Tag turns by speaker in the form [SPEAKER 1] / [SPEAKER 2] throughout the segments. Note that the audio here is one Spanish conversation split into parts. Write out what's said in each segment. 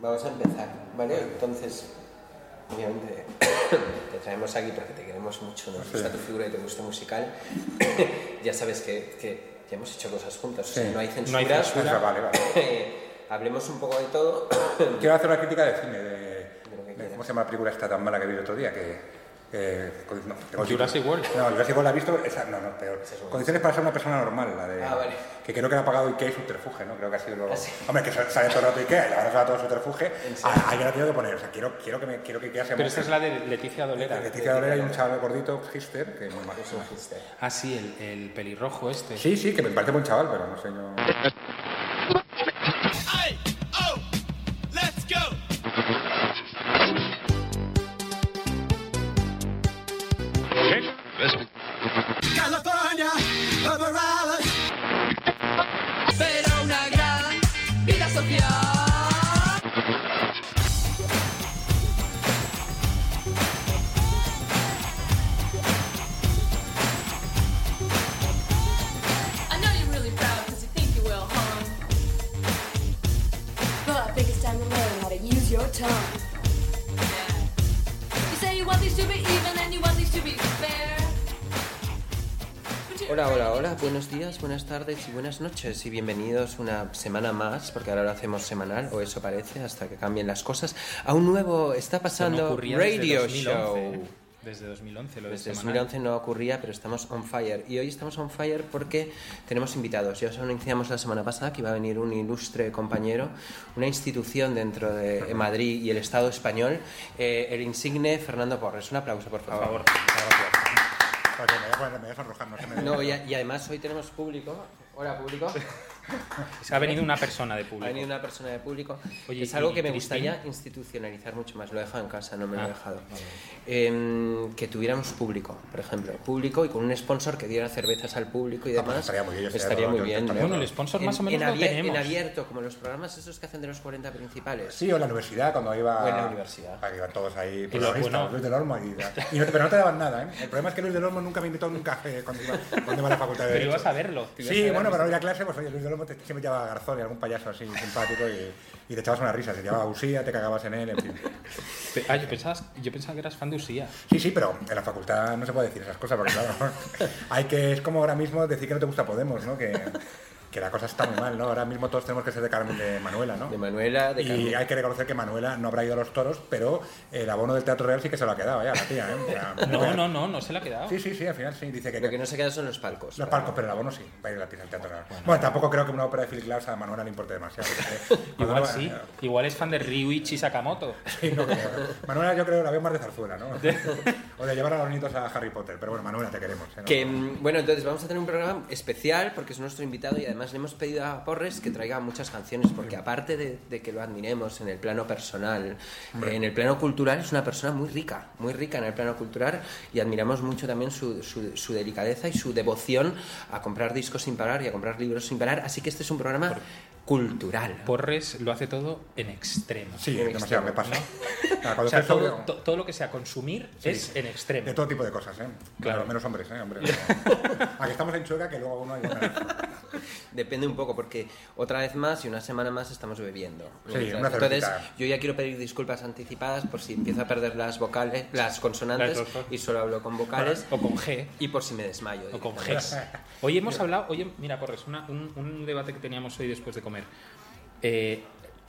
[SPEAKER 1] Vamos a empezar, ¿vale? Entonces, obviamente, te traemos aquí porque te queremos mucho, nos gusta tu figura y te gusta musical. ya sabes que, que ya hemos hecho cosas juntas, o sea,
[SPEAKER 2] Sí.
[SPEAKER 1] no hay censura.
[SPEAKER 3] No hay censura.
[SPEAKER 2] Vale, vale.
[SPEAKER 1] Hablemos un poco de todo.
[SPEAKER 2] Quiero hacer una crítica de cine, de,
[SPEAKER 1] lo que
[SPEAKER 2] de-
[SPEAKER 1] quieras.
[SPEAKER 2] ¿cómo se llama la película esta tan mala que vi el otro día? Que, eh, con- no, tengo el
[SPEAKER 3] Jurassic
[SPEAKER 2] título.
[SPEAKER 3] World.
[SPEAKER 2] No, Jurassic World la he visto, esa- no, no, peor.
[SPEAKER 1] es buena.
[SPEAKER 2] Condiciones para ser una persona normal, la de...
[SPEAKER 1] Ah, vale.
[SPEAKER 2] Que creo que la ha pagado Ikea y subterfuge, ¿no? Creo que ha sido lo...
[SPEAKER 1] Ah, sí.
[SPEAKER 2] Hombre, que sale todo el rato Ikea y la verdad todo subterfuge.
[SPEAKER 1] En serio.
[SPEAKER 2] Ah, Alguien la tiene que poner, o sea, quiero, quiero, que, me, quiero que Ikea sea
[SPEAKER 3] Pero
[SPEAKER 2] monje.
[SPEAKER 3] esta es la de Leticia
[SPEAKER 2] La
[SPEAKER 3] Dolera.
[SPEAKER 2] Leticia Dolera y un chaval gordito, Hister, que es muy mal.
[SPEAKER 1] Es un hipster.
[SPEAKER 3] Ah, sí, el, el pelirrojo este.
[SPEAKER 2] Sí, sí, que me parece buen chaval, pero no sé yo...
[SPEAKER 4] Hey, oh, let's go. California, Barbaras.
[SPEAKER 5] pero una gran vida social.
[SPEAKER 6] I know you're really proud because you think you will, huh?
[SPEAKER 7] But I think it's time to learn how to use your tongue.
[SPEAKER 6] Yeah. You say you want these to be even and you want these to be fair. But you're
[SPEAKER 1] Hola, hola, hola, buenos días, buenas tardes y buenas noches y bienvenidos una semana más, porque ahora lo hacemos semanal, o eso parece, hasta que cambien las cosas, a un nuevo Está
[SPEAKER 3] Esto no
[SPEAKER 1] Pasando
[SPEAKER 3] ocurría
[SPEAKER 1] Radio
[SPEAKER 3] desde 2011,
[SPEAKER 1] Show.
[SPEAKER 3] ¿eh? Desde 2011 lo de
[SPEAKER 1] Desde
[SPEAKER 3] semanal.
[SPEAKER 1] 2011 no ocurría, pero estamos on fire. Y hoy estamos on fire porque tenemos invitados. Ya os anunciamos la semana pasada que iba a venir un ilustre compañero, una institución dentro de Madrid y el Estado español, eh, el insigne Fernando Porres. Un aplauso, por favor.
[SPEAKER 2] Porque me voy a- me voy a sonrojar, no se me...
[SPEAKER 1] No, y, a- y además hoy tenemos público. Hola, público.
[SPEAKER 3] Ha venido una persona de
[SPEAKER 1] Ha venido
[SPEAKER 3] público.
[SPEAKER 1] una persona de público.
[SPEAKER 3] Oye,
[SPEAKER 1] es algo
[SPEAKER 3] y
[SPEAKER 1] que me
[SPEAKER 3] Cristina.
[SPEAKER 1] gustaría institucionalizar mucho más. Lo he dejado en casa, no me lo
[SPEAKER 3] Ah,
[SPEAKER 1] he dejado. Em, que tuviéramos público, por ejemplo. Público y con un sponsor que diera cervezas al público y
[SPEAKER 2] Ah, pues
[SPEAKER 1] demás.
[SPEAKER 2] estaría muy bien, yo
[SPEAKER 1] Estaría
[SPEAKER 2] estaría-
[SPEAKER 1] muy
[SPEAKER 2] yo- yo
[SPEAKER 1] bien,
[SPEAKER 2] estaría-
[SPEAKER 1] ¿no?
[SPEAKER 3] Bueno, el sponsor
[SPEAKER 1] En-
[SPEAKER 3] más o menos
[SPEAKER 1] en,
[SPEAKER 3] lo
[SPEAKER 1] abier-
[SPEAKER 3] tenemos.
[SPEAKER 1] en abierto, como los programas esos que hacen de los 40 principales.
[SPEAKER 2] Sí, o en la universidad, cuando iba.
[SPEAKER 1] O en la universidad.
[SPEAKER 2] Para que iban todos ahí.
[SPEAKER 3] Y luego,
[SPEAKER 2] protagonistas,
[SPEAKER 3] bueno.
[SPEAKER 2] Luis del Olmo. Y, y no te- pero no te daban nada, ¿eh? El problema es que Luis del Olmo nunca me invitó a un café cuando iba, cuando iba a la facultad de
[SPEAKER 3] Pero
[SPEAKER 2] Derecho.
[SPEAKER 3] ibas a verlo.
[SPEAKER 2] Sí, bueno, para ir a clase, pues oye, Luis del Olmo te, siempre llevaba a Garzón y algún payaso así simpático y, y te echabas una risa. Se llevaba a Usía, te cagabas en él, en fin.
[SPEAKER 3] Pe- Ah, yo, pensabas- yo pensaba que eras fan de Usía.
[SPEAKER 2] Sí, sí, pero en la facultad no se puede decir esas cosas, porque claro, hay que, es como ahora mismo decir que no te gusta Podemos, ¿no? Que, que la cosa está muy mal, ¿no? Ahora mismo todos tenemos que ser de Carmen de Manuela, ¿no?
[SPEAKER 1] De Manuela, de
[SPEAKER 2] Y
[SPEAKER 1] Carmen.
[SPEAKER 2] hay que reconocer que Manuela no habrá ido a los toros, pero eh, el abono del Teatro Real sí que se lo ha quedado ya, la tía, ¿eh? O sea,
[SPEAKER 3] No, no, no, no se la ha quedado.
[SPEAKER 2] Sí, sí, sí, al final sí, dice que...
[SPEAKER 1] Lo que no se queda son los palcos.
[SPEAKER 2] Los
[SPEAKER 1] Pero-
[SPEAKER 2] palcos, pero el abono sí, va a ir gratis al Teatro Real. Bueno, tampoco creo que una ópera de Philip Glass a Manuela le importe demasiado. porque cuando
[SPEAKER 3] Igual
[SPEAKER 2] no va-
[SPEAKER 3] sí. Igual es fan de Ryuichi Sakamoto.
[SPEAKER 2] Sí, no creo. Manuela yo creo que la veo más de zarzuela, ¿no? O de llevar a los niños a Harry Potter, pero bueno, Manuela, te queremos. ¿eh? No-
[SPEAKER 1] Que, mm, bueno, entonces vamos a tener un programa especial porque es nuestro invitado y además le hemos pedido a Porres que traiga muchas canciones porque aparte de, de que lo admiremos en el plano personal, eh, en el plano cultural es una persona muy rica, muy rica en el plano cultural y admiramos mucho también su, su- su delicadeza y su devoción a comprar discos sin parar y a comprar libros sin parar. Así que este es un programa cultural.
[SPEAKER 3] Porres lo hace todo en extremo.
[SPEAKER 2] Sí,
[SPEAKER 1] en
[SPEAKER 2] demasiado, me pasa. O sea, cuando
[SPEAKER 3] O sea,
[SPEAKER 2] estoy sobrio,
[SPEAKER 3] todo, to- todo lo que sea consumir es en extremo.
[SPEAKER 2] De todo tipo de cosas, ¿eh?
[SPEAKER 3] Claro.
[SPEAKER 2] Claro. Menos hombres, ¿eh? Hombres, Aquí estamos en Chueca, que luego uno hay
[SPEAKER 1] Depende un poco, porque otra vez más y una semana más estamos bebiendo.
[SPEAKER 2] Sí,
[SPEAKER 1] Entonces,
[SPEAKER 2] una
[SPEAKER 1] Entonces,
[SPEAKER 2] cervecita.
[SPEAKER 1] yo ya quiero pedir disculpas anticipadas por si empiezo a perder las vocales, las consonantes,
[SPEAKER 3] Las dos.
[SPEAKER 1] y solo hablo con vocales,
[SPEAKER 3] O con G.
[SPEAKER 1] y por si me desmayo.
[SPEAKER 3] O con
[SPEAKER 1] directamente.
[SPEAKER 3] Gs. Hoy hemos hablado, oye, mira, Corres, una- un, un debate que teníamos hoy después de comer. Eh,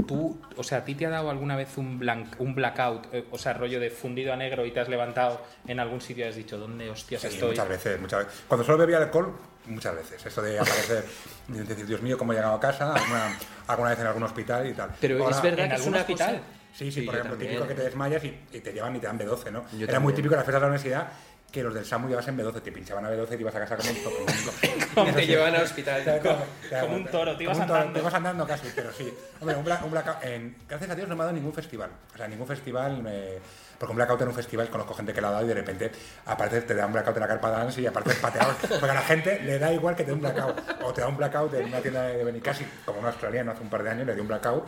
[SPEAKER 3] Tú, o sea, ¿a ti te ha dado alguna vez un, blank, un blackout, eh, o sea, rollo de fundido a negro y te has levantado en algún sitio y has dicho, ¿dónde hostias
[SPEAKER 2] Sí,
[SPEAKER 3] estoy?
[SPEAKER 2] muchas veces, muchas veces. Cuando solo bebía alcohol, muchas veces. Eso de aparecer, de decir, Dios mío, cómo he llegado a casa, alguna, alguna vez en algún hospital y tal.
[SPEAKER 1] Pero
[SPEAKER 2] Ahora-
[SPEAKER 1] es verdad
[SPEAKER 3] ¿en
[SPEAKER 1] que es
[SPEAKER 3] algún
[SPEAKER 1] una
[SPEAKER 3] hospital?
[SPEAKER 1] cosa...
[SPEAKER 2] Sí, sí,
[SPEAKER 1] Sí,
[SPEAKER 2] por
[SPEAKER 1] yo
[SPEAKER 2] ejemplo,
[SPEAKER 1] también.
[SPEAKER 2] típico que te desmayas y, y te llevan y te dan B12, ¿no?
[SPEAKER 1] Yo
[SPEAKER 2] Era muy
[SPEAKER 1] también.
[SPEAKER 2] típico en las fiestas de la universidad que los del SAMU llevasen B12, te pinchaban a B12 y te ibas a casa como un topo.
[SPEAKER 3] Como te llevan
[SPEAKER 1] al
[SPEAKER 3] al
[SPEAKER 1] hospital.
[SPEAKER 3] hospital.
[SPEAKER 2] Claro, claro, claro.
[SPEAKER 3] Como un toro, te ibas
[SPEAKER 2] Como un
[SPEAKER 3] andando.
[SPEAKER 2] Te ibas andando casi, pero sí. Hombre, un bla- un blackout. en- gracias a Dios no me ha dado ningún festival. O sea, ningún festival. me- porque un blackout en un festival conozco gente que lo ha dado y de repente, aparte te da un blackout en la carpa dance y aparte es pateado. Porque a la gente le da igual que te dé un blackout. O te da un blackout en una tienda de Benicassi, como un australiano hace un par de años le dio un blackout.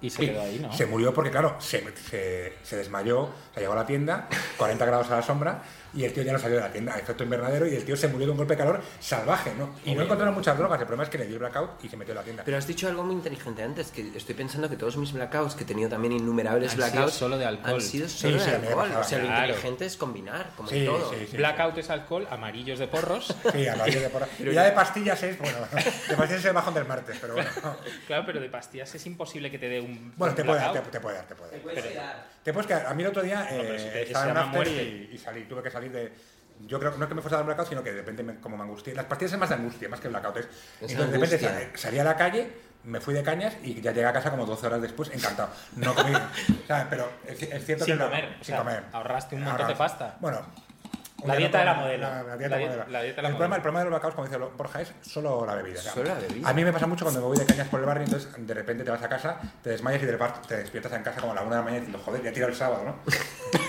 [SPEAKER 3] Y se quedó ahí, ¿no?
[SPEAKER 2] Se murió porque, claro, se, se- se desmayó, se llegó a la tienda, 40 grados a la sombra, y el tío ya no salió de la tienda, efecto invernadero, y el tío se murió de un golpe de calor salvaje, ¿no? Y no encontraron muchas drogas, el problema es que le dio el blackout y se metió en la tienda.
[SPEAKER 1] Pero has dicho algo muy inteligente antes, que estoy pensando que todos mis blackouts, que he tenido también innumerables
[SPEAKER 3] Han sido
[SPEAKER 1] blackouts,
[SPEAKER 3] solo de alcohol.
[SPEAKER 1] han sido
[SPEAKER 2] Sí,
[SPEAKER 1] solo
[SPEAKER 2] sí,
[SPEAKER 1] de
[SPEAKER 2] a mí me
[SPEAKER 1] alcohol. O
[SPEAKER 2] pasaba,
[SPEAKER 1] sea, lo
[SPEAKER 3] claro.
[SPEAKER 1] inteligente es combinar, como
[SPEAKER 2] Sí,
[SPEAKER 1] en todo.
[SPEAKER 2] sí, sí.
[SPEAKER 3] Blackout es alcohol, amarillos de porros.
[SPEAKER 2] Sí, a la de por ahí. Y la de pastillas es, bueno, de pastillas es el bajón del martes, pero bueno.
[SPEAKER 3] claro, pero de pastillas es imposible que te dé un.
[SPEAKER 2] Bueno,
[SPEAKER 3] un
[SPEAKER 2] te puede dar, te,
[SPEAKER 3] blackout.
[SPEAKER 2] te puede dar, te puede dar.
[SPEAKER 1] Pero-
[SPEAKER 2] Te puedes quedar. A mí el otro día eh,
[SPEAKER 3] pero si te-
[SPEAKER 2] estaba
[SPEAKER 3] se
[SPEAKER 2] en un
[SPEAKER 3] llama
[SPEAKER 2] after
[SPEAKER 3] muerte.
[SPEAKER 2] y, y salí, tuve que salir de. Yo creo que no es que me fuese a dar blackout, sino que de repente me- como me angustié. Las partidas es más de angustia, más que blackout. Es, entonces de repente
[SPEAKER 1] angustia.
[SPEAKER 2] sal- salí a la calle, me fui de cañas y ya llegué a casa como 12 horas después, encantado. No comí. o sea, pero es, es cierto
[SPEAKER 3] Sin
[SPEAKER 2] que. la-
[SPEAKER 3] comer, o sea, ahorraste un montón de pasta.
[SPEAKER 2] Bueno. un
[SPEAKER 3] La
[SPEAKER 2] día
[SPEAKER 3] dieta de la
[SPEAKER 2] como-
[SPEAKER 3] modelo.
[SPEAKER 2] La, la dieta
[SPEAKER 3] La
[SPEAKER 2] de
[SPEAKER 3] di-
[SPEAKER 2] modelo.
[SPEAKER 3] la dieta de la
[SPEAKER 2] el, problema,
[SPEAKER 3] modelo.
[SPEAKER 2] el problema de los blackouts, como dice lo- Borja, es solo la bebida. o sea,
[SPEAKER 1] Solo la bebida.
[SPEAKER 2] A mí me pasa mucho cuando me voy de cañas por el barrio, entonces de repente te vas a casa, te desmayas y de repente te despiertas en casa como a la una de la mañana y dices, joder, ya he tirado el sábado, ¿no?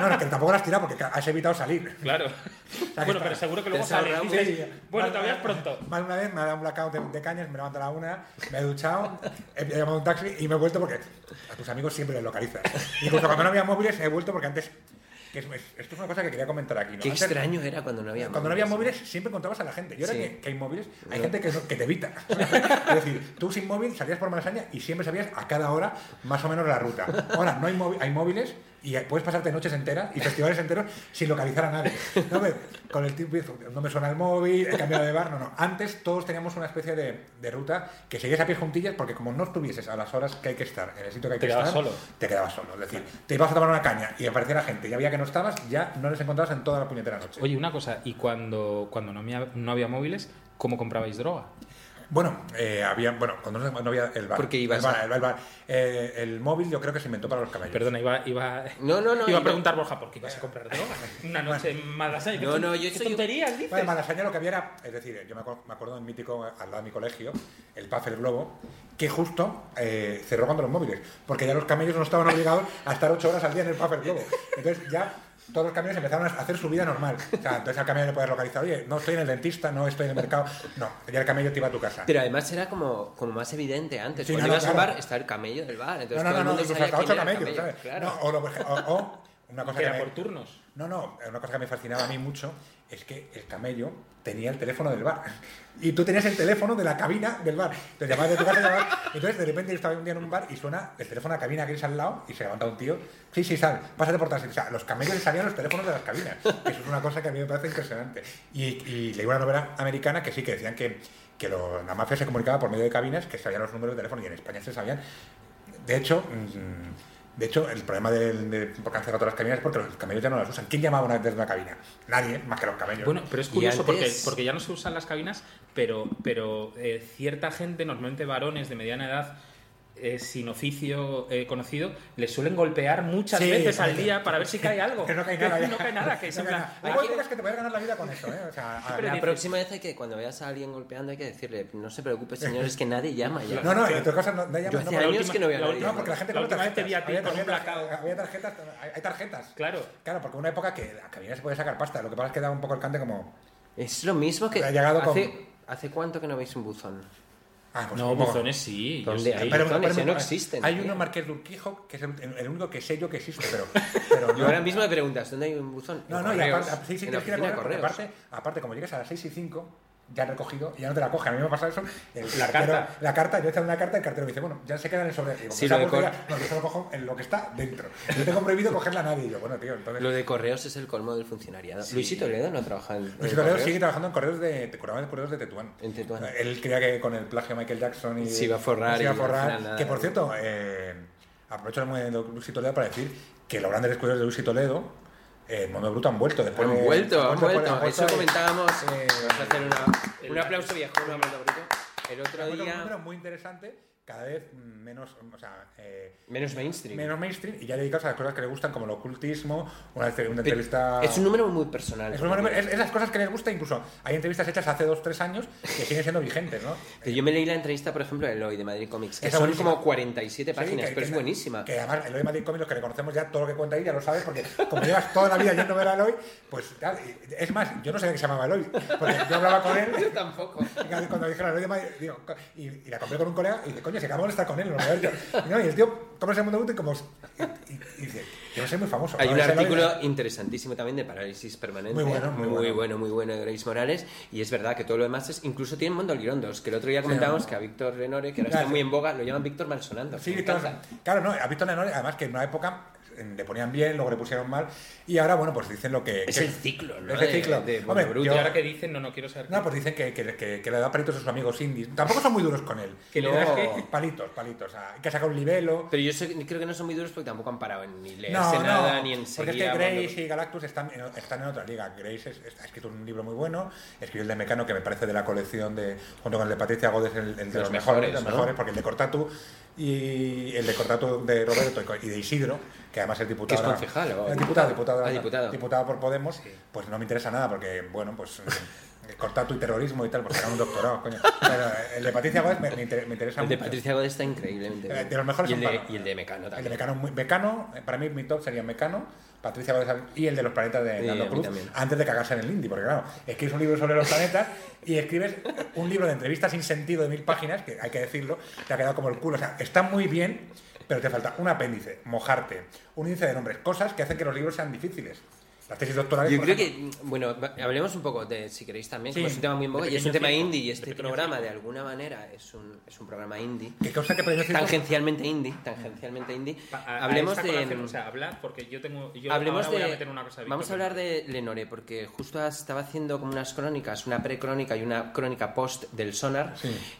[SPEAKER 2] no, no, que tampoco lo has tirado porque has evitado salir.
[SPEAKER 3] Claro.
[SPEAKER 2] que
[SPEAKER 3] bueno,
[SPEAKER 2] está-
[SPEAKER 3] pero seguro que luego
[SPEAKER 1] Te has
[SPEAKER 3] sales.
[SPEAKER 1] ahorrado
[SPEAKER 3] dices,
[SPEAKER 2] Sí,
[SPEAKER 3] bueno,
[SPEAKER 2] más-
[SPEAKER 3] todavía es pronto.
[SPEAKER 2] Más de una vez me ha dado un blackout de, de cañas, me levanto a la una, me he duchado, he he llamado un taxi y me he vuelto porque a tus amigos siempre les localizas. Incluso cuando no había móviles, he vuelto porque antes. que es, es- esto es una cosa que quería comentar aquí. ¿no?
[SPEAKER 1] Qué
[SPEAKER 2] Antes-
[SPEAKER 1] extraño era cuando no había
[SPEAKER 2] Cuando no había móviles siempre encontrabas a la gente. Y ahora
[SPEAKER 1] Sí.
[SPEAKER 2] que, que hay móviles, hay gente que, no- que te evita. es decir, tú sin móvil salías por Malasaña y siempre sabías a cada hora más o menos la ruta. Ahora no hay, móvi- hay móviles y puedes pasarte noches enteras y festivales enteros sin localizar a nadie. No me, con el tipo, no me suena el móvil, he cambiado de bar. No, no. Antes todos teníamos una especie de, de ruta que seguías a pies juntillas porque como no estuvieses a las horas que hay que estar, en el sitio que hay
[SPEAKER 3] Te
[SPEAKER 2] que
[SPEAKER 3] quedabas
[SPEAKER 2] estar,
[SPEAKER 3] solo.
[SPEAKER 2] te quedabas solo. Es decir, te ibas a tomar una caña y aparecía la gente y había que no estabas, ya no les encontrabas en toda la puñetera noche.
[SPEAKER 3] Oye, una cosa, y cuando, cuando no, había, no había móviles, ¿cómo comprabais droga?
[SPEAKER 2] Bueno, eh, había, bueno, cuando no, no había el bar.
[SPEAKER 1] Porque ibas
[SPEAKER 2] el bar,
[SPEAKER 1] a-
[SPEAKER 2] el bar, el bar. Eh, el móvil yo creo que se inventó para los caballos.
[SPEAKER 3] Perdona, iba, iba,
[SPEAKER 1] No, no, no,
[SPEAKER 3] iba
[SPEAKER 1] iba-
[SPEAKER 3] a preguntar, Borja, ¿por qué ibas a comprar droga? Una noche en Malasaña. ¿qué
[SPEAKER 1] No,
[SPEAKER 3] ton-
[SPEAKER 1] no, yo
[SPEAKER 3] ¿Qué
[SPEAKER 1] soy-
[SPEAKER 3] tonterías dices?
[SPEAKER 2] Vale, Malasaña lo que había era, es decir, yo me acuerdo, me acuerdo de un mítico eh, al lado de mi colegio, el Puff el Globo, que justo eh, cerró cuando los móviles, porque ya los camellos no estaban obligados a estar ocho horas al día en el Puff el Globo. Entonces ya todos los camellos empezaron a hacer su vida normal. O sea, entonces al camello le puedes localizar, oye, no estoy en el dentista, no estoy en el mercado. No, ya el camello te iba a tu casa.
[SPEAKER 1] Pero además era como, como más evidente antes.
[SPEAKER 2] Sí,
[SPEAKER 1] Cuando
[SPEAKER 2] no, no,
[SPEAKER 1] ibas a un
[SPEAKER 2] claro.
[SPEAKER 1] bar, está el camello del bar. Entonces
[SPEAKER 2] No, no,
[SPEAKER 1] todo
[SPEAKER 2] no,
[SPEAKER 1] el
[SPEAKER 2] no,
[SPEAKER 1] mundo
[SPEAKER 2] incluso
[SPEAKER 1] sabía
[SPEAKER 2] hasta
[SPEAKER 1] quién
[SPEAKER 2] ocho
[SPEAKER 1] era el
[SPEAKER 2] camellos,
[SPEAKER 1] camello,
[SPEAKER 2] ¿sabes?
[SPEAKER 1] Claro.
[SPEAKER 2] No, o, lo- o- o una cosa
[SPEAKER 3] Que
[SPEAKER 2] que,
[SPEAKER 3] era
[SPEAKER 2] me-
[SPEAKER 3] por turnos.
[SPEAKER 2] No, no, una cosa que me fascinaba a mí mucho es que el camello tenía el teléfono del bar. Y tú tenías el teléfono de la cabina del bar. Te llamabas de tu casa y llamabas. Entonces, de repente, yo estaba un día en un bar y suena el teléfono de la cabina que es al lado y se levanta un tío. Sí, sí, sal, pásate por taxi. O sea, los camellos les salían los teléfonos de las cabinas. Eso es una cosa que a mí me parece impresionante. Y, y leí una novela americana que sí, que decían que, que lo- la mafia se comunicaba por medio de cabinas, que sabían los números de teléfono y en España se sabían de hecho, mm, de hecho, el problema del- de, por qué han cerrado todas las cabinas es porque los camellos ya no las usan. ¿Quién llamaba una, desde una cabina? Nadie, más que los camellos.
[SPEAKER 3] Bueno, pero es
[SPEAKER 1] Y
[SPEAKER 3] curioso porque,
[SPEAKER 1] antes-
[SPEAKER 3] porque ya no se usan las cabinas, pero, pero eh, cierta gente, normalmente varones de mediana edad, eh, sin oficio eh, conocido, les suelen golpear muchas
[SPEAKER 2] Sí,
[SPEAKER 3] veces al
[SPEAKER 2] parece.
[SPEAKER 3] día para ver si cae algo.
[SPEAKER 2] que no cae nada.
[SPEAKER 3] Que
[SPEAKER 2] ya.
[SPEAKER 3] no cae nada, que es
[SPEAKER 2] No
[SPEAKER 3] en
[SPEAKER 2] cae
[SPEAKER 3] plan,
[SPEAKER 2] nada.
[SPEAKER 3] "Ay,
[SPEAKER 2] Luego
[SPEAKER 3] qué-
[SPEAKER 2] dirás que te puedes ganar la vida con eso, ¿eh? O sea, a-
[SPEAKER 3] Pero
[SPEAKER 1] La
[SPEAKER 3] dices-
[SPEAKER 1] próxima vez hay que, cuando veas a alguien golpeando, hay que decirle, no se preocupe, señor, es que nadie llama ya.
[SPEAKER 2] no, no, en otras cosas no, no llamas,
[SPEAKER 1] Yo
[SPEAKER 2] no,
[SPEAKER 1] hacía
[SPEAKER 2] pero-
[SPEAKER 1] años que no veía a
[SPEAKER 3] la
[SPEAKER 1] nadie.
[SPEAKER 3] última-
[SPEAKER 2] No, porque la gente
[SPEAKER 3] La
[SPEAKER 2] no
[SPEAKER 3] última vez te vi a ti con un blackout.
[SPEAKER 2] Había tarjetas, hay, hay tarjetas.
[SPEAKER 3] Claro.
[SPEAKER 2] Claro, porque una época que la cabina se podía sacar pasta, lo que pasa es que da un poco el cante como.
[SPEAKER 1] Es lo mismo que...
[SPEAKER 2] Ha llegado con-
[SPEAKER 1] hace, ¿Hace cuánto que no veis un buzón?
[SPEAKER 2] Ah, pues
[SPEAKER 3] No,
[SPEAKER 2] un poco.
[SPEAKER 3] buzones sí. yo
[SPEAKER 1] ¿Dónde
[SPEAKER 3] sí.
[SPEAKER 1] hay?
[SPEAKER 2] Pero-
[SPEAKER 1] buzones,
[SPEAKER 2] pero-
[SPEAKER 1] ya no existen,
[SPEAKER 2] Hay
[SPEAKER 1] tío.
[SPEAKER 3] ¿eh?
[SPEAKER 2] uno Marqués de Urquijo, que es el, el único que sé yo que existe, pero. pero
[SPEAKER 1] Yo ahora mismo me preguntas, ¿dónde hay un buzón?
[SPEAKER 2] No,
[SPEAKER 1] En
[SPEAKER 2] no, y
[SPEAKER 1] correos,
[SPEAKER 2] aparte, sí, sí,
[SPEAKER 1] en la
[SPEAKER 2] tienes que ir
[SPEAKER 1] oficina
[SPEAKER 2] a
[SPEAKER 1] de
[SPEAKER 2] correr, porque
[SPEAKER 1] correos.
[SPEAKER 2] aparte, aparte, como llegas a las 6 y 5, ya han recogido y ya no te la cogen. A mí me pasa eso. el
[SPEAKER 3] La
[SPEAKER 2] cartero-
[SPEAKER 3] carta.
[SPEAKER 2] La carta, yo he echado una carta y el cartero me dice, bueno, ya se queda en el sobre. Digo,
[SPEAKER 1] Sí,
[SPEAKER 2] "Pues
[SPEAKER 1] lo
[SPEAKER 2] esa
[SPEAKER 1] de
[SPEAKER 2] porquería, no, yo solo cojo en lo que está dentro. Yo tengo prohibido cogerla a nadie. Y yo, bueno, tío, entonces.
[SPEAKER 1] Lo de correos es el colmo del funcionariado. Luisito Ledo no trabaja en, en
[SPEAKER 2] Luis Correos sigue trabajando en correos de, te curaba en correos de Tetuán.
[SPEAKER 1] Eh,
[SPEAKER 2] Eh,
[SPEAKER 1] En Tetuán.
[SPEAKER 2] Él creía que con el plagio a Michael Jackson y
[SPEAKER 1] Se iba a forrar
[SPEAKER 2] se iba a
[SPEAKER 1] y al
[SPEAKER 2] forrar.
[SPEAKER 1] final nada.
[SPEAKER 2] que por cierto, eh, aprovecho el momento de Luis y Toledo para decir que los grandes descubridores de Luis y Toledo, eh, el mundo bruto han vuelto después.
[SPEAKER 1] Han
[SPEAKER 2] de-
[SPEAKER 1] vuelto, han
[SPEAKER 2] después de-
[SPEAKER 1] vuelto. Eso
[SPEAKER 2] y-
[SPEAKER 1] comentábamos.
[SPEAKER 2] eh,
[SPEAKER 1] Vamos a hacer una-
[SPEAKER 3] el-
[SPEAKER 1] un aplauso viejo, un aplauso bruto. El
[SPEAKER 2] han
[SPEAKER 1] otro
[SPEAKER 2] vuelto con un número
[SPEAKER 1] día,
[SPEAKER 2] muy interesante, cada vez menos, o sea, eh,
[SPEAKER 1] menos mainstream.
[SPEAKER 2] menos mainstream y ya dedicados a las cosas que le gustan, como el ocultismo, una, una entrevista.
[SPEAKER 1] Es un número muy personal.
[SPEAKER 2] Es, un número- es- es las cosas que les gusta, incluso hay entrevistas hechas hace 2-3 años que siguen siendo vigentes, ¿no?
[SPEAKER 1] Que yo me leí la entrevista, por ejemplo, de Eloy de Madrid Comics, que
[SPEAKER 2] Esa
[SPEAKER 1] son
[SPEAKER 2] buenísima.
[SPEAKER 1] como 47 páginas,
[SPEAKER 2] Sí, que-
[SPEAKER 1] pero
[SPEAKER 2] que-
[SPEAKER 1] es buenísima.
[SPEAKER 2] Que además, Eloy Madrid Comics, los que le conocemos ya todo lo que cuenta ahí, ya lo sabes, porque como llevas toda la vida yendo a ver a Eloy, pues tal, y- es más, yo no sabía que se llamaba Eloy, porque yo hablaba con él.
[SPEAKER 1] tampoco.
[SPEAKER 2] Cuando dijeron Eloy de Madrid, digo, co- y, y la compré con un colega y dice, coño, si acabamos de estar con él, en Nueva York. Y, no, y el tío, ¿cómo es el mundo adulto? Y, como, y, y dice, yo soy muy famoso.
[SPEAKER 1] Hay
[SPEAKER 2] ¿no?
[SPEAKER 1] un
[SPEAKER 2] Ese lo-
[SPEAKER 1] artículo interesantísimo también de Parálisis Permanente.
[SPEAKER 2] Muy bueno, muy bueno.
[SPEAKER 1] bueno, muy bueno de Grace Morales. Y es verdad que todo lo demás es. Incluso tienen Mondo al Guirón 2, que el otro día comentábamos que a Víctor Renore, que ahora
[SPEAKER 2] Claro.
[SPEAKER 1] está muy en boga, lo llaman Víctor Malsonando.
[SPEAKER 2] Sí,
[SPEAKER 1] me
[SPEAKER 2] claro,
[SPEAKER 1] encanta.
[SPEAKER 2] claro, no, ha visto la Nore, además que en una época eh, le ponían bien, luego le pusieron mal, y ahora, bueno, pues dicen lo que...
[SPEAKER 1] Es
[SPEAKER 2] que-
[SPEAKER 1] el ciclo, ¿no?
[SPEAKER 2] Es el
[SPEAKER 1] De-
[SPEAKER 2] ciclo.
[SPEAKER 1] de
[SPEAKER 2] Hombre,
[SPEAKER 1] Mondo Bruto.
[SPEAKER 2] yo-
[SPEAKER 3] Y ahora que dicen, no, no quiero saber.
[SPEAKER 2] No, pues dicen que, que, que- que le da palitos a sus amigos indies. Tampoco son muy duros con él.
[SPEAKER 3] Que le
[SPEAKER 2] No,
[SPEAKER 3] da que-
[SPEAKER 2] Palitos, palitos. o sea, que saca un libelo.
[SPEAKER 1] Pero yo sé- creo que no son muy duros porque tampoco han parado en ni leerse
[SPEAKER 2] No, no,
[SPEAKER 1] nada, ni en
[SPEAKER 2] porque es que
[SPEAKER 1] seguir a Mondo
[SPEAKER 2] Grace
[SPEAKER 1] Bruto.
[SPEAKER 2] y Galactus están en, están en otra liga. Grace es- es- ha escrito un libro muy bueno, escribió el de Mecano, que me parece de la colección de, junto con el de Patricia Godes, el, el de los,
[SPEAKER 1] Los
[SPEAKER 2] mejores,
[SPEAKER 1] mejores,
[SPEAKER 2] los
[SPEAKER 1] ¿no?
[SPEAKER 2] mejores, porque el de Cortatu y el de Cortatu de Roberto y co- y de Isidro, que además es
[SPEAKER 1] Que es
[SPEAKER 2] diputado.
[SPEAKER 1] concejal, o-
[SPEAKER 2] Eh, diputado, diputado,
[SPEAKER 1] Ah, diputado.
[SPEAKER 2] diputado por Podemos, pues no me interesa nada, porque, bueno, pues. eh, Cortatu y terrorismo y tal, pues era un doctorado, coño. Pero el de Patricia Godes me, me inter- me interesa
[SPEAKER 1] El de
[SPEAKER 2] mucho.
[SPEAKER 1] Patricia Godes está increíblemente
[SPEAKER 2] Eh,
[SPEAKER 1] bien.
[SPEAKER 2] de los mejores
[SPEAKER 1] y el
[SPEAKER 2] son
[SPEAKER 1] de,
[SPEAKER 2] Palo.
[SPEAKER 1] y el de Mecano
[SPEAKER 2] El de
[SPEAKER 1] también.
[SPEAKER 2] Mecano, muy- Mecano, eh, para mí mi top sería Mecano, Patricia Valdés y el de los planetas de
[SPEAKER 1] Sí, a
[SPEAKER 2] Nando
[SPEAKER 1] mí
[SPEAKER 2] Cruz,
[SPEAKER 1] también.
[SPEAKER 2] antes de cagarse en el indie, porque claro, escribes un libro sobre los planetas y escribes un libro de entrevistas sin sentido de mil páginas, que hay que decirlo, te ha quedado como el culo. O sea, está muy bien, pero te falta un apéndice, mojarte, un índice de nombres, cosas que hacen que los libros sean difíciles. Las tesis doctorales.
[SPEAKER 1] Yo
[SPEAKER 2] por
[SPEAKER 1] creo
[SPEAKER 2] ejemplo.
[SPEAKER 1] que, bueno, va- hablemos un poco de, si queréis también,
[SPEAKER 2] Sí.
[SPEAKER 1] como es un tema muy en boga
[SPEAKER 3] De
[SPEAKER 1] y es un
[SPEAKER 3] pequeño
[SPEAKER 1] tema
[SPEAKER 3] circo,
[SPEAKER 1] indie y
[SPEAKER 3] de
[SPEAKER 1] este
[SPEAKER 3] pequeño
[SPEAKER 1] programa de alguna manera es un, es un programa indie.
[SPEAKER 2] Que consta que podemos decir-
[SPEAKER 1] Tangencialmente indie, tangencialmente indie.
[SPEAKER 3] A- a- a
[SPEAKER 1] Hablemos
[SPEAKER 3] esta
[SPEAKER 1] de...
[SPEAKER 3] colación, O sea, hablad, porque yo tengo. Yo
[SPEAKER 1] Hablemos
[SPEAKER 3] ahora voy
[SPEAKER 1] de-
[SPEAKER 3] a meter una cosa
[SPEAKER 1] vamos a
[SPEAKER 3] Víctor,
[SPEAKER 1] hablar de Lenore, porque justo estaba haciendo como unas crónicas, una precrónica y una crónica post del sonar.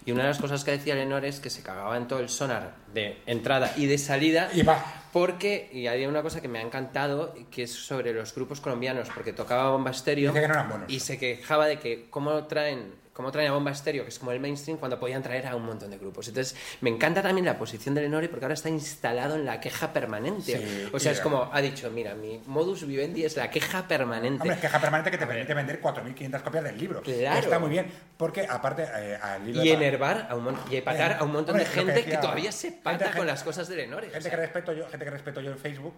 [SPEAKER 1] Y una de las cosas que decía Lenore es que se cagaba en todo el sonar de entrada y de salida.
[SPEAKER 2] Y va.
[SPEAKER 1] Porque, y había una cosa que me ha encantado, que es sobre los grupos colombianos, porque tocaba Bomba Estéreo
[SPEAKER 2] Dice que no eran buenos.
[SPEAKER 1] y se quejaba de que cómo traen, cómo traen a Bomba Estéreo, que es como el mainstream, cuando podían traer a un montón de grupos. Entonces, me encanta también la posición de Lenore porque ahora está instalado en la queja permanente.
[SPEAKER 2] Sí,
[SPEAKER 1] o sea, es
[SPEAKER 2] ya.
[SPEAKER 1] como, ha dicho, mira, mi modus vivendi es la queja permanente.
[SPEAKER 2] Hombre, es queja permanente que te permite vender 4.500 copias del libro.
[SPEAKER 1] Claro.
[SPEAKER 2] Está muy bien, porque aparte eh, al libro...
[SPEAKER 1] y
[SPEAKER 2] de-
[SPEAKER 1] enervar a un mon- y epatar a un montón
[SPEAKER 2] Eh, Hombre,
[SPEAKER 1] de
[SPEAKER 2] lo que
[SPEAKER 1] gente que,
[SPEAKER 2] decía-
[SPEAKER 1] todavía se
[SPEAKER 2] gente-
[SPEAKER 1] pata
[SPEAKER 2] gente-
[SPEAKER 1] con las cosas de Lenore. o
[SPEAKER 2] Gente
[SPEAKER 1] sea.
[SPEAKER 2] que respeto yo, gente que respeto yo en Facebook.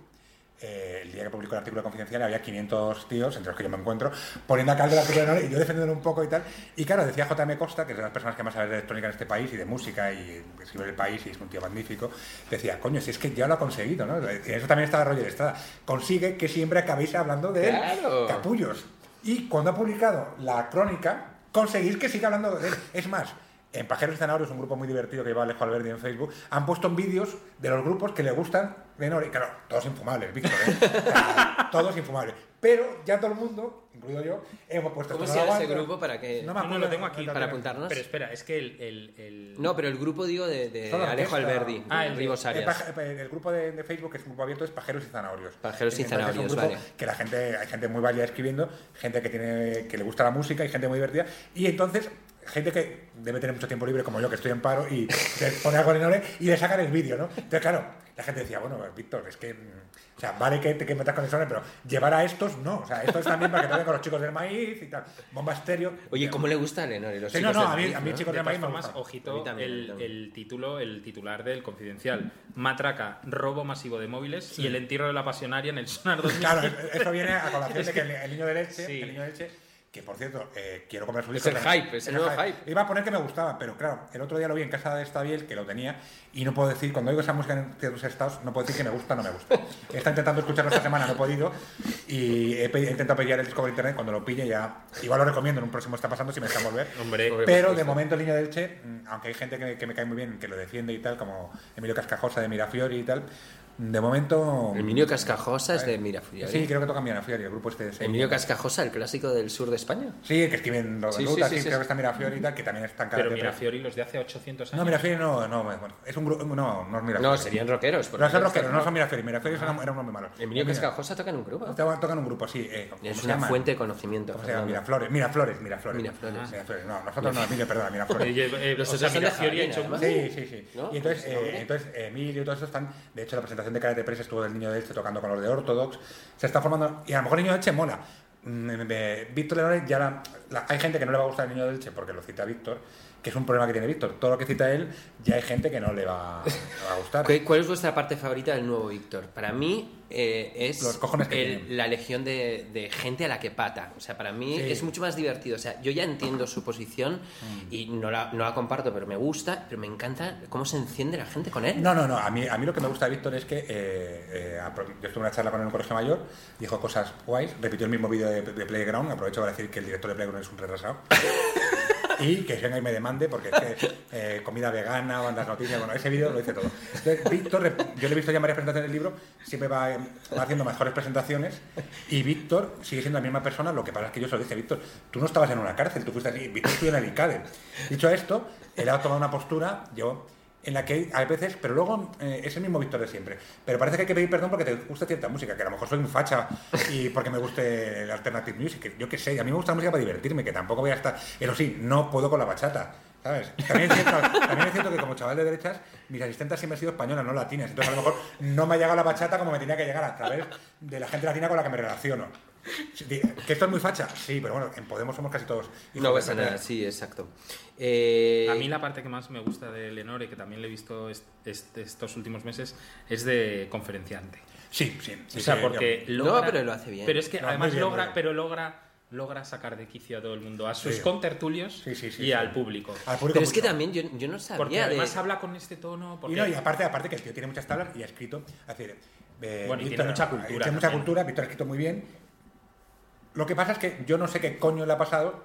[SPEAKER 2] eh, el día que publicó el artículo confidencial había 500 tíos, entre los que yo me encuentro, poniendo a caldo el artículo de Nori y yo defendiéndolo un poco y tal. Y claro, decía J.M. Costa, que es de las personas que más sabe de electrónica en este país y de música y escribe el país y es un tío magnífico, decía, coño, si es que ya lo ha conseguido, ¿no? Eso también estaba Roger Estrada. Consigue que siempre acabéis hablando de él,
[SPEAKER 1] Claro.
[SPEAKER 2] capullos. Y cuando ha publicado la crónica, conseguís que siga hablando de él. Es más, en Pajeros y Zanahorios, un grupo muy divertido que lleva Alejo Alberdi en Facebook, han puesto en vídeos de los grupos que le gustan de Nori. Claro, todos infumables, Víctor, ¿eh? O sea, todos infumables. Pero ya todo el mundo, incluido yo, hemos puesto...
[SPEAKER 1] ¿Cómo
[SPEAKER 2] esto
[SPEAKER 1] se
[SPEAKER 2] no lo
[SPEAKER 1] llama ese
[SPEAKER 2] aguanto.
[SPEAKER 1] grupo para que...? No,
[SPEAKER 2] No me
[SPEAKER 3] No, no,
[SPEAKER 2] acuerdo,
[SPEAKER 3] lo tengo aquí.
[SPEAKER 2] no
[SPEAKER 1] para
[SPEAKER 2] tengo.
[SPEAKER 1] apuntarnos.
[SPEAKER 3] Pero espera, es que el. el- el-
[SPEAKER 1] pero el grupo, digo, de, de
[SPEAKER 2] Toda la
[SPEAKER 1] Alejo
[SPEAKER 2] orquesta.
[SPEAKER 1] Alberdi,
[SPEAKER 3] Ah, el
[SPEAKER 1] el
[SPEAKER 3] de-
[SPEAKER 1] Ribos
[SPEAKER 2] Eh,
[SPEAKER 1] Arias.
[SPEAKER 2] pa- eh, El grupo de, de Facebook, que es un grupo abierto, es Pajeros y Zanahorios.
[SPEAKER 1] Pajeros y
[SPEAKER 2] Entonces, es un
[SPEAKER 1] Zanahorios,
[SPEAKER 2] grupo
[SPEAKER 1] vale.
[SPEAKER 2] Que la gente, hay gente muy válida escribiendo, gente que tiene que le gusta la música y gente muy divertida. Y entonces, gente que debe tener mucho tiempo libre, como yo, que estoy en paro, y se pone algo en el Nore y le sacan el vídeo, ¿no? Entonces, claro, la gente decía, bueno, Víctor, es que, mm, o sea, vale que te que metas con el Sone, pero llevar a estos, no. O sea, estos también para que toquen con los chicos del maíz y tal. Bomba estéreo.
[SPEAKER 1] Oye, ¿cómo le gusta a Lenore? Los
[SPEAKER 2] Sí, no,
[SPEAKER 1] chicos
[SPEAKER 2] no,
[SPEAKER 1] del
[SPEAKER 2] a mí,
[SPEAKER 1] Riff,
[SPEAKER 2] a mí
[SPEAKER 1] ¿no?
[SPEAKER 2] chicos
[SPEAKER 3] De
[SPEAKER 2] del
[SPEAKER 3] todas
[SPEAKER 2] maíz me
[SPEAKER 3] formas,
[SPEAKER 2] gusta.
[SPEAKER 1] A
[SPEAKER 3] ojito
[SPEAKER 1] mí también, a mí
[SPEAKER 3] el,
[SPEAKER 1] también.
[SPEAKER 3] el título, el titular del Confidencial. Matraca, robo masivo de móviles y el entierro de la pasionaria en el Sonar 2000.
[SPEAKER 2] Pues Claro, e-, eso viene a colación de que el, el niño de leche,
[SPEAKER 3] Sí.
[SPEAKER 2] el niño de leche, que por cierto, eh, quiero comprar su
[SPEAKER 1] Es
[SPEAKER 2] disco.
[SPEAKER 1] el
[SPEAKER 2] también.
[SPEAKER 1] hype, es el nuevo hype.
[SPEAKER 2] Iba a poner que me gustaba, pero claro, el otro día lo vi en casa de Estabiel, que lo tenía, y no puedo decir, cuando oigo esa música en ciertos estados, no puedo decir que me gusta o no me gusta. Está intentando escucharlo esta semana, no he podido, y he, pe- he intentado pillar el disco por internet, cuando lo pille ya, igual lo recomiendo, en un próximo está pasando, si me dejan volver.
[SPEAKER 3] Hombre,
[SPEAKER 1] Hombre,
[SPEAKER 2] Pero
[SPEAKER 1] por
[SPEAKER 2] de
[SPEAKER 1] supuesto.
[SPEAKER 2] momento el niño del Che, mm, aunque hay gente que, que me cae muy bien, que lo defiende y tal, como Emilio Cascajosa de Mirafiori y tal, de momento...
[SPEAKER 1] Emilio Cascajosa es de Mirafuria.
[SPEAKER 2] Sí, creo que toca Mirafiori, el grupo este de
[SPEAKER 1] Emilio Cascajosa, el clásico del sur de España.
[SPEAKER 2] Sí, que escriben Rodan
[SPEAKER 1] Sí, sí,
[SPEAKER 2] Ruta,
[SPEAKER 1] sí,
[SPEAKER 2] sí,
[SPEAKER 1] sí, sí.
[SPEAKER 2] creo que está Mirafiori y tal, que también están cada
[SPEAKER 3] Pero
[SPEAKER 2] día
[SPEAKER 3] mira,
[SPEAKER 2] tres.
[SPEAKER 3] Fiori, los de hace 800 años.
[SPEAKER 2] No, Mirafiori no, no, bueno, es un grupo, no, no es Mirafiori.
[SPEAKER 1] No, serían rockeros. por
[SPEAKER 2] No son
[SPEAKER 1] ejemplo.
[SPEAKER 2] rockeros, no son Mirafiori, Mirafiori era- era uno muy malo.
[SPEAKER 1] Emilio
[SPEAKER 2] Mira,
[SPEAKER 1] Cascajosa toca en un grupo.
[SPEAKER 2] Estaban tocan un grupo, sí. Eh, ¿cómo
[SPEAKER 1] Es
[SPEAKER 2] se
[SPEAKER 1] una
[SPEAKER 2] llama?
[SPEAKER 1] fuente de conocimiento.
[SPEAKER 2] ¿Cómo se llama?
[SPEAKER 1] Fernando.
[SPEAKER 2] Miraflores, Miraflores, Miraflores.
[SPEAKER 1] Miraflores.
[SPEAKER 2] Miraflores, no, nosotros no, Emilio, perdona,
[SPEAKER 3] Eh,
[SPEAKER 2] Miraflores.
[SPEAKER 3] yo, eh,
[SPEAKER 1] Los
[SPEAKER 3] o
[SPEAKER 1] otros
[SPEAKER 3] sea,
[SPEAKER 1] son de
[SPEAKER 3] mira, Fiori ha
[SPEAKER 1] Jaén,
[SPEAKER 3] hecho un-
[SPEAKER 1] además.
[SPEAKER 2] Sí, sí, sí.
[SPEAKER 1] ¿No?
[SPEAKER 2] Y entonces,
[SPEAKER 1] Pues,
[SPEAKER 2] eh,
[SPEAKER 1] hombre.
[SPEAKER 2] entonces Emilio y todo eso están. De hecho, la presentación de Karate Press estuvo del niño de Elche tocando con los de Ortodox. Se está formando. Y a lo mejor el niño de Elche mola. eh, Mm, eh, Víctor Lenore ya la- la- Hay gente que no le va a gustar el niño de Elche porque lo cita Víctor. que es un problema que tiene Víctor. Todo lo que cita él, ya hay gente que no le va, no le va a gustar.
[SPEAKER 1] ¿Qué- ¿Cuál es vuestra parte favorita del nuevo Víctor? Para mí eh, es
[SPEAKER 2] Los cojones que
[SPEAKER 1] el-
[SPEAKER 2] tienen.
[SPEAKER 1] la legión de, de gente a la que pata. O sea, para mí
[SPEAKER 2] Sí. Mm.
[SPEAKER 1] es mucho más divertido. O sea, yo ya entiendo su posición y no la, no la comparto, pero me gusta, pero me encanta cómo se enciende la gente con él.
[SPEAKER 2] No, no, no. A mí, a mí lo que me gusta de Víctor es que eh, eh, apro- yo estuve en una charla con él en un colegio mayor, dijo cosas guays, repitió el mismo vídeo de, de Playground. Aprovecho para decir que el director de Playground es un retrasado. y que venga y me demande porque es que eh, comida vegana, bandas noticias, bueno, ese vídeo lo dice todo. Entonces, Víctor, rep- yo le he visto ya en varias presentaciones del libro, siempre va, eh, va haciendo mejores presentaciones y Víctor sigue siendo la misma persona, lo que pasa es que yo se lo dije, Víctor, tú no estabas en una cárcel, tú fuiste así, Víctor estuvo en Alicade. Dicho esto, él ha tomado una postura, yo en la que a veces, pero luego eh, es el mismo Víctor de siempre. Pero parece que hay que pedir perdón porque te gusta cierta música, que a lo mejor soy un facha y porque me guste el alternative music, que yo qué sé, a mí me gusta la música para divertirme, que tampoco voy a estar, eso sí, no puedo con la bachata. ¿Sabes? También es, cierto, también es cierto que como chaval de derechas, mis asistentes siempre han sido españolas, no latinas. Entonces a lo mejor no me ha llegado la bachata como me tenía que llegar a través de la gente latina con la que me relaciono. Sí, ¿Que esto es muy facha? Sí, pero bueno, en Podemos somos casi todos. hijos
[SPEAKER 1] No
[SPEAKER 2] de
[SPEAKER 1] pasa
[SPEAKER 2] Pepe.
[SPEAKER 1] nada, sí, exacto. Eh,
[SPEAKER 3] A mí la parte que más me gusta de Lenore, que también le he visto est- est- estos últimos meses, es de conferenciante.
[SPEAKER 2] Sí, sí. sí,
[SPEAKER 3] o sea,
[SPEAKER 2] sí,
[SPEAKER 3] porque
[SPEAKER 1] No,
[SPEAKER 3] logra-
[SPEAKER 1] pero lo hace bien.
[SPEAKER 3] Pero es que
[SPEAKER 2] No, muy
[SPEAKER 3] además
[SPEAKER 2] bien, muy
[SPEAKER 3] logra,
[SPEAKER 2] bien.
[SPEAKER 3] pero logra, logra sacar de quicio a todo el mundo, a sus
[SPEAKER 2] Sí.
[SPEAKER 3] contertulios
[SPEAKER 2] Sí, sí, sí, Ah,
[SPEAKER 3] y
[SPEAKER 2] sí.
[SPEAKER 3] al público.
[SPEAKER 2] al público
[SPEAKER 1] pero es que
[SPEAKER 2] mucho.
[SPEAKER 1] también yo, yo no sabía
[SPEAKER 3] Porque
[SPEAKER 1] de-
[SPEAKER 3] además habla con este tono. Porque
[SPEAKER 2] Y, no, y aparte, aparte que el tío tiene muchas tablas y ha escrito. es decir, eh,
[SPEAKER 3] Bueno, y tiene
[SPEAKER 2] Víctor-
[SPEAKER 3] mucha cultura
[SPEAKER 2] Tiene mucha
[SPEAKER 3] también.
[SPEAKER 2] cultura, Víctor ha escrito muy bien. Lo que pasa es que yo no sé qué coño le ha pasado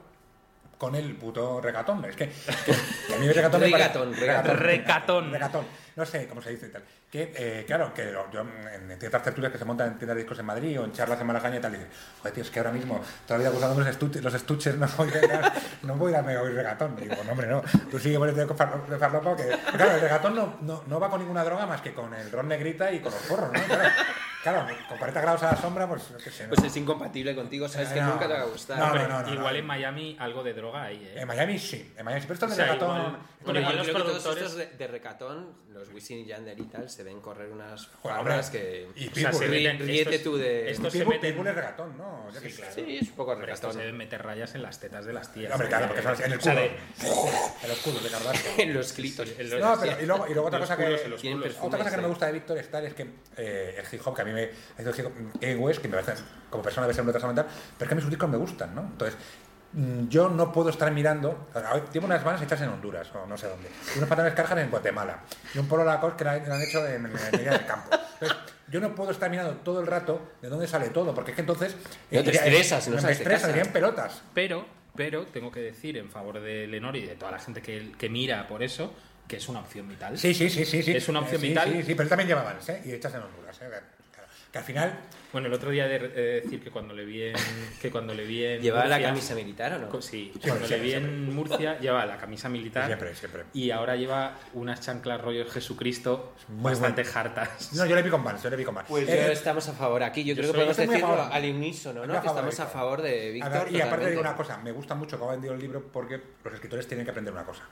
[SPEAKER 2] con el puto regatón. Es que, que a mí el regatón. me parece-
[SPEAKER 1] Regatón, regatón.
[SPEAKER 3] Recatón.
[SPEAKER 2] Regatón. No sé cómo se dice y tal. Que, eh, claro, que lo- yo en en ciertas tertulias que se montan en tiendas de discos en Madrid o en charlas en Malasaña y tal, dices, joder, tío, es que ahora mismo todavía acusando los, estu- los estuches, no voy a ir a, no voy a, ir a oír regatón. Digo, no, hombre, no, tú sigue por el de farlo- de farlopo que... Claro, el regatón no, no, no va con ninguna droga más que con el ron negrita y con los porros, ¿no? Claro, claro, con 40 grados a la sombra, pues, yo qué sé, ¿no?
[SPEAKER 1] Pues es incompatible contigo, sabes que
[SPEAKER 2] No.
[SPEAKER 1] nunca te va a gustar.
[SPEAKER 2] No,
[SPEAKER 3] Hombre,
[SPEAKER 2] no, no, no,
[SPEAKER 3] igual
[SPEAKER 2] no.
[SPEAKER 3] en Miami algo de droga hay, ¿eh?
[SPEAKER 2] En Miami sí, en Miami sí, pero esto
[SPEAKER 3] O
[SPEAKER 2] del
[SPEAKER 3] sea,
[SPEAKER 2] regatón...
[SPEAKER 3] igual-
[SPEAKER 2] esto
[SPEAKER 3] Bueno,
[SPEAKER 2] del-
[SPEAKER 1] Bueno,
[SPEAKER 3] igual
[SPEAKER 1] yo
[SPEAKER 3] los
[SPEAKER 1] creo que todos
[SPEAKER 3] productores-
[SPEAKER 1] estos de, de recatón, los Wisin y Yandel y tal, se ven correr unas
[SPEAKER 2] Joder, hombre.
[SPEAKER 1] palabras que...
[SPEAKER 2] Y
[SPEAKER 3] O sea,
[SPEAKER 2] Pitbull,
[SPEAKER 3] se
[SPEAKER 2] ¿eh?
[SPEAKER 3] meten-
[SPEAKER 1] Ríete
[SPEAKER 3] estos-
[SPEAKER 1] tú de-
[SPEAKER 3] Estos se
[SPEAKER 2] Pitbull-
[SPEAKER 3] meten-
[SPEAKER 2] Pitbull es regatón, ¿no? Yo qué sé.
[SPEAKER 1] Sí, es un poco
[SPEAKER 3] Hombre, estos
[SPEAKER 1] recatón.
[SPEAKER 3] se deben meter rayas en las tetas de las tías. ¿eh?
[SPEAKER 2] Hombre, claro, porque sabes, en el
[SPEAKER 3] O sea,
[SPEAKER 2] culo.
[SPEAKER 3] de-
[SPEAKER 2] En los culos de Carvalho.
[SPEAKER 1] En los clitos.
[SPEAKER 3] en los-
[SPEAKER 2] No, pero y luego, y luego otra
[SPEAKER 3] Los
[SPEAKER 2] cosa que
[SPEAKER 3] culos, en los
[SPEAKER 1] Tienen
[SPEAKER 3] culos.
[SPEAKER 1] perfume.
[SPEAKER 2] otra cosa que no me
[SPEAKER 1] sí.
[SPEAKER 2] gusta de Víctor Star es que eh, el hip hop que a mí me ha hecho el hip hop Kanye West, que me parece como persona debe ser un retraso mental, pero es que a mí sus discos me gustan, ¿no? Entonces mm, yo no puedo estar mirando. a ver, Tengo unas manos hechas en Honduras o no sé dónde, y unos pantalones cargan en Guatemala y un polo Lacoste que la, la han hecho en, en la Avenida del campo. Entonces, yo no puedo estar mirando todo el rato de dónde sale todo, porque es que entonces.
[SPEAKER 1] No te
[SPEAKER 2] iría-
[SPEAKER 1] estresas, no
[SPEAKER 2] me- Me
[SPEAKER 1] sales de
[SPEAKER 2] estresa,
[SPEAKER 1] casa.
[SPEAKER 2] iría en pelotas.
[SPEAKER 3] Pero, pero tengo que decir en favor de Lenor y de toda la gente que, que mira por eso, que es una opción vital.
[SPEAKER 2] Sí, sí, sí, sí, sí.
[SPEAKER 3] Es una opción
[SPEAKER 2] Eh, sí,
[SPEAKER 3] vital.
[SPEAKER 2] Sí, sí, pero él también lleva vans, ¿eh? Y hechas en Honduras, ¿eh? Claro. Que al final,
[SPEAKER 3] Bueno, el otro día de, he de decir que cuando le vi en, que cuando le vi en
[SPEAKER 1] ¿Llevaba la
[SPEAKER 3] Murcia-
[SPEAKER 1] camisa militar o no?
[SPEAKER 3] co- Sí,
[SPEAKER 2] Siempre,
[SPEAKER 3] cuando le vi
[SPEAKER 2] siempre,
[SPEAKER 3] en Murcia llevaba la camisa militar
[SPEAKER 2] siempre, siempre.
[SPEAKER 3] y ahora lleva unas chanclas rollo Jesucristo
[SPEAKER 2] Muy
[SPEAKER 3] bastante
[SPEAKER 2] bueno.
[SPEAKER 3] hartas.
[SPEAKER 2] No, yo le vi con vans, yo le vi con vans.
[SPEAKER 1] Pues
[SPEAKER 2] Eh,
[SPEAKER 1] yo estamos a favor aquí. Yo, creo que
[SPEAKER 2] soy-
[SPEAKER 1] podemos
[SPEAKER 2] estoy muy a
[SPEAKER 1] decirlo
[SPEAKER 2] favor.
[SPEAKER 1] al unísono,
[SPEAKER 2] Estoy
[SPEAKER 1] ¿no? Que estamos
[SPEAKER 2] Víctor.
[SPEAKER 1] a favor de
[SPEAKER 2] A
[SPEAKER 1] Víctor.
[SPEAKER 2] ver, Y aparte
[SPEAKER 1] totalmente.
[SPEAKER 2] digo una cosa, me gusta mucho cómo ha vendido el libro porque los escritores tienen que aprender una cosa.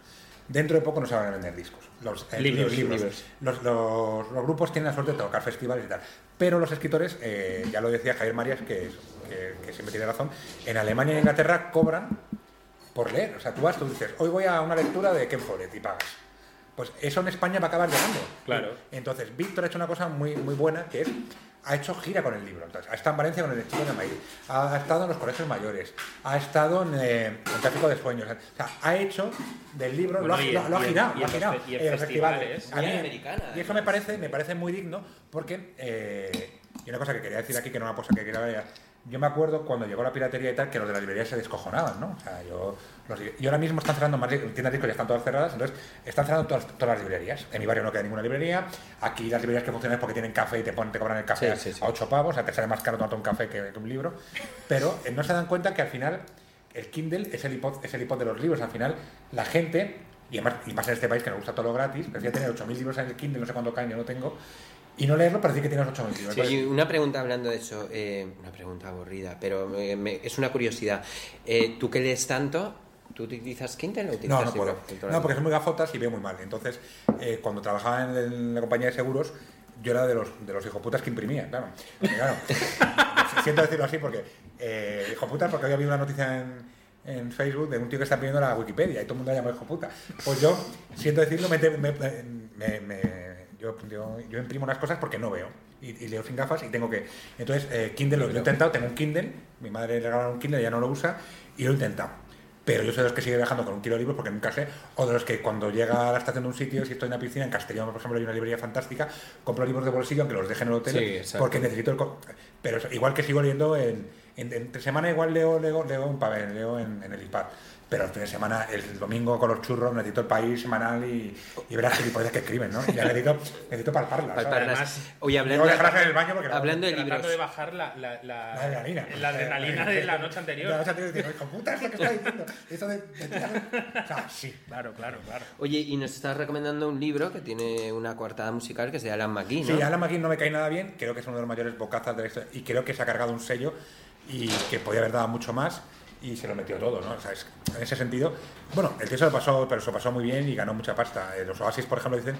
[SPEAKER 2] Dentro de poco no se van a vender discos. Los, eh,
[SPEAKER 3] Libros,
[SPEAKER 2] los libros.
[SPEAKER 1] libros.
[SPEAKER 2] Los, los- los grupos tienen la suerte de tocar festivales y tal. Pero los escritores, eh, ya lo decía Javier Marias, que, es- que- que siempre tiene razón, en Alemania y en Inglaterra cobran por leer. O sea, tú vas, tú dices, hoy voy a una lectura de Ken Follett y pagas. Pues eso en España va a acabar llegando.
[SPEAKER 3] Claro.
[SPEAKER 2] Entonces, Víctor ha hecho una cosa muy, muy buena, que es, ha hecho gira con el libro. Entonces, ha estado en Valencia con el chico de Maíz, ha estado en los colegios mayores, ha estado en, eh, en Tráfico de Sueños. O sea, ha hecho del libro,
[SPEAKER 3] Bueno,
[SPEAKER 2] lo, ha,
[SPEAKER 3] y
[SPEAKER 2] lo-
[SPEAKER 3] el-
[SPEAKER 2] lo ha
[SPEAKER 3] y el-
[SPEAKER 2] girado,
[SPEAKER 3] y
[SPEAKER 2] lo ha
[SPEAKER 3] en
[SPEAKER 2] girado.
[SPEAKER 3] los fe- y en
[SPEAKER 2] en los
[SPEAKER 3] festivales.
[SPEAKER 2] festivales. A mí-
[SPEAKER 1] Muy americana,
[SPEAKER 2] y eso me parece, me parece muy digno, porque, eh, y una cosa que quería decir aquí, que no una cosa que quería ver, yo me acuerdo cuando llegó la piratería y tal, que los de la librería se descojonaban, ¿no? O sea, yo, los- y ahora mismo están cerrando más li- tiendas de discos, ya están todas cerradas, entonces están cerrando todas, todas las librerías. En mi barrio no queda ninguna librería, aquí las librerías que funcionan es porque tienen café y te, ponen, te cobran el café
[SPEAKER 1] Sí, sí, sí.
[SPEAKER 2] a 8 pavos, o sea, te sale más caro tomarte un café que, que un libro, pero eh, no se dan cuenta que al final el Kindle es el iPod, es el iPod de los libros, al final la gente, y, además, y más en este país que nos gusta todo lo gratis, prefiere tener 8.000 libros en el Kindle, no sé cuánto caen, yo no tengo, y no leerlo, parece que tienes 8.000 libros. Pues,
[SPEAKER 1] Sí,
[SPEAKER 2] Entonces,
[SPEAKER 1] y una pregunta hablando de eso, eh, una pregunta aburrida, pero eh, me- es una curiosidad. Eh, ¿Tú que lees tanto? ¿Tú utilizas Kindle o utilizas
[SPEAKER 2] No, no puedo.
[SPEAKER 1] libro?
[SPEAKER 2] No, porque soy muy gafotas y veo muy mal. Entonces, eh, cuando trabajaba en, en la compañía de seguros, yo era de los, de los hijoputas que imprimía, claro. Porque, claro, siento decirlo así porque, eh, hijoputas, porque hoy había una noticia en, en Facebook de un tío que está pidiendo la Wikipedia y todo el mundo la llama hijo puta. Pues yo, siento decirlo, me, me- me- me- yo, yo- yo imprimo unas cosas porque no veo. Y, y leo sin gafas y tengo que... Entonces, eh, Kindle, lo, lo he intentado, tengo un Kindle, mi madre le regalaron un Kindle, ya no lo usa, y lo he intentado. Pero yo soy de los que sigue viajando con un kilo de libros porque nunca sé, o de los que cuando llega a la estación de un sitio, si estoy en una piscina, en Castellón, por ejemplo, hay una librería fantástica, compro libros de bolsillo aunque los deje en el hotel,
[SPEAKER 3] Sí, exacto.
[SPEAKER 2] porque necesito el... co- Pero eso, igual que sigo leyendo en, en- entre semana, igual leo, leo, leo en papel, leo en, en el iPad. Pero el fin de semana, el domingo con los churros, necesito el país semanal y, y ver las gilipollas que escriben, ¿no? Y ya necesito, necesito palparlas. ¿sabes?
[SPEAKER 1] Palparlas.
[SPEAKER 3] además,
[SPEAKER 1] Oye, hablando,
[SPEAKER 2] no dejarlas en el baño porque no-
[SPEAKER 1] hablando de
[SPEAKER 3] Tratando
[SPEAKER 1] libros.
[SPEAKER 3] de bajar la, la, la-
[SPEAKER 2] La adrenalina. pues.
[SPEAKER 3] la adrenalina de la noche anterior.
[SPEAKER 2] La noche anterior, digo, hijo puta, es lo que está diciendo. Eso de. de- o sea, sí.
[SPEAKER 3] Claro, claro, claro.
[SPEAKER 1] Oye, y nos estás recomendando un libro que tiene una coartada musical que es de Alan McGee, ¿no?
[SPEAKER 2] Sí, Alan McKean no me cae nada bien, creo que es uno de los mayores bocazas de la historia y creo que se ha cargado un sello y que podía haber dado mucho más y se lo metió todo, ¿no? O sea, es- en ese sentido, bueno, el tío se lo pasó, pero se lo pasó muy bien y ganó mucha pasta. Eh, Los Oasis, por ejemplo, dicen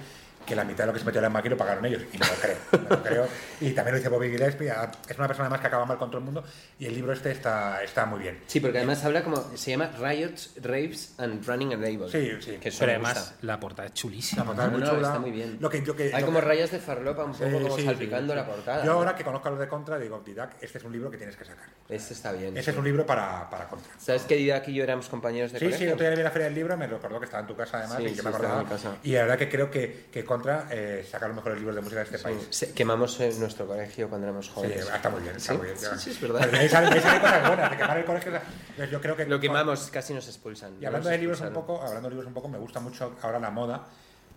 [SPEAKER 2] que la mitad de lo que se metió Alan McKean lo pagaron ellos y no lo creo, no lo creo. Y también lo dice Bobby Gillespie, ah, es una persona además que acaba mal con todo el mundo y el libro este está, está muy bien.
[SPEAKER 1] Sí, porque además habla como. Se llama Riots, Raves and Running a Label.
[SPEAKER 2] Sí, sí. Ah,
[SPEAKER 1] Que eso
[SPEAKER 3] Pero
[SPEAKER 1] me
[SPEAKER 3] además,
[SPEAKER 1] gusta.
[SPEAKER 3] la portada es chulísima.
[SPEAKER 2] La portada es
[SPEAKER 1] No,
[SPEAKER 2] muy
[SPEAKER 1] no,
[SPEAKER 2] chula.
[SPEAKER 1] está muy bien.
[SPEAKER 2] Lo que, lo que-
[SPEAKER 1] Hay
[SPEAKER 2] lo
[SPEAKER 1] como
[SPEAKER 2] que-
[SPEAKER 1] rayas de farlopa un poco
[SPEAKER 2] Sí,
[SPEAKER 1] como
[SPEAKER 2] sí,
[SPEAKER 1] salpicando
[SPEAKER 2] sí,
[SPEAKER 1] la
[SPEAKER 2] sí.
[SPEAKER 1] portada.
[SPEAKER 2] Yo
[SPEAKER 1] ¿no?
[SPEAKER 2] ahora que conozco a los de Contra digo, Didac, este es un libro que tienes que sacar.
[SPEAKER 1] Este está bien.
[SPEAKER 2] Ese es un libro para, para Contra.
[SPEAKER 1] ¿Sabes que Didac y yo éramos compañeros de
[SPEAKER 2] Sí, sí,
[SPEAKER 1] colegio?
[SPEAKER 2] el otro día vi la feria del libro, me recordó que estaba en tu casa además
[SPEAKER 1] Sí,
[SPEAKER 2] y que
[SPEAKER 1] sí, estaba
[SPEAKER 2] me
[SPEAKER 1] en
[SPEAKER 2] acordaba.
[SPEAKER 1] mi casa.
[SPEAKER 2] Y la verdad que creo que, que Contra eh, saca los mejores libros de música de este país.
[SPEAKER 1] Se- quemamos eh, nuestro colegio cuando éramos
[SPEAKER 2] Sí,
[SPEAKER 1] jóvenes.
[SPEAKER 2] está muy bien, está
[SPEAKER 1] Sí,
[SPEAKER 2] muy bien.
[SPEAKER 1] sí, sí, es
[SPEAKER 2] Pero de
[SPEAKER 1] verdad.
[SPEAKER 2] ahí salen, de ahí salen cosas buenas, de quemar el colegio. o sea, yo creo que
[SPEAKER 1] Lo quemamos, casi nos expulsan.
[SPEAKER 2] Y hablando de libros un
[SPEAKER 1] poco
[SPEAKER 2] poco, hablando de libros un poco, me gusta mucho ahora la moda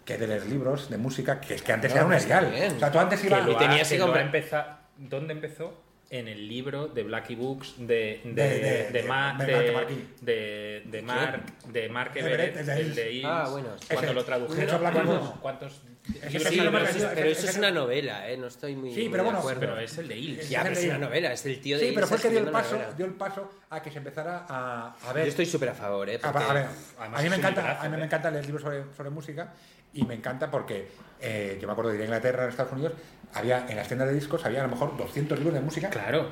[SPEAKER 2] que de leer libros de música, que es que antes
[SPEAKER 1] No,
[SPEAKER 2] era un
[SPEAKER 1] pues está
[SPEAKER 2] erial.
[SPEAKER 1] bien.
[SPEAKER 2] O sea, tú antes
[SPEAKER 3] Que
[SPEAKER 2] ibas
[SPEAKER 3] lo
[SPEAKER 1] Y tenía
[SPEAKER 3] ha-
[SPEAKER 1] así
[SPEAKER 3] que lo
[SPEAKER 1] como-
[SPEAKER 3] ha empezado- ¿Dónde empezó? En el libro de Blackie Books de de
[SPEAKER 2] De- de-
[SPEAKER 3] de
[SPEAKER 2] de- de
[SPEAKER 3] Ma-
[SPEAKER 2] Mark Marquis.
[SPEAKER 3] de- de- de Mark de Mark Everett,
[SPEAKER 2] Everett, el de
[SPEAKER 3] el de
[SPEAKER 2] Hills.
[SPEAKER 3] Hills.
[SPEAKER 1] Ah, bueno.
[SPEAKER 3] Cuando
[SPEAKER 2] Ese.
[SPEAKER 3] lo tradujeron.
[SPEAKER 2] Mucho Black
[SPEAKER 3] Bueno,
[SPEAKER 2] Books.
[SPEAKER 3] ¿Cuántos
[SPEAKER 2] Ese
[SPEAKER 3] libros
[SPEAKER 2] sí,
[SPEAKER 1] Sí,
[SPEAKER 3] hay?
[SPEAKER 1] pero
[SPEAKER 2] lo más
[SPEAKER 1] eso,
[SPEAKER 2] gracioso-
[SPEAKER 1] pero eso
[SPEAKER 2] ese-
[SPEAKER 1] es una novela, ¿eh? No estoy muy.
[SPEAKER 2] Sí,
[SPEAKER 1] muy
[SPEAKER 2] pero
[SPEAKER 1] de
[SPEAKER 2] bueno,
[SPEAKER 1] acuerdo.
[SPEAKER 3] Pero es el de Hills.
[SPEAKER 1] Ya, pero es
[SPEAKER 2] Sí,
[SPEAKER 1] una novela, es el tío de.
[SPEAKER 2] Sí, pero fue el que dio el, paso,
[SPEAKER 1] Yo
[SPEAKER 2] dio el paso a que se empezara a, a ver. Ah,
[SPEAKER 1] estoy súper a favor, ¿eh?
[SPEAKER 2] a,
[SPEAKER 1] porque-
[SPEAKER 2] a ver,
[SPEAKER 3] además
[SPEAKER 2] a mí
[SPEAKER 3] es
[SPEAKER 2] me
[SPEAKER 3] un
[SPEAKER 2] encanta,
[SPEAKER 3] librazo,
[SPEAKER 2] a mí
[SPEAKER 3] ¿eh?
[SPEAKER 2] me encanta leer libros sobre, sobre música y me encanta porque eh, yo me acuerdo de ir a Inglaterra, en Estados Unidos, había en las tiendas de discos había a lo mejor 200 libros de música.
[SPEAKER 3] Claro.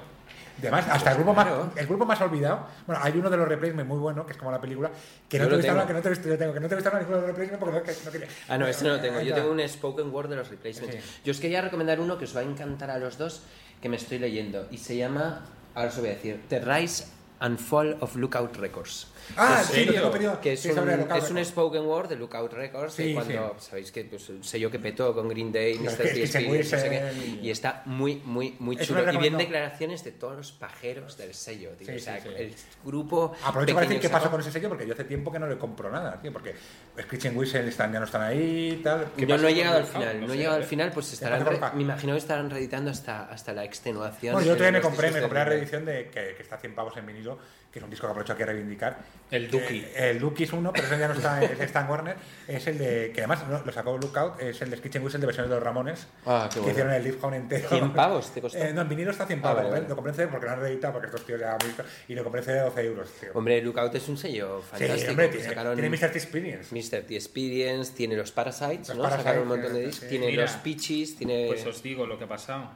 [SPEAKER 2] Además, hasta el grupo,
[SPEAKER 1] Pues claro.
[SPEAKER 2] más, el grupo más olvidado. Bueno, hay uno de los replacements muy bueno, que es como la película, que no
[SPEAKER 1] Yo
[SPEAKER 2] te
[SPEAKER 1] lo
[SPEAKER 2] viste hablar, que
[SPEAKER 1] tengo.
[SPEAKER 2] no te viste, yo tengo, que no te viste hablar ninguno de los replacements porque no, que- no quería.
[SPEAKER 1] Ah, no, ese no lo tengo.
[SPEAKER 2] Ahí
[SPEAKER 1] Yo
[SPEAKER 2] está.
[SPEAKER 1] tengo un spoken word de los replacements. Yo os quería recomendar uno que os va a encantar a los dos, que me estoy leyendo. Y se llama, ahora os lo voy a decir, The Rise and Fall of Lookout Records.
[SPEAKER 2] Ah,
[SPEAKER 1] Que es-
[SPEAKER 2] sí, lo tengo
[SPEAKER 3] serio?
[SPEAKER 2] pedido.
[SPEAKER 1] que es
[SPEAKER 2] Sí, sobre
[SPEAKER 1] un,
[SPEAKER 2] Lookout
[SPEAKER 1] es un
[SPEAKER 2] Records.
[SPEAKER 1] spoken word de Lookout Records que
[SPEAKER 2] Sí,
[SPEAKER 1] cuando sabéis que pues, el sello que petó con Green Day
[SPEAKER 2] No,
[SPEAKER 1] Mr.
[SPEAKER 2] es que- es que
[SPEAKER 1] PSP,
[SPEAKER 2] seguro es
[SPEAKER 1] no sé qué,
[SPEAKER 2] el-
[SPEAKER 1] y está muy muy muy
[SPEAKER 2] Eso
[SPEAKER 1] chulo y
[SPEAKER 2] lo
[SPEAKER 1] bien
[SPEAKER 2] recomiendo.
[SPEAKER 1] declaraciones de todos los pajeros del sello tío.
[SPEAKER 2] Sí,
[SPEAKER 1] o sea
[SPEAKER 2] sí, sí.
[SPEAKER 1] el grupo
[SPEAKER 2] Aprovecho para decir
[SPEAKER 1] pequeño
[SPEAKER 2] qué pasó
[SPEAKER 1] sacó-
[SPEAKER 2] con ese sello, porque yo hace tiempo que no le compro nada, tío, porque Screech and Whistle están, ya no están ahí y tal. ¿Qué
[SPEAKER 1] Yo
[SPEAKER 2] pasa
[SPEAKER 1] no he
[SPEAKER 2] con
[SPEAKER 1] llegado al
[SPEAKER 2] Blue House?
[SPEAKER 1] final, no,
[SPEAKER 3] sé,
[SPEAKER 1] he llegado
[SPEAKER 3] a
[SPEAKER 1] al
[SPEAKER 3] ver.
[SPEAKER 1] final, pues estarán,
[SPEAKER 2] pasa
[SPEAKER 1] re-
[SPEAKER 2] con Pac?
[SPEAKER 1] me imagino que estarán reeditando hasta, hasta la extenuación.
[SPEAKER 2] Bueno, yo
[SPEAKER 1] de
[SPEAKER 2] todavía me
[SPEAKER 1] los
[SPEAKER 2] compré, me
[SPEAKER 1] discos
[SPEAKER 2] compré la
[SPEAKER 1] de vinilo.
[SPEAKER 2] reedición de que, que está a 100 pavos en vinilo, que es un disco que aprovecho aquí a reivindicar.
[SPEAKER 3] El Duki.
[SPEAKER 2] Eh, el Duki es uno, pero ese ya no está, ese está en Warner. Es el de, que además no, lo sacó Lookout, es el de Skitchen Whistle de versiones de los Ramones,
[SPEAKER 1] Ah, qué
[SPEAKER 2] que
[SPEAKER 1] bueno.
[SPEAKER 2] hicieron el Live Hound entero.
[SPEAKER 1] 100 pavos te costó.
[SPEAKER 2] Eh, no, en vinilo está a 100
[SPEAKER 1] Ah,
[SPEAKER 2] pavos.
[SPEAKER 1] vale,
[SPEAKER 2] ¿eh?
[SPEAKER 1] vale.
[SPEAKER 2] Lo compré en CD porque lo han reeditado, porque estos tíos ya han visto, y lo compré en CD a 12 euros. tío.
[SPEAKER 1] Hombre, Lookout es un sello fantástico.
[SPEAKER 2] sí, hombre,
[SPEAKER 1] que
[SPEAKER 2] tiene,
[SPEAKER 1] sacaron
[SPEAKER 2] tiene Mr. T Experience.
[SPEAKER 1] Mr. T Experience, tiene los Parasites,
[SPEAKER 2] Los
[SPEAKER 1] ¿no?
[SPEAKER 2] Parasites,
[SPEAKER 1] Sacaron un montón de
[SPEAKER 2] sí,
[SPEAKER 1] discos.
[SPEAKER 2] sí.
[SPEAKER 1] Tiene
[SPEAKER 3] Mira,
[SPEAKER 1] los Peaches, tiene.
[SPEAKER 3] Pues os digo lo que ha pasado.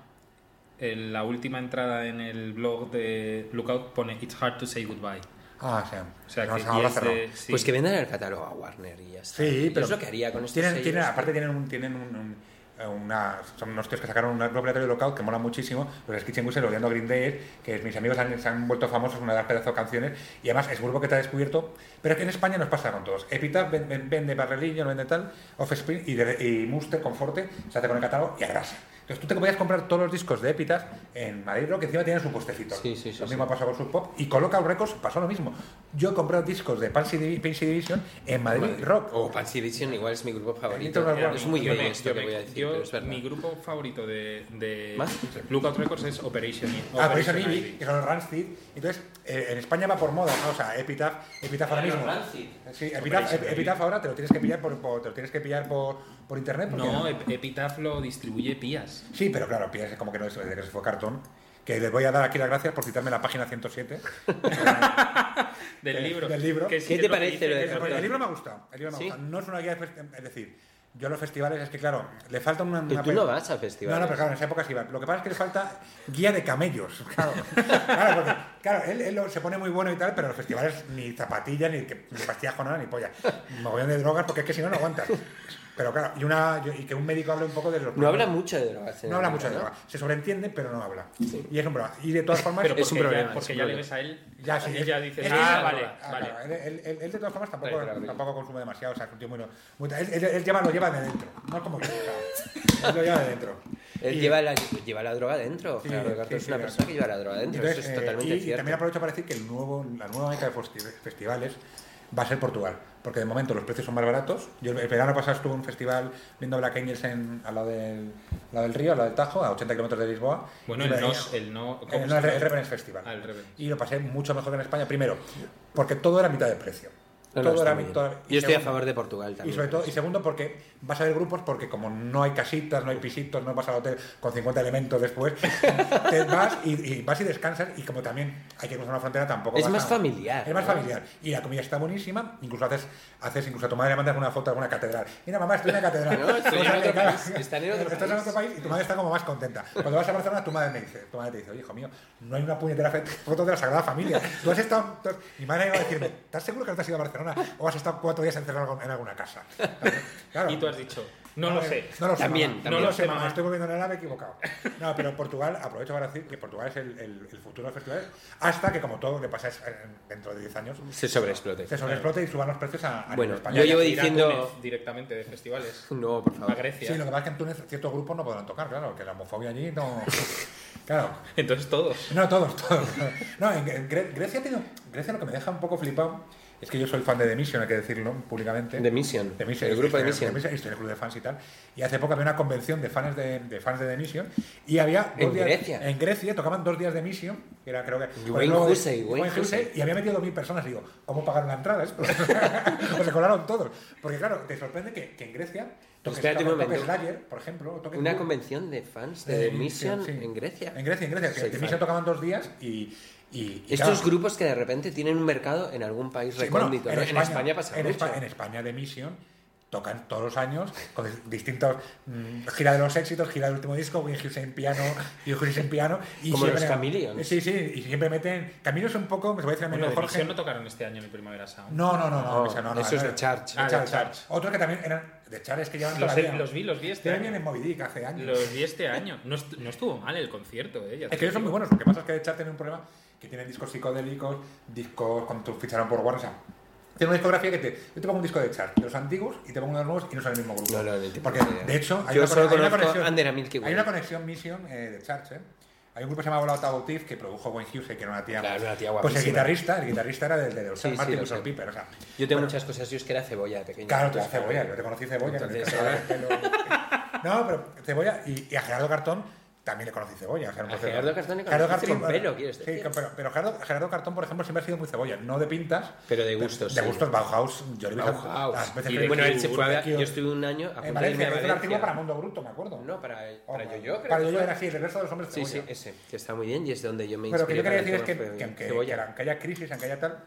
[SPEAKER 3] En la última entrada en el blog de Lookout pone It's hard to say goodbye.
[SPEAKER 2] Ah, o sea,
[SPEAKER 3] O sea
[SPEAKER 2] no,
[SPEAKER 3] que
[SPEAKER 2] se habrá
[SPEAKER 3] y es
[SPEAKER 2] cerrado.
[SPEAKER 3] de- sí.
[SPEAKER 1] Pues que vendan el catálogo a Warner y ya está.
[SPEAKER 2] Sí,
[SPEAKER 1] Yo
[SPEAKER 2] pero
[SPEAKER 1] es lo que haría con estos
[SPEAKER 2] tienen,
[SPEAKER 1] sellos.
[SPEAKER 2] tienen- aparte tienen un, tienen un- un- eh, una, son unos tíos que sacaron un laboratorio de lockout que mola muchísimo, los Skitchen Whistle odiando a Green Day, que mis amigos han- se han vuelto famosos, una de las pedazos canciones, y además es grupo que te ha descubierto, pero es que en España nos pasa con todos. Epitaph ven- ven- vende Barrelillo, no vende tal, Offspring y, de- y Muster Conforte se hace con el catálogo y agrasa. Entonces tú te podías comprar todos los discos de Epitaph en Madrid Rock, que encima tienen su postecito.
[SPEAKER 1] Sí, sí, sí,
[SPEAKER 2] Lo
[SPEAKER 1] sí.
[SPEAKER 2] mismo ha pasado con Sub Pop y con Lockout Records pasó lo mismo. Yo he comprado discos de Pansy Divi- Pansy Division en Madrid,
[SPEAKER 1] Madrid.
[SPEAKER 2] Rock.
[SPEAKER 1] O Pansy Vision igual es mi grupo
[SPEAKER 2] Little Red
[SPEAKER 1] favorito.
[SPEAKER 2] Warning.
[SPEAKER 1] Es muy
[SPEAKER 3] Yo
[SPEAKER 1] gay
[SPEAKER 3] me-
[SPEAKER 1] esto
[SPEAKER 3] yo
[SPEAKER 1] que
[SPEAKER 3] me-
[SPEAKER 1] voy a decir,
[SPEAKER 3] yo-
[SPEAKER 1] pero es verdad.
[SPEAKER 3] Mi grupo favorito de, de
[SPEAKER 1] ¿Más?
[SPEAKER 3] Lookout Records es Operation, I-
[SPEAKER 2] Ah, por eso Ivy,
[SPEAKER 3] Ivy.
[SPEAKER 2] que son los Rancid. Entonces, eh, en España va por moda, ¿no? O sea, Epitaph, Epitaph ahora mismo. Sí, Epitaph,
[SPEAKER 3] Operation
[SPEAKER 2] Epitaph ahora te lo tienes que pillar por, por- te lo tienes que pillar por, por internet. porque-
[SPEAKER 3] No, eh. Ep- Epitaph lo distribuye Pías.
[SPEAKER 2] Sí, pero claro, piensas como que no es desde que se fue cartón. Que les voy a dar aquí las gracias por citarme la página 107.
[SPEAKER 3] Del
[SPEAKER 2] Eh,
[SPEAKER 3] libro.
[SPEAKER 2] del libro.
[SPEAKER 3] Que sí
[SPEAKER 1] ¿Qué
[SPEAKER 3] que
[SPEAKER 1] te
[SPEAKER 3] es lo que
[SPEAKER 1] parece
[SPEAKER 3] dice
[SPEAKER 1] lo de
[SPEAKER 3] que es
[SPEAKER 1] Cartón?
[SPEAKER 2] el libro me ha gustado. El libro me ha
[SPEAKER 1] ¿Sí?
[SPEAKER 2] gustado. No es una guía, de- es decir, Yo a los festivales es que, claro, le falta una...
[SPEAKER 1] Tú-
[SPEAKER 2] una
[SPEAKER 1] tú
[SPEAKER 2] pe-
[SPEAKER 1] no vas a festivales.
[SPEAKER 2] No, no, pero claro, en esa época sí iba. Lo que pasa es que le falta guía de camellos, claro. Claro, porque, claro él, él lo- se pone muy bueno y tal, pero en los festivales ni zapatillas, ni, que- ni pastillas con nada, ni polla. Mogollón de drogas, porque es que si no, no aguantas. Pero claro, y, una, y que un médico hable un poco de los...
[SPEAKER 1] No habla
[SPEAKER 2] problemas.
[SPEAKER 1] mucho de drogas. en
[SPEAKER 2] No habla
[SPEAKER 1] el
[SPEAKER 2] mucho de
[SPEAKER 1] libro,
[SPEAKER 2] drogas. Se sobreentiende, pero no habla. Y es un problema. Y de todas formas...
[SPEAKER 3] Pero
[SPEAKER 1] es
[SPEAKER 3] porque
[SPEAKER 1] un
[SPEAKER 3] ya-
[SPEAKER 1] problema,
[SPEAKER 3] Porque
[SPEAKER 1] es un
[SPEAKER 3] ya le
[SPEAKER 1] problema.
[SPEAKER 3] ves a él
[SPEAKER 2] Ya, sí.
[SPEAKER 3] y ya dices,
[SPEAKER 2] Él-
[SPEAKER 3] ah,
[SPEAKER 2] él-
[SPEAKER 3] vale,
[SPEAKER 2] ah,
[SPEAKER 3] vale.
[SPEAKER 2] claro, Él, él- él- él, de todas formas tampoco,
[SPEAKER 3] Vale, claro,
[SPEAKER 2] tampoco consume demasiado, o sea, es un tío muy, muy- él, él- él lleva, lo lleva de dentro, no es como yo, claro. Él lo lleva de dentro.
[SPEAKER 1] Él
[SPEAKER 2] Y-
[SPEAKER 1] lleva la, lleva la droga dentro.
[SPEAKER 2] Sí,
[SPEAKER 1] claro,
[SPEAKER 2] sí,
[SPEAKER 1] Garto es
[SPEAKER 2] sí,
[SPEAKER 1] una
[SPEAKER 2] claro.
[SPEAKER 1] persona que lleva la droga dentro.
[SPEAKER 2] Entonces,
[SPEAKER 1] eso es
[SPEAKER 2] eh,
[SPEAKER 1] totalmente
[SPEAKER 2] y- y,
[SPEAKER 1] cierto.
[SPEAKER 2] también aprovecho para decir que el nuevo, la nueva meca de festi- festivales va a ser Portugal, porque de momento los precios son más baratos. Yo el- el verano pasado estuve en un festival viendo Black Angels en- al, lado del, al lado del río, al lado del Tajo, a 80 kilómetros de Lisboa.
[SPEAKER 3] Bueno,
[SPEAKER 2] Y
[SPEAKER 3] el
[SPEAKER 2] me-
[SPEAKER 3] no- el no- ¿cómo
[SPEAKER 2] el
[SPEAKER 3] se
[SPEAKER 2] no, el
[SPEAKER 3] llama?
[SPEAKER 2] Reverence Festival.
[SPEAKER 3] Ah, el Reverence.
[SPEAKER 2] Y lo pasé mucho mejor que en España, primero, porque todo era a mitad de precio.
[SPEAKER 1] No, no,
[SPEAKER 2] todo
[SPEAKER 1] está
[SPEAKER 2] era,
[SPEAKER 1] muy
[SPEAKER 2] mi-
[SPEAKER 1] bien.
[SPEAKER 2] todo era- y
[SPEAKER 1] Yo estoy a
[SPEAKER 2] segundo-
[SPEAKER 1] favor de Portugal también.
[SPEAKER 2] y sobre todo, y segundo, porque vas a ver grupos porque como no hay casitas, no hay pisitos, no vas al hotel con 50 elementos después, te vas y, y vas y descansas y como también hay que cruzar una frontera tampoco.
[SPEAKER 1] Es
[SPEAKER 2] vas
[SPEAKER 1] más
[SPEAKER 2] a-
[SPEAKER 1] familiar,
[SPEAKER 2] Es más
[SPEAKER 1] ¿no?
[SPEAKER 2] familiar. Y la comida está buenísima, incluso haces, haces incluso a tu madre le mandas una foto de alguna catedral. Mira mamá, estoy en la catedral.
[SPEAKER 1] No, estoy en
[SPEAKER 2] O sea,
[SPEAKER 1] otro
[SPEAKER 2] que, claro,
[SPEAKER 1] país, está en otro
[SPEAKER 2] estás en
[SPEAKER 1] país.
[SPEAKER 2] otro país y tu madre está como más contenta. Cuando vas a Barcelona, tu madre me dice, tu madre te dice, oye, hijo mío, no hay una puñetera fe- foto de la Sagrada Familia. Tú has estado, tú has- mi madre iba a decirme, ¿estás seguro que no te has ido a Barcelona o has estado cuatro días encerrado en alguna casa? Claro.
[SPEAKER 3] y tú has dicho, no lo
[SPEAKER 2] eh,
[SPEAKER 3] sé.
[SPEAKER 2] No lo sé.
[SPEAKER 1] También,
[SPEAKER 2] mamá.
[SPEAKER 1] también.
[SPEAKER 2] No lo sé,
[SPEAKER 3] No lo sé,
[SPEAKER 2] mamá.
[SPEAKER 3] mamá.
[SPEAKER 2] Estoy volviendo en el ave equivocado. No, pero Portugal, aprovecho para decir que Portugal es el, el- el futuro del festival. Hasta que, como todo le pasa es, eh, dentro de 10 años,
[SPEAKER 1] Se sobreexplote.
[SPEAKER 2] se sobreexplote y suban los precios a, a nivel
[SPEAKER 1] Bueno,
[SPEAKER 2] España.
[SPEAKER 1] yo llevo
[SPEAKER 3] Ir a
[SPEAKER 1] diciendo...
[SPEAKER 3] Túnez directamente de festivales.
[SPEAKER 1] No, por
[SPEAKER 3] A
[SPEAKER 1] favor.
[SPEAKER 3] Grecia.
[SPEAKER 2] Sí, lo que pasa es que en Túnez ciertos grupos no podrán tocar, claro, que la homofobia allí no. Claro.
[SPEAKER 3] Entonces todos.
[SPEAKER 2] No, todos, todos. No, en, en Gre- Grecia, ha tenido- Grecia lo que me deja un poco flipado es que yo soy fan de The Mission, hay que decirlo públicamente.
[SPEAKER 1] The Mission.
[SPEAKER 2] The Mission,
[SPEAKER 1] El grupo de
[SPEAKER 2] estoy-
[SPEAKER 1] Mission.
[SPEAKER 2] The estoy en el club de fans y tal. Y hace poco había una convención de fans de, de fans de The Mission y había. dos
[SPEAKER 1] En
[SPEAKER 2] días-
[SPEAKER 1] Grecia.
[SPEAKER 2] En Grecia tocaban dos días de Mission, que era creo que.
[SPEAKER 1] Wayne
[SPEAKER 2] por el logo de-
[SPEAKER 1] Hussey, Wayne Hussey.
[SPEAKER 2] y había metido 2.000 personas. Digo, ¿cómo pagaron la entrada? esto? pues se colaron todos. Porque claro, te sorprende que, que en Grecia. Toques,
[SPEAKER 1] Espérate un
[SPEAKER 2] toques
[SPEAKER 1] momento.
[SPEAKER 2] Slayer, por ejemplo. o toques
[SPEAKER 1] Una
[SPEAKER 2] Blur.
[SPEAKER 1] convención de fans de The
[SPEAKER 2] Sí,
[SPEAKER 1] Eh, Mission
[SPEAKER 2] sí.
[SPEAKER 1] en Grecia.
[SPEAKER 2] En Grecia, en Grecia. Que
[SPEAKER 1] Soy
[SPEAKER 2] The
[SPEAKER 1] fan.
[SPEAKER 2] Mission tocaban dos días y. y- y
[SPEAKER 1] Estos
[SPEAKER 2] claro.
[SPEAKER 1] grupos que de repente tienen un mercado en algún país
[SPEAKER 2] Sí, bueno,
[SPEAKER 1] recóndito. ¿no? en, España, pasa
[SPEAKER 2] en
[SPEAKER 1] mucho.
[SPEAKER 2] Espa- en España The Mission tocan todos los años con dis- distintos mm, gira de los éxitos, gira del último disco, Win Hughes en piano, Win Hughes en piano y
[SPEAKER 1] Como
[SPEAKER 2] siempre-
[SPEAKER 1] los Chameleons.
[SPEAKER 2] Sí, sí, y siempre meten Camilo es un poco, me voy a decir a mí
[SPEAKER 3] Bueno,
[SPEAKER 2] Jorge.
[SPEAKER 3] Jorge no tocaron este año en el Primavera Sound.
[SPEAKER 2] No, no, no, no,
[SPEAKER 1] No,
[SPEAKER 2] esa no, no,
[SPEAKER 1] Oh, eso es
[SPEAKER 2] no,
[SPEAKER 1] de Church.
[SPEAKER 2] de
[SPEAKER 3] Ah, de
[SPEAKER 2] Church,
[SPEAKER 3] Church.
[SPEAKER 2] Otros que también eran de Char es que llevan
[SPEAKER 3] Los,
[SPEAKER 2] todavía.
[SPEAKER 3] he- los vi, los vi este
[SPEAKER 2] Este año
[SPEAKER 3] año.
[SPEAKER 2] en Moby Dick hace años.
[SPEAKER 3] Los vi este año. No, est- no estuvo mal el concierto, eh. ya te
[SPEAKER 2] Es que ellos son
[SPEAKER 3] digo.
[SPEAKER 2] muy buenos, lo que pasa es que Char tiene un problema que tiene discos psicodélicos, discos con tu ficharon por Warner, o sea, tiene una discografía que te, yo te pongo un disco de Char, de los antiguos y te pongo unos nuevos y no son el mismo grupo.
[SPEAKER 1] No, no, ni te
[SPEAKER 2] Porque
[SPEAKER 1] puedo creer.
[SPEAKER 2] de hecho hay,
[SPEAKER 1] Yo
[SPEAKER 2] una,
[SPEAKER 1] solo
[SPEAKER 2] conexión- hay una
[SPEAKER 1] conozco
[SPEAKER 2] conexión,
[SPEAKER 1] Under a Milky Way.
[SPEAKER 2] hay una conexión Mission eh, de Char, ¿eh? Hay un grupo que se llama Volata Bautif que produjo Wayne Hughes, eh, que era una tía,
[SPEAKER 1] Claro, una tía
[SPEAKER 2] pues el
[SPEAKER 1] guapísima.
[SPEAKER 2] guitarrista, el guitarrista era del de los
[SPEAKER 1] Sí, sí,
[SPEAKER 2] Martin
[SPEAKER 1] lo
[SPEAKER 2] Luther
[SPEAKER 1] sé.
[SPEAKER 2] Piper, o sea,
[SPEAKER 1] Yo tengo
[SPEAKER 2] bueno,
[SPEAKER 1] muchas cosas. Yo es que era cebolla de pequeño.
[SPEAKER 2] Claro, tú eres cebolla, yo te conocí cebolla. que
[SPEAKER 1] Entonces,
[SPEAKER 2] me empezó a dar el pelo. No, pero cebolla y, y a Gerardo Cartón también le conocí cebolla. o sea, no
[SPEAKER 1] A
[SPEAKER 2] puede ser-
[SPEAKER 1] Gerardo Cartón le conociste con
[SPEAKER 2] bueno,
[SPEAKER 1] pelo, quieres decir.
[SPEAKER 2] Sí, con pelo. pero, Gerardo, Gerardo Cartón, por ejemplo, siempre ha sido muy cebolla, no de pintas.
[SPEAKER 1] Pero de gustos,
[SPEAKER 2] De
[SPEAKER 1] sí.
[SPEAKER 2] gustos, Bauhaus, yo le vi a-
[SPEAKER 1] Bauhaus.
[SPEAKER 2] a veces
[SPEAKER 3] Y
[SPEAKER 2] que-
[SPEAKER 3] de-
[SPEAKER 1] Bueno, él se
[SPEAKER 3] Cure,
[SPEAKER 1] fue a...
[SPEAKER 2] Cure.
[SPEAKER 1] Yo estuve un año a
[SPEAKER 2] En
[SPEAKER 1] punto de irme
[SPEAKER 2] Valencia,
[SPEAKER 1] a
[SPEAKER 2] hizo un artículo
[SPEAKER 1] Valencia.
[SPEAKER 2] para Mundo Bruto, me acuerdo.
[SPEAKER 1] No, para,
[SPEAKER 2] O-
[SPEAKER 1] para Yo-Yo, creo
[SPEAKER 2] Para
[SPEAKER 1] que
[SPEAKER 2] yo
[SPEAKER 1] fue.
[SPEAKER 2] era así, el regreso de los hombres
[SPEAKER 1] Sí,
[SPEAKER 2] cebolla.
[SPEAKER 1] sí, ese, que está muy bien y es donde yo me
[SPEAKER 2] Pero lo que
[SPEAKER 1] inspiré
[SPEAKER 2] yo quería
[SPEAKER 1] para
[SPEAKER 2] decir es
[SPEAKER 1] el
[SPEAKER 2] que,
[SPEAKER 1] tema, fue
[SPEAKER 2] que- que-
[SPEAKER 1] este cebolla.
[SPEAKER 2] que aunque haya crisis, aunque haya tal,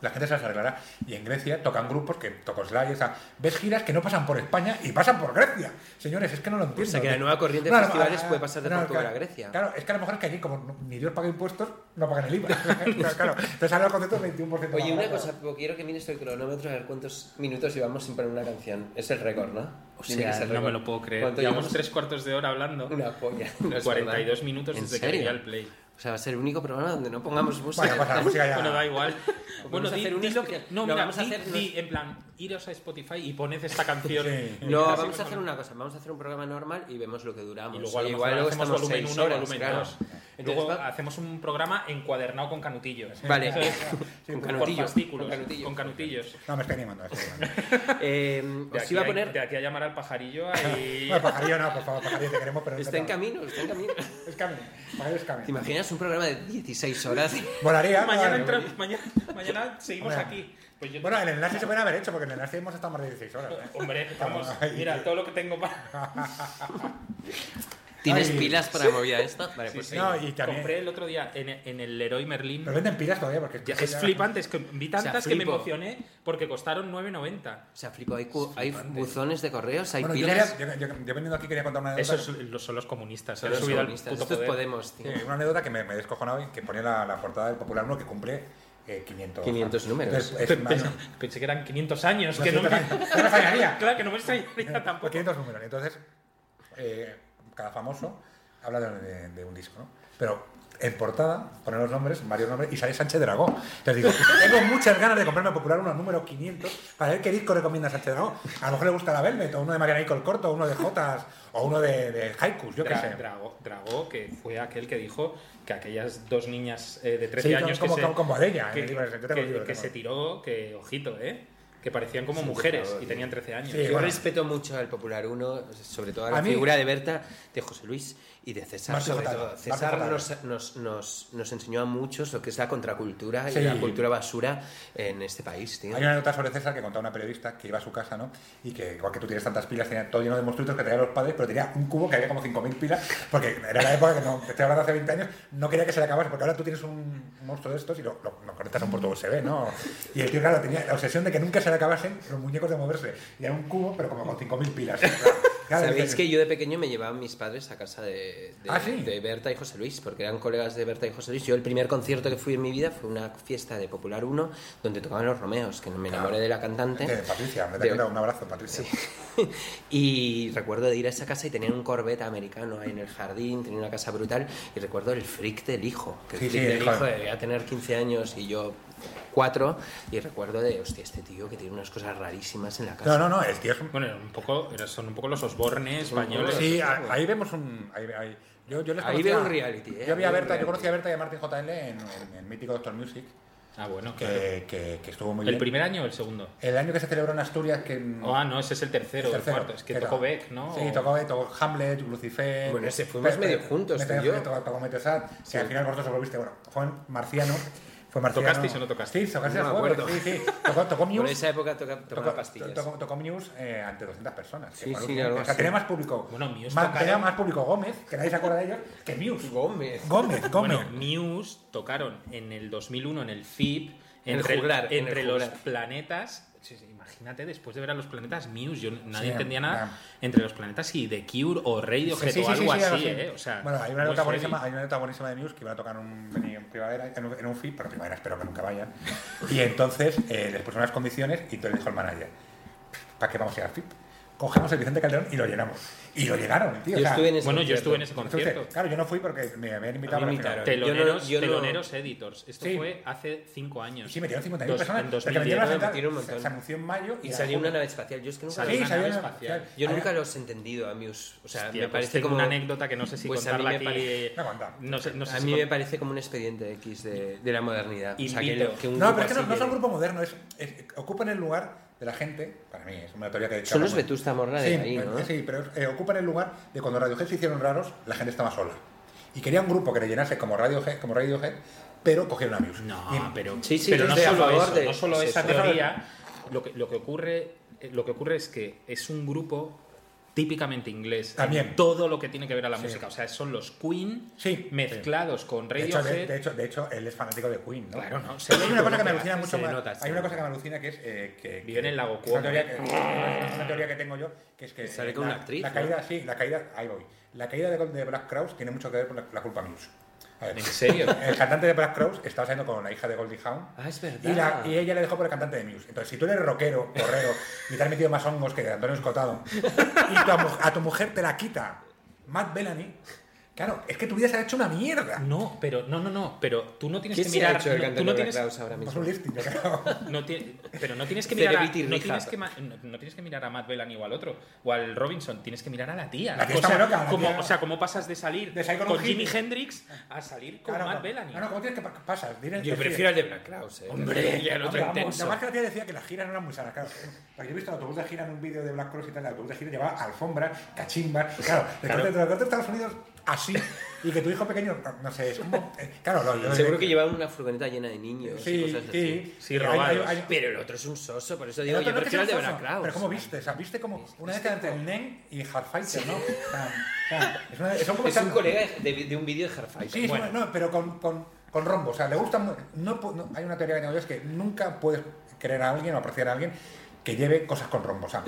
[SPEAKER 2] la gente se las arreglará. Y en Grecia tocan grupos que tocan Slayer, o sea, ves giras que no pasan por España y pasan por Grecia. Señores, es que no lo entiendo. ah,
[SPEAKER 1] sea, que la nueva corriente de festivales puede pasar de Portugal
[SPEAKER 2] claro,
[SPEAKER 1] a Grecia.
[SPEAKER 2] Claro, es que a lo mejor es que allí, como no- ni Dios paga impuestos, no pagan el IVA. claro, claro, te salen los conceptos 21% más
[SPEAKER 1] Oye, una
[SPEAKER 2] baratos.
[SPEAKER 1] cosa, pero quiero que mires el cronómetro a ver cuántos minutos llevamos sin poner una canción. Es el récord, ¿no?
[SPEAKER 3] O
[SPEAKER 1] Dime que es
[SPEAKER 3] sea,
[SPEAKER 1] el
[SPEAKER 3] no
[SPEAKER 1] récord.
[SPEAKER 3] me lo puedo creer.
[SPEAKER 1] ¿Cuánto
[SPEAKER 3] Llevamos tres cuartos de hora hablando.
[SPEAKER 1] Una polla. no es
[SPEAKER 3] 42
[SPEAKER 1] verdad.
[SPEAKER 3] minutos
[SPEAKER 1] ¿En
[SPEAKER 3] desde que
[SPEAKER 1] serio?
[SPEAKER 3] llegué al play.
[SPEAKER 1] O sea, va a ser el único programa donde no pongamos música.
[SPEAKER 2] Bueno, pasa la música ya.
[SPEAKER 3] Bueno, da igual.
[SPEAKER 1] Vamos
[SPEAKER 3] Bueno,
[SPEAKER 1] a
[SPEAKER 3] di,
[SPEAKER 1] hacer un
[SPEAKER 3] di lo que...
[SPEAKER 1] especial.
[SPEAKER 3] No,
[SPEAKER 1] No,
[SPEAKER 3] mira,
[SPEAKER 1] vamos a
[SPEAKER 3] di-
[SPEAKER 1] hacer-
[SPEAKER 3] di, en plan, iros a Spotify y poned esta canción.
[SPEAKER 2] Sí.
[SPEAKER 1] No,
[SPEAKER 3] Así
[SPEAKER 1] vamos a
[SPEAKER 3] os
[SPEAKER 1] hacer
[SPEAKER 3] pon-
[SPEAKER 1] una cosa, vamos a hacer un programa normal y vemos lo que duramos.
[SPEAKER 3] Y luego, a lo
[SPEAKER 1] Oye,
[SPEAKER 3] mejor
[SPEAKER 1] luego
[SPEAKER 3] hacemos
[SPEAKER 1] estamos
[SPEAKER 3] volumen
[SPEAKER 1] seis
[SPEAKER 3] 1,
[SPEAKER 1] horas,
[SPEAKER 3] volumen
[SPEAKER 1] claro.
[SPEAKER 3] 2.
[SPEAKER 1] Entonces,
[SPEAKER 3] luego
[SPEAKER 1] va-
[SPEAKER 3] hacemos un programa encuadernado con canutillos.
[SPEAKER 1] Vale,
[SPEAKER 3] Entonces,
[SPEAKER 1] con
[SPEAKER 3] Con
[SPEAKER 1] canutillos.
[SPEAKER 3] fascículos,
[SPEAKER 1] con canutillos.
[SPEAKER 3] Con canutillos.
[SPEAKER 2] No, me estoy animando. me estoy animando.
[SPEAKER 1] Eh,
[SPEAKER 3] De
[SPEAKER 1] os
[SPEAKER 3] aquí
[SPEAKER 1] iba a
[SPEAKER 3] a- Pues de
[SPEAKER 1] poner...
[SPEAKER 3] aquí a llamar al pajarillo ahí...
[SPEAKER 2] Bueno, pajarillo no, por favor, pajarillo te queremos, pero no
[SPEAKER 1] Está
[SPEAKER 2] te-
[SPEAKER 1] en camino, está en camino.
[SPEAKER 2] Es camino, pajarillo es camino.
[SPEAKER 1] ¿Te imaginas un programa de 16 horas?
[SPEAKER 2] Volaría.
[SPEAKER 3] Mañana,
[SPEAKER 2] volaría.
[SPEAKER 3] entra- mañana, mañana seguimos
[SPEAKER 2] Hombre.
[SPEAKER 3] aquí. Pues yo-
[SPEAKER 2] Bueno, el enlace se puede haber hecho, porque en el enlace hemos estado más de 16 horas. ¿eh?
[SPEAKER 3] Hombre, vamos,
[SPEAKER 2] Ay.
[SPEAKER 3] mira, todo lo que tengo para...
[SPEAKER 1] ¿Tienes
[SPEAKER 2] Ay.
[SPEAKER 1] pilas para la movida esta? Vale, pues
[SPEAKER 2] sí. No, y también-
[SPEAKER 3] Compré el otro día en, en el Leroy Merlin.
[SPEAKER 2] Nos venden pilas todavía porque
[SPEAKER 3] Ya,
[SPEAKER 2] esto
[SPEAKER 3] es
[SPEAKER 2] ya-
[SPEAKER 3] flipante, es que vi
[SPEAKER 1] sea,
[SPEAKER 3] tantas que me
[SPEAKER 1] flipo.
[SPEAKER 3] emocioné porque costaron 9.90.
[SPEAKER 1] O sea, flipo, hay, cu- hay buzones de correos, hay
[SPEAKER 2] Bueno, yo,
[SPEAKER 1] pilas.
[SPEAKER 2] quería- yo- yo- yo veniendo aquí quería contar una anécdota.
[SPEAKER 3] Eso es- lo- son los comunistas.
[SPEAKER 1] Son
[SPEAKER 3] se han
[SPEAKER 1] los
[SPEAKER 3] subido al
[SPEAKER 1] comunistas. ¿eh?
[SPEAKER 3] puto
[SPEAKER 1] Esto es
[SPEAKER 3] poder.
[SPEAKER 1] Podemos, tío.
[SPEAKER 2] Sí, una anécdota que me, me descojonaba y que ponía la, la portada del Popular 1 que cumple eh, 500,
[SPEAKER 1] 500 números.
[SPEAKER 2] Entonces, es más-
[SPEAKER 3] Pensé, pensé que eran 500 años.
[SPEAKER 2] No,
[SPEAKER 3] que no, me,
[SPEAKER 2] 500 años. No me fallaría.
[SPEAKER 3] Claro, que no me extrañaría tampoco.
[SPEAKER 2] 500 Pues números. Entonces, eh, cada famoso habla de, de- de un disco, ¿no? Pero en portada ponen los nombres, varios nombres, y sale Sánchez Dragó. Entonces digo, tengo muchas ganas de comprarme Popular uno número 500 para ver qué disco recomienda Sánchez Dragó. A lo mejor le gusta la Velvet, o uno de Mariana Nicole Corto, o uno de Jotas, o uno de, de Haikus, yo qué
[SPEAKER 3] Dra-
[SPEAKER 2] sé.
[SPEAKER 3] Drago, Drago, que fue aquel que dijo que aquellas dos niñas eh, de 13
[SPEAKER 2] Sí,
[SPEAKER 3] años
[SPEAKER 2] como-
[SPEAKER 3] que,
[SPEAKER 2] como-
[SPEAKER 3] se,
[SPEAKER 2] como Adella, en
[SPEAKER 3] que,
[SPEAKER 2] el libro ese, yo tengo
[SPEAKER 3] que-
[SPEAKER 2] el libro,
[SPEAKER 3] que
[SPEAKER 2] tengo.
[SPEAKER 3] se tiró, que ojito, ¿eh? Que parecían como mujeres
[SPEAKER 1] por favor,
[SPEAKER 3] y
[SPEAKER 1] tío.
[SPEAKER 3] tenían 13 años.
[SPEAKER 2] Sí,
[SPEAKER 1] Yo
[SPEAKER 2] bueno.
[SPEAKER 1] respeto mucho al Popular 1, sobre todo a la
[SPEAKER 2] A mí-
[SPEAKER 1] figura de Berta, de José Luis y de César.
[SPEAKER 2] Marco
[SPEAKER 1] sobre
[SPEAKER 2] Fatale,
[SPEAKER 1] todo.
[SPEAKER 2] Marco
[SPEAKER 1] César
[SPEAKER 2] Fatale.
[SPEAKER 1] nos, nos, nos, nos enseñó a muchos lo que es la contracultura
[SPEAKER 2] Sí.
[SPEAKER 1] y la cultura basura en este país, tío.
[SPEAKER 2] Hay una nota sobre César que contaba una periodista que iba a su casa, ¿no? Y que, igual que tú tienes tantas pilas, tenía todo lleno de monstruitos que traían los padres, pero tenía un cubo que había como 5.000 pilas, porque era la época que, no, te estoy hablando hace 20 años, no quería que se le acabase, porque ahora tú tienes un monstruo de estos y lo, lo- lo conectas a un puerto USB, ¿no? Y el tío, claro, tenía la obsesión de que nunca se le acabasen los muñecos de moverse. Y era un cubo, pero como con 5.000 pilas. Claro,
[SPEAKER 1] Sabéis
[SPEAKER 2] dices,
[SPEAKER 1] que yo de pequeño me llevaban mis padres a casa de, de-
[SPEAKER 2] Ah, ¿sí?
[SPEAKER 1] de Berta y José Luis, porque eran colegas de Berta y José Luis. Yo el primer concierto que fui en mi vida fue una fiesta de Popular 1 donde tocaban los Romeos, que me enamoré de la cantante.
[SPEAKER 2] Eh, Patricia, me
[SPEAKER 1] De-
[SPEAKER 2] da un abrazo, Patricia.
[SPEAKER 1] y recuerdo de ir a esa casa y tenían un Corvette americano ahí en el jardín, tenía una casa brutal. Y recuerdo el freak del hijo, que el
[SPEAKER 2] Sí,
[SPEAKER 1] freak
[SPEAKER 2] sí,
[SPEAKER 1] del
[SPEAKER 2] joder.
[SPEAKER 1] hijo debía tener 15 años y yo 4. Y recuerdo de, hostia, este tío que tiene unas cosas rarísimas en la casa.
[SPEAKER 2] No, no, no, el tío es un
[SPEAKER 3] Bueno, era un poco, era- son un poco los Osborne españoles.
[SPEAKER 2] Sí, a- ahí vemos un. Ahí, ahí- yo, yo les
[SPEAKER 1] Ahí
[SPEAKER 2] conocía-
[SPEAKER 1] veo un reality, eh,
[SPEAKER 2] Yo, vi
[SPEAKER 1] ahí
[SPEAKER 2] a
[SPEAKER 1] veo
[SPEAKER 2] Berta,
[SPEAKER 1] un
[SPEAKER 2] yo
[SPEAKER 1] reality.
[SPEAKER 2] conocí a Berta y a Martin JL en, en, en mítico Doctor Music,
[SPEAKER 3] Ah, bueno, claro.
[SPEAKER 2] que, que, que estuvo muy
[SPEAKER 3] ¿El
[SPEAKER 2] Eh, bien.
[SPEAKER 3] primer año o el segundo?
[SPEAKER 2] El año que se celebró en Asturias, que.
[SPEAKER 3] Oh, ah, no, ese es el tercero, el
[SPEAKER 2] tercero,
[SPEAKER 3] cuarto. Es que
[SPEAKER 2] era-
[SPEAKER 3] tocó Beck, ¿no?
[SPEAKER 2] Sí, tocó Beck, tocó Hamlet, Lucifer.
[SPEAKER 1] Bueno, ese fuimos
[SPEAKER 2] Pepe,
[SPEAKER 1] medio juntos,
[SPEAKER 2] Pepe,
[SPEAKER 1] tú y yo.
[SPEAKER 2] Tocó, tocó Metesat, que al final vosotros os volviste. Bueno, fue Marciano. Fue Marciano.
[SPEAKER 3] ¿Tocasteis o no tocasteis?
[SPEAKER 2] Sí, tocasteis
[SPEAKER 1] No me
[SPEAKER 2] al juego,
[SPEAKER 1] acuerdo.
[SPEAKER 2] Sí, sí. Tocó, tocó
[SPEAKER 1] Por
[SPEAKER 2] Muse.
[SPEAKER 1] esa época toca,
[SPEAKER 2] Tocó,
[SPEAKER 1] tomaba pastillas.
[SPEAKER 2] tocó- tocó Muse eh, ante 200 personas. que
[SPEAKER 1] Sí,
[SPEAKER 2] fue
[SPEAKER 1] sí,
[SPEAKER 2] alucinante.
[SPEAKER 1] algo
[SPEAKER 2] O sea,
[SPEAKER 1] así.
[SPEAKER 2] tenía más público.
[SPEAKER 3] Bueno, Muse
[SPEAKER 2] más,
[SPEAKER 3] tocaron-
[SPEAKER 2] tenía más público Gómez, que nadie se acuerda de ellos, que Muse.
[SPEAKER 1] Gómez.
[SPEAKER 2] Gómez, Gómez.
[SPEAKER 3] Bueno, Muse tocaron en el 2001 en el FIP,
[SPEAKER 1] En el
[SPEAKER 3] entre,
[SPEAKER 1] juglar, en el
[SPEAKER 3] entre los
[SPEAKER 1] juglar.
[SPEAKER 3] planetas. sí, sí, Imagínate, después de ver a los planetas Muse, yo nadie
[SPEAKER 2] Sí,
[SPEAKER 3] entendía
[SPEAKER 2] ah.
[SPEAKER 3] nada. Entre los planetas y The Cure o Radiohead o algo así, ¿eh? O sea, eh,
[SPEAKER 2] bueno, hay una,
[SPEAKER 3] muy
[SPEAKER 2] nota
[SPEAKER 3] heavy.
[SPEAKER 2] buenísima, hay una nota buenísima de Muse que iban a tocar en un, venir en primavera, en un, en un feed, pero primavera espero que nunca vayan. Y entonces eh, les pusieron las condiciones y entonces dijo el manager, ¿para qué vamos a ir al FIP? Cogemos el Vicente Calderón y lo llenamos. Y lo llenaron, tío.
[SPEAKER 1] Yo
[SPEAKER 2] o sea,
[SPEAKER 1] estuve en ese
[SPEAKER 3] Bueno, yo
[SPEAKER 1] concierto.
[SPEAKER 3] estuve en ese
[SPEAKER 2] entonces,
[SPEAKER 3] concierto.
[SPEAKER 2] Claro, yo no fui porque me habían invitado
[SPEAKER 1] A mí me
[SPEAKER 2] pero al final-
[SPEAKER 1] invitaron.
[SPEAKER 3] Teloneros,
[SPEAKER 1] Yo no- yo no-
[SPEAKER 3] teloneros editors. Esto
[SPEAKER 2] Sí.
[SPEAKER 3] fue hace cinco años.
[SPEAKER 2] Sí, metieron 50.000
[SPEAKER 3] Dos-
[SPEAKER 2] personas.
[SPEAKER 3] En
[SPEAKER 2] pero que
[SPEAKER 3] 2010.
[SPEAKER 2] metieron la
[SPEAKER 1] ¿no?
[SPEAKER 2] gente-
[SPEAKER 1] Metieron un montón.
[SPEAKER 2] se anunció en mayo y,
[SPEAKER 1] Y
[SPEAKER 2] era
[SPEAKER 1] salió
[SPEAKER 2] como-
[SPEAKER 1] una nave espacial. Yo es que nunca
[SPEAKER 3] Salió
[SPEAKER 2] Sí,
[SPEAKER 3] una
[SPEAKER 2] salió
[SPEAKER 3] nave
[SPEAKER 2] una-
[SPEAKER 3] espacial.
[SPEAKER 1] Yo
[SPEAKER 2] Hay-
[SPEAKER 1] nunca los he entendido a Muse. O sea,
[SPEAKER 3] Hostia,
[SPEAKER 1] me
[SPEAKER 3] pues
[SPEAKER 1] parece
[SPEAKER 3] tengo
[SPEAKER 1] como
[SPEAKER 3] una anécdota que no sé si
[SPEAKER 1] Pues a mí
[SPEAKER 3] contarla
[SPEAKER 1] me
[SPEAKER 3] aquí. eh,
[SPEAKER 1] pare-
[SPEAKER 2] No, contá.
[SPEAKER 3] No sé, no sé
[SPEAKER 1] a
[SPEAKER 3] si
[SPEAKER 1] mí me
[SPEAKER 3] con-
[SPEAKER 1] parece como un expediente X de, de la modernidad. O sea, que,
[SPEAKER 3] Invito.
[SPEAKER 1] lo- que un
[SPEAKER 2] No,
[SPEAKER 1] grupo
[SPEAKER 2] pero es que no,
[SPEAKER 1] así
[SPEAKER 2] no es un
[SPEAKER 1] llegue.
[SPEAKER 2] grupo moderno, es, es- ocupan el lugar de la gente, para mí es una teoría que...
[SPEAKER 1] Son los
[SPEAKER 2] hablamos.
[SPEAKER 1] Vetusta Morla de
[SPEAKER 2] sí,
[SPEAKER 1] ahí, ¿no?
[SPEAKER 2] eh, Sí, pero eh, ocupan el lugar de cuando Radiohead se hicieron raros, la gente estaba sola. Y quería un grupo que le llenase como Radiohead, como Radiohead pero cogieron a Muse. Y-
[SPEAKER 3] No, pero,
[SPEAKER 1] Sí, sí,
[SPEAKER 3] pero
[SPEAKER 1] yo
[SPEAKER 3] no,
[SPEAKER 1] estoy a
[SPEAKER 3] solo
[SPEAKER 1] favor
[SPEAKER 3] eso,
[SPEAKER 1] de-
[SPEAKER 3] no solo
[SPEAKER 1] sí,
[SPEAKER 3] esa
[SPEAKER 1] sí.
[SPEAKER 3] teoría. Lo que, lo, que ocurre, eh, lo que ocurre es que es un grupo típicamente inglés. en
[SPEAKER 2] También.
[SPEAKER 3] todo lo que tiene que ver a la
[SPEAKER 2] Sí.
[SPEAKER 3] música. O sea, son los Queen
[SPEAKER 2] Sí,
[SPEAKER 3] mezclados con
[SPEAKER 2] De hecho, de,
[SPEAKER 3] Radiohead.
[SPEAKER 2] de hecho, de hecho, él es fanático de Queen, ¿no?
[SPEAKER 3] Claro, no, se
[SPEAKER 2] Hay
[SPEAKER 3] nota,
[SPEAKER 2] una cosa que me
[SPEAKER 3] se
[SPEAKER 2] alucina
[SPEAKER 3] nota,
[SPEAKER 2] mucho
[SPEAKER 3] se
[SPEAKER 2] más.
[SPEAKER 3] nota, se
[SPEAKER 2] hay una
[SPEAKER 3] nota.
[SPEAKER 2] cosa que me alucina que es eh, que,
[SPEAKER 3] Vive en el lago
[SPEAKER 2] es una,
[SPEAKER 3] Cuomo,
[SPEAKER 2] teoría
[SPEAKER 3] ¿eh?
[SPEAKER 2] que, es una teoría que tengo yo, que es que
[SPEAKER 1] Sale
[SPEAKER 2] eh,
[SPEAKER 1] con
[SPEAKER 2] la,
[SPEAKER 1] una actriz,
[SPEAKER 2] la
[SPEAKER 1] ¿no?
[SPEAKER 2] caída, sí, la caída, ahí voy. La caída de, de Black Crowes tiene mucho que ver con la, la culpa Muse. A ver.
[SPEAKER 3] ¿En serio?
[SPEAKER 2] El cantante de Black Crowes estaba saliendo con la hija de Goldie Hawn.
[SPEAKER 1] Ah, es
[SPEAKER 2] Y, la-
[SPEAKER 1] verdad.
[SPEAKER 2] y ella le dejó por el cantante de Muse. Entonces, si tú eres rockero, correro, y te has metido más hongos que Antonio Escotado, y tu, a mu- a tu mujer te la quita Matt Bellamy, claro, es que tu vida se ha hecho una mierda.
[SPEAKER 3] No, pero no, no, no. Pero tú no tienes
[SPEAKER 1] ¿Qué
[SPEAKER 3] que
[SPEAKER 1] se ha
[SPEAKER 3] mirar.
[SPEAKER 1] hecho el
[SPEAKER 3] no, tú
[SPEAKER 1] cantante
[SPEAKER 3] no
[SPEAKER 1] de
[SPEAKER 3] tienes,
[SPEAKER 1] Klaus ahora
[SPEAKER 2] Es
[SPEAKER 1] mismo?
[SPEAKER 2] un listing, yo creo.
[SPEAKER 3] no ti- pero no tienes que mirar a, no
[SPEAKER 1] Celebrity
[SPEAKER 3] tienes
[SPEAKER 1] Rehab.
[SPEAKER 3] que, ma- no, no tienes que mirar a Matt Bellamy o al otro o al Robinson tienes que mirar a la tía
[SPEAKER 2] La tía
[SPEAKER 3] O
[SPEAKER 2] está
[SPEAKER 3] sea,
[SPEAKER 2] muy loca, la
[SPEAKER 3] como-
[SPEAKER 2] tía-
[SPEAKER 3] o sea cómo pasas de salir,
[SPEAKER 2] De salir con un
[SPEAKER 3] Jimi
[SPEAKER 2] hippie.
[SPEAKER 3] Hendrix a salir con
[SPEAKER 2] Claro,
[SPEAKER 3] Matt
[SPEAKER 2] no.
[SPEAKER 3] Bellamy
[SPEAKER 2] No, no, ¿cómo tienes que pa- pasas? Dile-
[SPEAKER 1] Yo
[SPEAKER 2] decir-
[SPEAKER 1] prefiero al de Black Crowes. eh.
[SPEAKER 3] hombre ya
[SPEAKER 2] Hombre,
[SPEAKER 3] lo otro
[SPEAKER 2] vamos,
[SPEAKER 3] intenso
[SPEAKER 2] Además que la tía decía que las giras no eran muy sanas, claro. Porque yo he visto el autobús de gira en un vídeo de Black Cross y tal, el autobús de gira llevaba alfombras, cachimbas, claro, de
[SPEAKER 3] Claro.
[SPEAKER 2] corte de corte de Estados Unidos así. Y que tu hijo pequeño, no sé, es como. eh, Claro, lo- lo-
[SPEAKER 1] Seguro que llevaban una furgoneta llena de niños y
[SPEAKER 2] Sí,
[SPEAKER 1] cosas así.
[SPEAKER 2] sí.
[SPEAKER 3] Sí,
[SPEAKER 2] Hay-
[SPEAKER 3] robados.
[SPEAKER 2] hay- hay-
[SPEAKER 1] Pero el otro es un soso, por eso
[SPEAKER 2] El
[SPEAKER 1] digo,
[SPEAKER 2] otro
[SPEAKER 1] yo
[SPEAKER 2] no es que
[SPEAKER 1] prefiero el de
[SPEAKER 2] sea un
[SPEAKER 1] Vera
[SPEAKER 2] soso,
[SPEAKER 1] Kraus.
[SPEAKER 2] Pero ¿cómo viste? O sea, viste como una vez que entre el Nen y Hardfighter, ¿no? O sea, o sea, es una- son como
[SPEAKER 1] Es un
[SPEAKER 2] chan-
[SPEAKER 1] colega de, de un vídeo de Hellfire.
[SPEAKER 2] Sí, es
[SPEAKER 1] bueno,
[SPEAKER 2] una- no, pero con, con, con rombo. O sea, le gusta. mu- No, pu- no- hay una teoría que tengo yo, es que nunca puedes querer a alguien o apreciar a alguien que lleve cosas con rombo. O sea,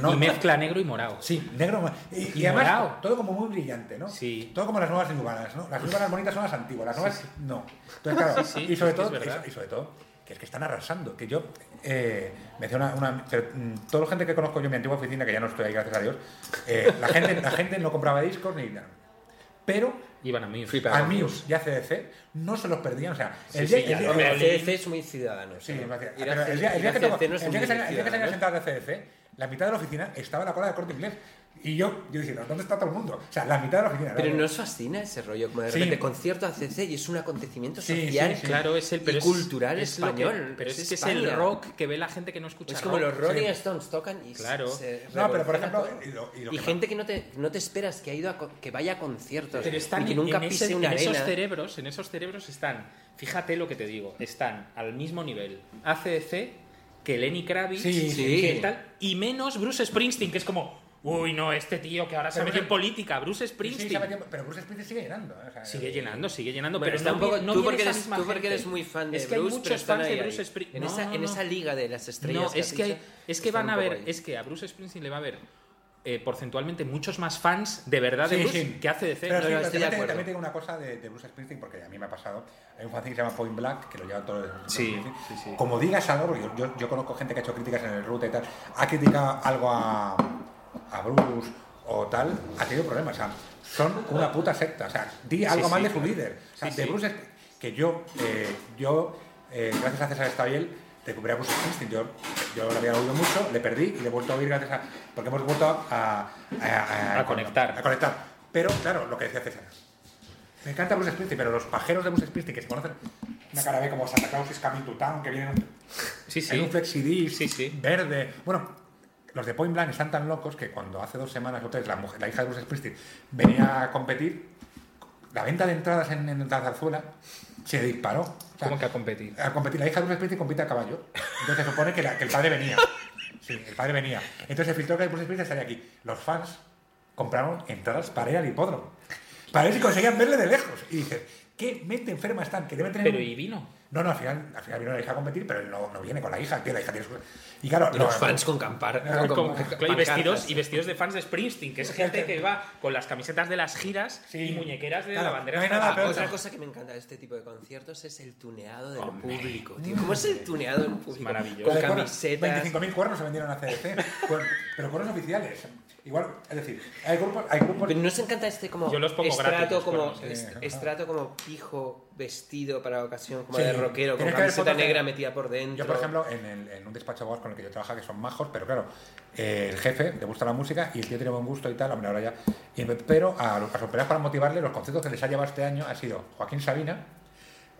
[SPEAKER 2] no.
[SPEAKER 3] y mezcla negro y morado.
[SPEAKER 2] Sí, negro y, y
[SPEAKER 3] Y
[SPEAKER 2] además
[SPEAKER 3] morado.
[SPEAKER 2] todo como muy brillante, ¿no?
[SPEAKER 3] Sí.
[SPEAKER 2] Todo como las nuevas nubanas, ¿no? Las nubanas bonitas son las antiguas, las nuevas no. Entonces, claro,
[SPEAKER 3] Sí, sí,
[SPEAKER 2] y sobre
[SPEAKER 3] es que es
[SPEAKER 2] todo,
[SPEAKER 3] verdad.
[SPEAKER 2] y sobre todo, que es que están arrasando. Que yo eh, me decía una, una- que, mm, toda la gente que conozco yo en mi antigua oficina, que ya no estoy ahí, gracias a Dios, eh, la gente, la gente no compraba discos ni nada. Pero
[SPEAKER 3] Iban a mí.
[SPEAKER 1] Flipa.
[SPEAKER 2] a Muse y a CDC no se los perdían. O sea, el
[SPEAKER 1] sí,
[SPEAKER 2] día-
[SPEAKER 1] sí, ya,
[SPEAKER 2] el día-
[SPEAKER 1] no,
[SPEAKER 2] el-
[SPEAKER 1] el CDC es muy ciudadano.
[SPEAKER 2] Sí,
[SPEAKER 1] ¿no?
[SPEAKER 2] gracias.
[SPEAKER 1] Ir a
[SPEAKER 2] Pero
[SPEAKER 1] C-
[SPEAKER 2] el día, el
[SPEAKER 1] ir
[SPEAKER 2] día
[SPEAKER 1] a
[SPEAKER 2] que tengo-
[SPEAKER 1] CDC no es ¿eh?
[SPEAKER 2] el día
[SPEAKER 1] muy
[SPEAKER 2] que salía- el día que salía
[SPEAKER 1] ciudadano.
[SPEAKER 2] sentada de CDC, la mitad de la oficina estaba en la cola del corte inglés. Y yo, yo diciendo, ¿dónde está todo el mundo? O sea, la mitad de la oficina.
[SPEAKER 1] Pero
[SPEAKER 2] Era-
[SPEAKER 1] nos fascina ese rollo, como de
[SPEAKER 2] Sí.
[SPEAKER 1] repente concierto a CC y es un acontecimiento
[SPEAKER 2] Sí,
[SPEAKER 1] social
[SPEAKER 2] sí, sí.
[SPEAKER 3] Claro, es el
[SPEAKER 1] y
[SPEAKER 3] pero es-
[SPEAKER 1] cultural
[SPEAKER 3] es lo que-
[SPEAKER 1] español.
[SPEAKER 3] pero es, que es
[SPEAKER 1] España.
[SPEAKER 3] el rock que ve la gente que no escucha.
[SPEAKER 1] Es como
[SPEAKER 3] rock.
[SPEAKER 1] los Rolling
[SPEAKER 2] Sí.
[SPEAKER 1] Stones tocan y se-
[SPEAKER 3] Claro.
[SPEAKER 1] se
[SPEAKER 2] No, pero por
[SPEAKER 1] revoluciona
[SPEAKER 2] ejemplo,
[SPEAKER 1] todo.
[SPEAKER 2] y lo- y
[SPEAKER 1] y,
[SPEAKER 2] lo que-
[SPEAKER 1] gente que no te no te esperas que ha ido a co- que vaya a conciertos
[SPEAKER 3] Pero están
[SPEAKER 1] y que nunca
[SPEAKER 3] en,
[SPEAKER 1] pise
[SPEAKER 3] ese-
[SPEAKER 1] una
[SPEAKER 3] en esos
[SPEAKER 1] arena.
[SPEAKER 3] cerebros, en esos cerebros están, fíjate lo que te digo, están al mismo nivel ACDC que Lenny Kravitz
[SPEAKER 2] Sí,
[SPEAKER 1] sí.
[SPEAKER 3] que tal, y menos Bruce Springsteen, que es como, uy, no, este tío que ahora se
[SPEAKER 2] Pero
[SPEAKER 3] metió
[SPEAKER 2] Bruce-
[SPEAKER 3] en política,
[SPEAKER 2] Sí,
[SPEAKER 3] Bruce
[SPEAKER 2] sí, se ha
[SPEAKER 3] Springsteen.
[SPEAKER 2] metido- pero Bruce Springsteen sigue llenando. ¿eh? O sea,
[SPEAKER 3] Sigue llenando, sigue llenando,
[SPEAKER 1] Bueno,
[SPEAKER 3] pero
[SPEAKER 1] está
[SPEAKER 3] no
[SPEAKER 1] un poco-
[SPEAKER 3] vi- no
[SPEAKER 1] tú
[SPEAKER 3] viene
[SPEAKER 1] porque
[SPEAKER 3] esa
[SPEAKER 1] eres,
[SPEAKER 3] misma
[SPEAKER 1] tú porque
[SPEAKER 3] gente.
[SPEAKER 1] eres muy fan de
[SPEAKER 3] es que
[SPEAKER 1] Bruce,
[SPEAKER 3] hay
[SPEAKER 1] pero
[SPEAKER 3] muchos
[SPEAKER 1] están
[SPEAKER 3] fans
[SPEAKER 1] ahí,
[SPEAKER 3] de
[SPEAKER 1] ahí.
[SPEAKER 3] Bruce Springsteen.
[SPEAKER 1] En,
[SPEAKER 3] No,
[SPEAKER 1] esa,
[SPEAKER 3] no,
[SPEAKER 1] en
[SPEAKER 3] no.
[SPEAKER 1] esa liga de las estrellas.
[SPEAKER 3] No,
[SPEAKER 1] que
[SPEAKER 3] es
[SPEAKER 1] has
[SPEAKER 3] que, hay-
[SPEAKER 1] dicho,
[SPEAKER 3] es que
[SPEAKER 1] están
[SPEAKER 3] van a
[SPEAKER 1] un poco
[SPEAKER 3] ver,
[SPEAKER 1] ahí.
[SPEAKER 3] es que a Bruce Springsteen le va a haber eh, porcentualmente muchos más fans de verdad de
[SPEAKER 2] Sí,
[SPEAKER 3] Bruce
[SPEAKER 2] sí.
[SPEAKER 3] que hace de
[SPEAKER 2] Pero sí,
[SPEAKER 1] no,
[SPEAKER 2] pero
[SPEAKER 1] estoy de
[SPEAKER 2] también,
[SPEAKER 1] acuerdo.
[SPEAKER 2] también tengo una cosa de, de Bruce Springsteen, porque a mí me ha pasado. Hay un fanzine que se llama Point Black, que lo lleva todo el
[SPEAKER 3] Sí, sí, sí.
[SPEAKER 2] Como digas algo, porque yo, yo- yo conozco gente que ha hecho críticas en el Ruta y tal, ha criticado algo a, a Bruce o tal, ha tenido problemas. O sea, son una puta secta. O sea, di algo mal de su líder. O sea,
[SPEAKER 3] Sí,
[SPEAKER 2] de
[SPEAKER 3] sí.
[SPEAKER 2] Bruce Sp- que yo, eh, yo eh, gracias a César Estabiel, recuperé a Bruce Springsteen. Yo, yo lo había oído mucho, le perdí y le he vuelto a oír gracias a... Porque hemos vuelto a... A, a-
[SPEAKER 3] A conectar.
[SPEAKER 2] A conectar. Pero, claro, lo que decía César. Me encanta Bruce Springsteen, pero los pajeros de Bruce Springsteen que se conocen... Una cara B como Santa Claus is coming to town, que vienen en un-
[SPEAKER 3] Sí, sí.
[SPEAKER 2] en un flexidisc
[SPEAKER 3] Sí, sí.
[SPEAKER 2] verde. Bueno, los de Point Blank están tan locos que cuando hace dos semanas o tres la, mujer, la hija de Bruce Springsteen venía a competir, la venta de entradas en, en la zarzuela se disparó. O sea,
[SPEAKER 3] ¿Cómo que a competir?
[SPEAKER 1] Eh,
[SPEAKER 2] a competir. La hija de Bruce Springsteen compite a caballo. Entonces se supone que, la- que el padre venía. Sí, el padre venía. Entonces se filtró que Bruce Springsteen estaría aquí. Los fans compraron entradas para ir al hipódromo. Para ver si conseguían verle de lejos. Y dices, ¿qué mente enferma están? Que deben tener
[SPEAKER 3] Pero
[SPEAKER 2] un-
[SPEAKER 3] y vino.
[SPEAKER 2] no, no, al final, al final vino la hija a competir, pero él no, no viene con la hija, que la hija tiene su... Y claro,
[SPEAKER 1] Y
[SPEAKER 2] no,
[SPEAKER 1] Los fans con campar.
[SPEAKER 2] Claro,
[SPEAKER 1] con-
[SPEAKER 3] Con-
[SPEAKER 1] con
[SPEAKER 3] claro, y, vestidos,
[SPEAKER 1] pancartas.
[SPEAKER 3] y vestidos de fans de Springsteen, que es gente que va con las camisetas de las giras
[SPEAKER 2] Sí.
[SPEAKER 3] y muñequeras de
[SPEAKER 2] Claro,
[SPEAKER 3] la bandera.
[SPEAKER 2] no hay nada
[SPEAKER 3] española.
[SPEAKER 2] peor.
[SPEAKER 1] Otra cosa que me encanta de este tipo de conciertos es el tuneado del público. tío. ¿Cómo es el tuneado del público?
[SPEAKER 3] maravilloso.
[SPEAKER 1] Con
[SPEAKER 2] de cuernos,
[SPEAKER 1] camisetas.
[SPEAKER 2] 25.000 cuernos se vendieron a CDC, cuer- pero cuernos oficiales. Igual, es decir, hay grupos... Hay grupos
[SPEAKER 1] Pero nos encanta este como
[SPEAKER 3] Yo los pongo gratis,
[SPEAKER 1] estrato
[SPEAKER 3] los
[SPEAKER 1] como
[SPEAKER 3] cuernos,
[SPEAKER 1] est-
[SPEAKER 2] eh.
[SPEAKER 1] estrato como pijo vestido para la ocasión como
[SPEAKER 2] Sí.
[SPEAKER 1] de rockero con
[SPEAKER 2] Tienes que ver
[SPEAKER 1] camiseta
[SPEAKER 2] fotos de-
[SPEAKER 1] negra metida por dentro.
[SPEAKER 2] Yo, por ejemplo, en, el- en un despacho de abogados con el que yo trabajo, que son majos, pero claro, eh, el jefe le gusta la música y el tío tiene buen gusto y tal, hombre, ahora ya. Y me- pero a los a sus empleados, para motivarle, los conciertos que les ha llevado este año ha sido Joaquín Sabina,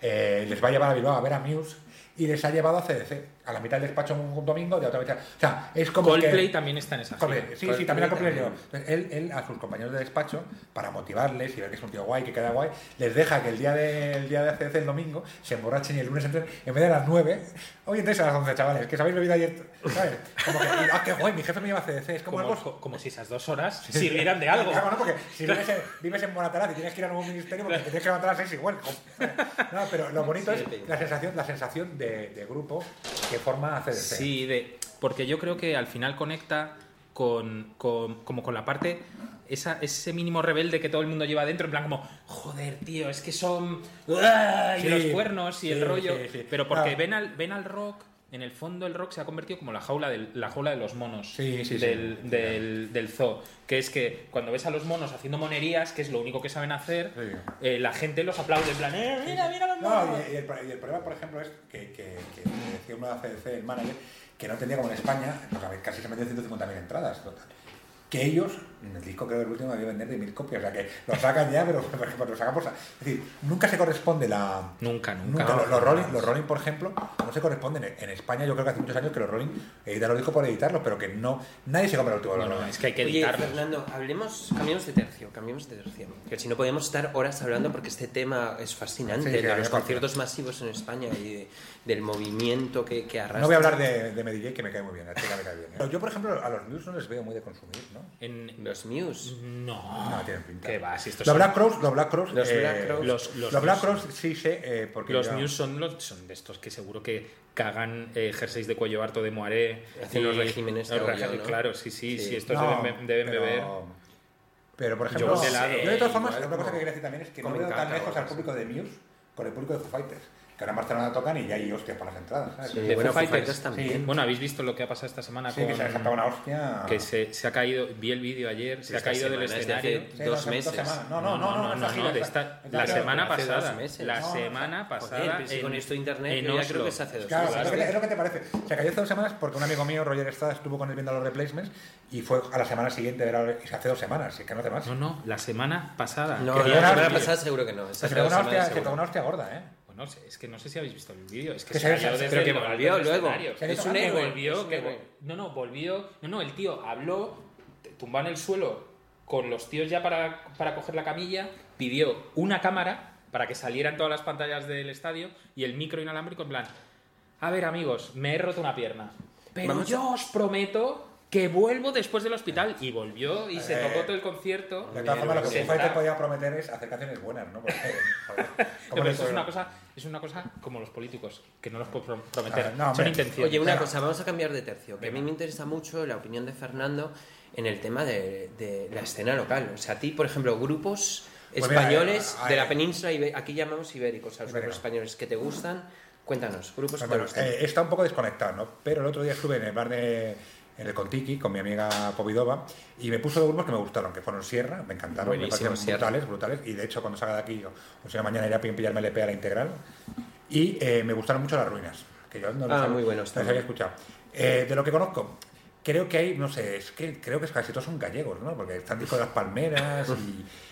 [SPEAKER 2] eh, les va a llevar a Bilbao a ver a Muse y les ha llevado a CDC, a la mitad del despacho un, un domingo, de otra mitad. O sea, es como.
[SPEAKER 3] Coldplay
[SPEAKER 2] que,
[SPEAKER 3] también está en esa
[SPEAKER 2] Coldplay,
[SPEAKER 3] gira.
[SPEAKER 2] sí, sí,
[SPEAKER 1] Coldplay
[SPEAKER 2] también a Coldplay
[SPEAKER 1] también.
[SPEAKER 2] le llevó. Entonces, él, él a sus compañeros de despacho, para motivarles y ver que es un tío guay, que queda guay, les deja que el día de, el día de ACDC, el domingo, se emborrachen y el lunes entren, en vez de a las 9, hoy entréis a las 11, chavales, que sabéis bebido ayer, ¿sabes? Como que, y, ah, qué guay, mi jefe me lleva a CDC, es como,
[SPEAKER 3] Como,
[SPEAKER 2] algo...
[SPEAKER 3] co- como si esas dos horas sirvieran de algo.
[SPEAKER 2] Claro, ¿no? Porque si vives en, vives en Moratalaz y tienes que ir a un ministerio porque te tienes que levantar a las 6 igual. No, pero lo bonito
[SPEAKER 1] Sí,
[SPEAKER 2] es la sensación, la sensación de, de grupo que forma ACDC.
[SPEAKER 3] Sí, de, porque yo creo que al final conecta con, con- como con la parte, esa, ese mínimo rebelde que todo el mundo lleva dentro, en plan como, joder, tío, es que son... ¡ah! Y
[SPEAKER 2] Sí,
[SPEAKER 3] los cuernos y el
[SPEAKER 2] sí,
[SPEAKER 3] rollo.
[SPEAKER 2] sí, sí.
[SPEAKER 3] Pero porque
[SPEAKER 2] No.
[SPEAKER 3] ven, al, ven al rock, en el fondo el rock se ha convertido como la jaula, del- la jaula de los monos
[SPEAKER 2] Sí, sí, sí.
[SPEAKER 3] del, del- del zoo. Que es que cuando ves a los monos haciendo monerías, que es lo único que saben hacer,
[SPEAKER 2] Sí.
[SPEAKER 3] eh, la gente los aplaude, en plan, "Eh, mira, mira los monos.
[SPEAKER 2] No, y, y el, pro- y el problema, por ejemplo, es que, que, que me decía uno de la CDC, el manager, que no tenía como en España, pues, a ver, casi se metió 150.000 entradas, total. Que ellos El disco creo que el último debió vender de mil copias, o sea que lo sacan ya, pero, pero- pero lo sacan por... sa- Es decir, nunca se corresponde la...
[SPEAKER 3] Nunca, nunca.
[SPEAKER 2] Nunca. Los, los rolling, los Rolling, por ejemplo, no se corresponden. En, en España yo creo que hace muchos años que los Rolling editan los discos por editarlos, pero que no nadie se compra el último de los
[SPEAKER 3] No, no,
[SPEAKER 2] Rolling.
[SPEAKER 3] es que hay que
[SPEAKER 1] Oye,
[SPEAKER 3] editarlo.
[SPEAKER 1] Fernando, hablemos, cambiemos de tercio, cambiemos de tercio. Que si no podemos estar horas hablando porque este tema es fascinante,
[SPEAKER 2] Sí, sí,
[SPEAKER 1] de
[SPEAKER 2] a mí me
[SPEAKER 1] los
[SPEAKER 2] parece.
[SPEAKER 1] conciertos masivos en España y de- del movimiento que, que arrastra.
[SPEAKER 2] No voy a hablar de, de Medellín, que me cae muy bien, la chica me cae bien. ¿eh? Pero yo, por ejemplo, a los Muse no les veo muy de consumir, ¿no?
[SPEAKER 3] En-
[SPEAKER 1] Los Muse.
[SPEAKER 3] No.
[SPEAKER 2] No, tienen pinta.
[SPEAKER 3] ¿Qué va? Si estos
[SPEAKER 2] Los
[SPEAKER 3] son-
[SPEAKER 2] Black Crowes, los Black Crowes,
[SPEAKER 1] Los
[SPEAKER 2] eh,
[SPEAKER 1] Black Crowes.
[SPEAKER 3] Los- los
[SPEAKER 2] los Black
[SPEAKER 3] Muse.
[SPEAKER 2] Crowes sí sé, eh, porque
[SPEAKER 3] Los
[SPEAKER 2] yo-
[SPEAKER 3] news son, los, son de estos que seguro que cagan eh, jerseys de cuello harto de moaré.
[SPEAKER 1] Hacen los regímenes de
[SPEAKER 3] los
[SPEAKER 1] agobio,
[SPEAKER 3] rege-
[SPEAKER 1] ¿no?
[SPEAKER 3] Claro, sí, sí,
[SPEAKER 1] Sí.
[SPEAKER 3] sí. estos
[SPEAKER 2] No,
[SPEAKER 3] deben, be- deben
[SPEAKER 2] pero-
[SPEAKER 3] beber.
[SPEAKER 2] Pero, por ejemplo,
[SPEAKER 3] Yo
[SPEAKER 2] yo,
[SPEAKER 3] helado.
[SPEAKER 2] de
[SPEAKER 1] Sí,
[SPEAKER 2] todas formas,
[SPEAKER 1] igual
[SPEAKER 2] otra cosa
[SPEAKER 1] como-
[SPEAKER 2] que quería decir también es que no
[SPEAKER 1] como
[SPEAKER 2] veo
[SPEAKER 1] en
[SPEAKER 2] tan
[SPEAKER 1] caca o
[SPEAKER 2] lejos
[SPEAKER 1] algo
[SPEAKER 2] al público de Muse con el público de Foo Fighters. Que ahora en Barcelona tocan y ya hay hostias para las entradas, ¿sabes?
[SPEAKER 1] Sí,
[SPEAKER 3] De
[SPEAKER 1] bueno,
[SPEAKER 3] Foo
[SPEAKER 1] Foo
[SPEAKER 3] Fighters.
[SPEAKER 1] Fighters también.
[SPEAKER 3] Bueno, habéis visto lo que ha pasado esta semana
[SPEAKER 2] Sí,
[SPEAKER 3] con.
[SPEAKER 2] que se ha saltado una hostia.
[SPEAKER 3] que se, se ha caído, vi el vídeo ayer, se ha
[SPEAKER 1] esta
[SPEAKER 3] caído del
[SPEAKER 1] semana, es de hace
[SPEAKER 3] escenario.
[SPEAKER 2] Sí,
[SPEAKER 1] dos
[SPEAKER 2] hace
[SPEAKER 1] meses.
[SPEAKER 2] semanas. No, no, no, no,
[SPEAKER 3] no,
[SPEAKER 2] esta sí,
[SPEAKER 3] no, de
[SPEAKER 2] esta-
[SPEAKER 3] esta-
[SPEAKER 2] esta
[SPEAKER 3] la
[SPEAKER 2] sí,
[SPEAKER 3] semana
[SPEAKER 1] hace dos
[SPEAKER 3] pasada,
[SPEAKER 1] meses.
[SPEAKER 3] la
[SPEAKER 1] No,
[SPEAKER 2] no,
[SPEAKER 3] semana pasada,
[SPEAKER 1] Joder, pero si
[SPEAKER 3] en-
[SPEAKER 1] con esto de internet
[SPEAKER 3] en
[SPEAKER 1] yo ya creo
[SPEAKER 3] Oslo.
[SPEAKER 1] que es hace dos
[SPEAKER 2] Claro,
[SPEAKER 1] meses.
[SPEAKER 2] es lo, que te, es lo que te parece. Se cayó hace dos semanas porque un amigo mío, Roger Estrada, estuvo con él viendo los replacements y fue a la semana siguiente, era- hace dos semanas, si es que no hace más.
[SPEAKER 3] No, no, la semana pasada.
[SPEAKER 1] No,
[SPEAKER 3] Que
[SPEAKER 1] no,
[SPEAKER 2] te
[SPEAKER 1] la
[SPEAKER 2] van a-
[SPEAKER 1] semana pasada seguro que no.
[SPEAKER 2] Se
[SPEAKER 1] esa
[SPEAKER 2] pegó
[SPEAKER 1] otra
[SPEAKER 2] una
[SPEAKER 1] semana
[SPEAKER 2] hostia, se
[SPEAKER 1] seguro.
[SPEAKER 2] pegó una hostia gorda, ¿eh?
[SPEAKER 3] Bueno, es que Pues no sé si habéis visto el vídeo. Es que
[SPEAKER 2] Que
[SPEAKER 3] se
[SPEAKER 2] se-
[SPEAKER 3] cayó
[SPEAKER 2] se-
[SPEAKER 3] desde
[SPEAKER 1] pero que
[SPEAKER 3] el balcón
[SPEAKER 1] volvió
[SPEAKER 3] del
[SPEAKER 1] luego.
[SPEAKER 3] escenario.
[SPEAKER 2] Se ha
[SPEAKER 1] Es un
[SPEAKER 2] ido tocando,
[SPEAKER 1] héroe.
[SPEAKER 3] Que volvió,
[SPEAKER 1] es
[SPEAKER 3] que
[SPEAKER 1] un héroe.
[SPEAKER 3] vol- no, no, volvió. No, no, el tío habló, t- tumbó en el suelo con los tíos ya para, para coger la camilla, pidió una cámara para que salieran todas las pantallas del estadio y el micro inalámbrico en plan, a ver amigos, me he roto una pierna, pero
[SPEAKER 1] Vamos a-
[SPEAKER 3] yo os prometo que vuelvo después del hospital y volvió y se
[SPEAKER 2] Eh,
[SPEAKER 3] tocó todo el concierto.
[SPEAKER 2] De todas formas, lo que
[SPEAKER 3] Se
[SPEAKER 2] Foo Fighters
[SPEAKER 3] está-
[SPEAKER 2] podía prometer es hacer canciones buenas, ¿no? Porque, joder,
[SPEAKER 3] no,
[SPEAKER 2] ¿cómo
[SPEAKER 3] pero
[SPEAKER 2] le
[SPEAKER 3] eso es
[SPEAKER 2] fue?
[SPEAKER 3] una cosa, es una cosa como los políticos, que no los puedo pro- prometer.
[SPEAKER 2] Ah, no,
[SPEAKER 3] Son
[SPEAKER 2] hombre.
[SPEAKER 3] intenciones.
[SPEAKER 1] Oye, una
[SPEAKER 2] Venga.
[SPEAKER 1] cosa, vamos a cambiar de tercio, que a mí me interesa mucho la opinión de Fernando en el tema de, de la escena local. O sea, a ti, por ejemplo, grupos
[SPEAKER 2] Pues mira,
[SPEAKER 1] españoles
[SPEAKER 2] eh, eh,
[SPEAKER 1] de
[SPEAKER 2] eh,
[SPEAKER 1] la península, ibe- aquí llamamos ibéricos a los
[SPEAKER 2] Ibérico.
[SPEAKER 1] grupos españoles que te gustan, cuéntanos, grupos que te
[SPEAKER 2] Pues bueno,
[SPEAKER 1] gustan.
[SPEAKER 2] eh, está un poco desconectado, ¿no? Pero el otro día estuve en el bar de. En el Contiki con mi amiga Povidova y me puso dos grupos que me gustaron, que fueron Sierra, me encantaron,
[SPEAKER 1] Buenísimo,
[SPEAKER 2] me parecieron
[SPEAKER 1] Sierra.
[SPEAKER 2] brutales, brutales. Y de hecho, cuando salga de aquí, yo, o sea, mañana iré a pillarme el EP a la integral. Y eh, me gustaron mucho las ruinas, que yo no
[SPEAKER 1] Ah,
[SPEAKER 2] las, había-
[SPEAKER 1] muy
[SPEAKER 2] no
[SPEAKER 1] buenos
[SPEAKER 2] las
[SPEAKER 1] también.
[SPEAKER 2] había escuchado. Eh, de lo que conozco, creo que hay, no sé, es que creo que casi todos son gallegos, ¿no? Porque están discos de las palmeras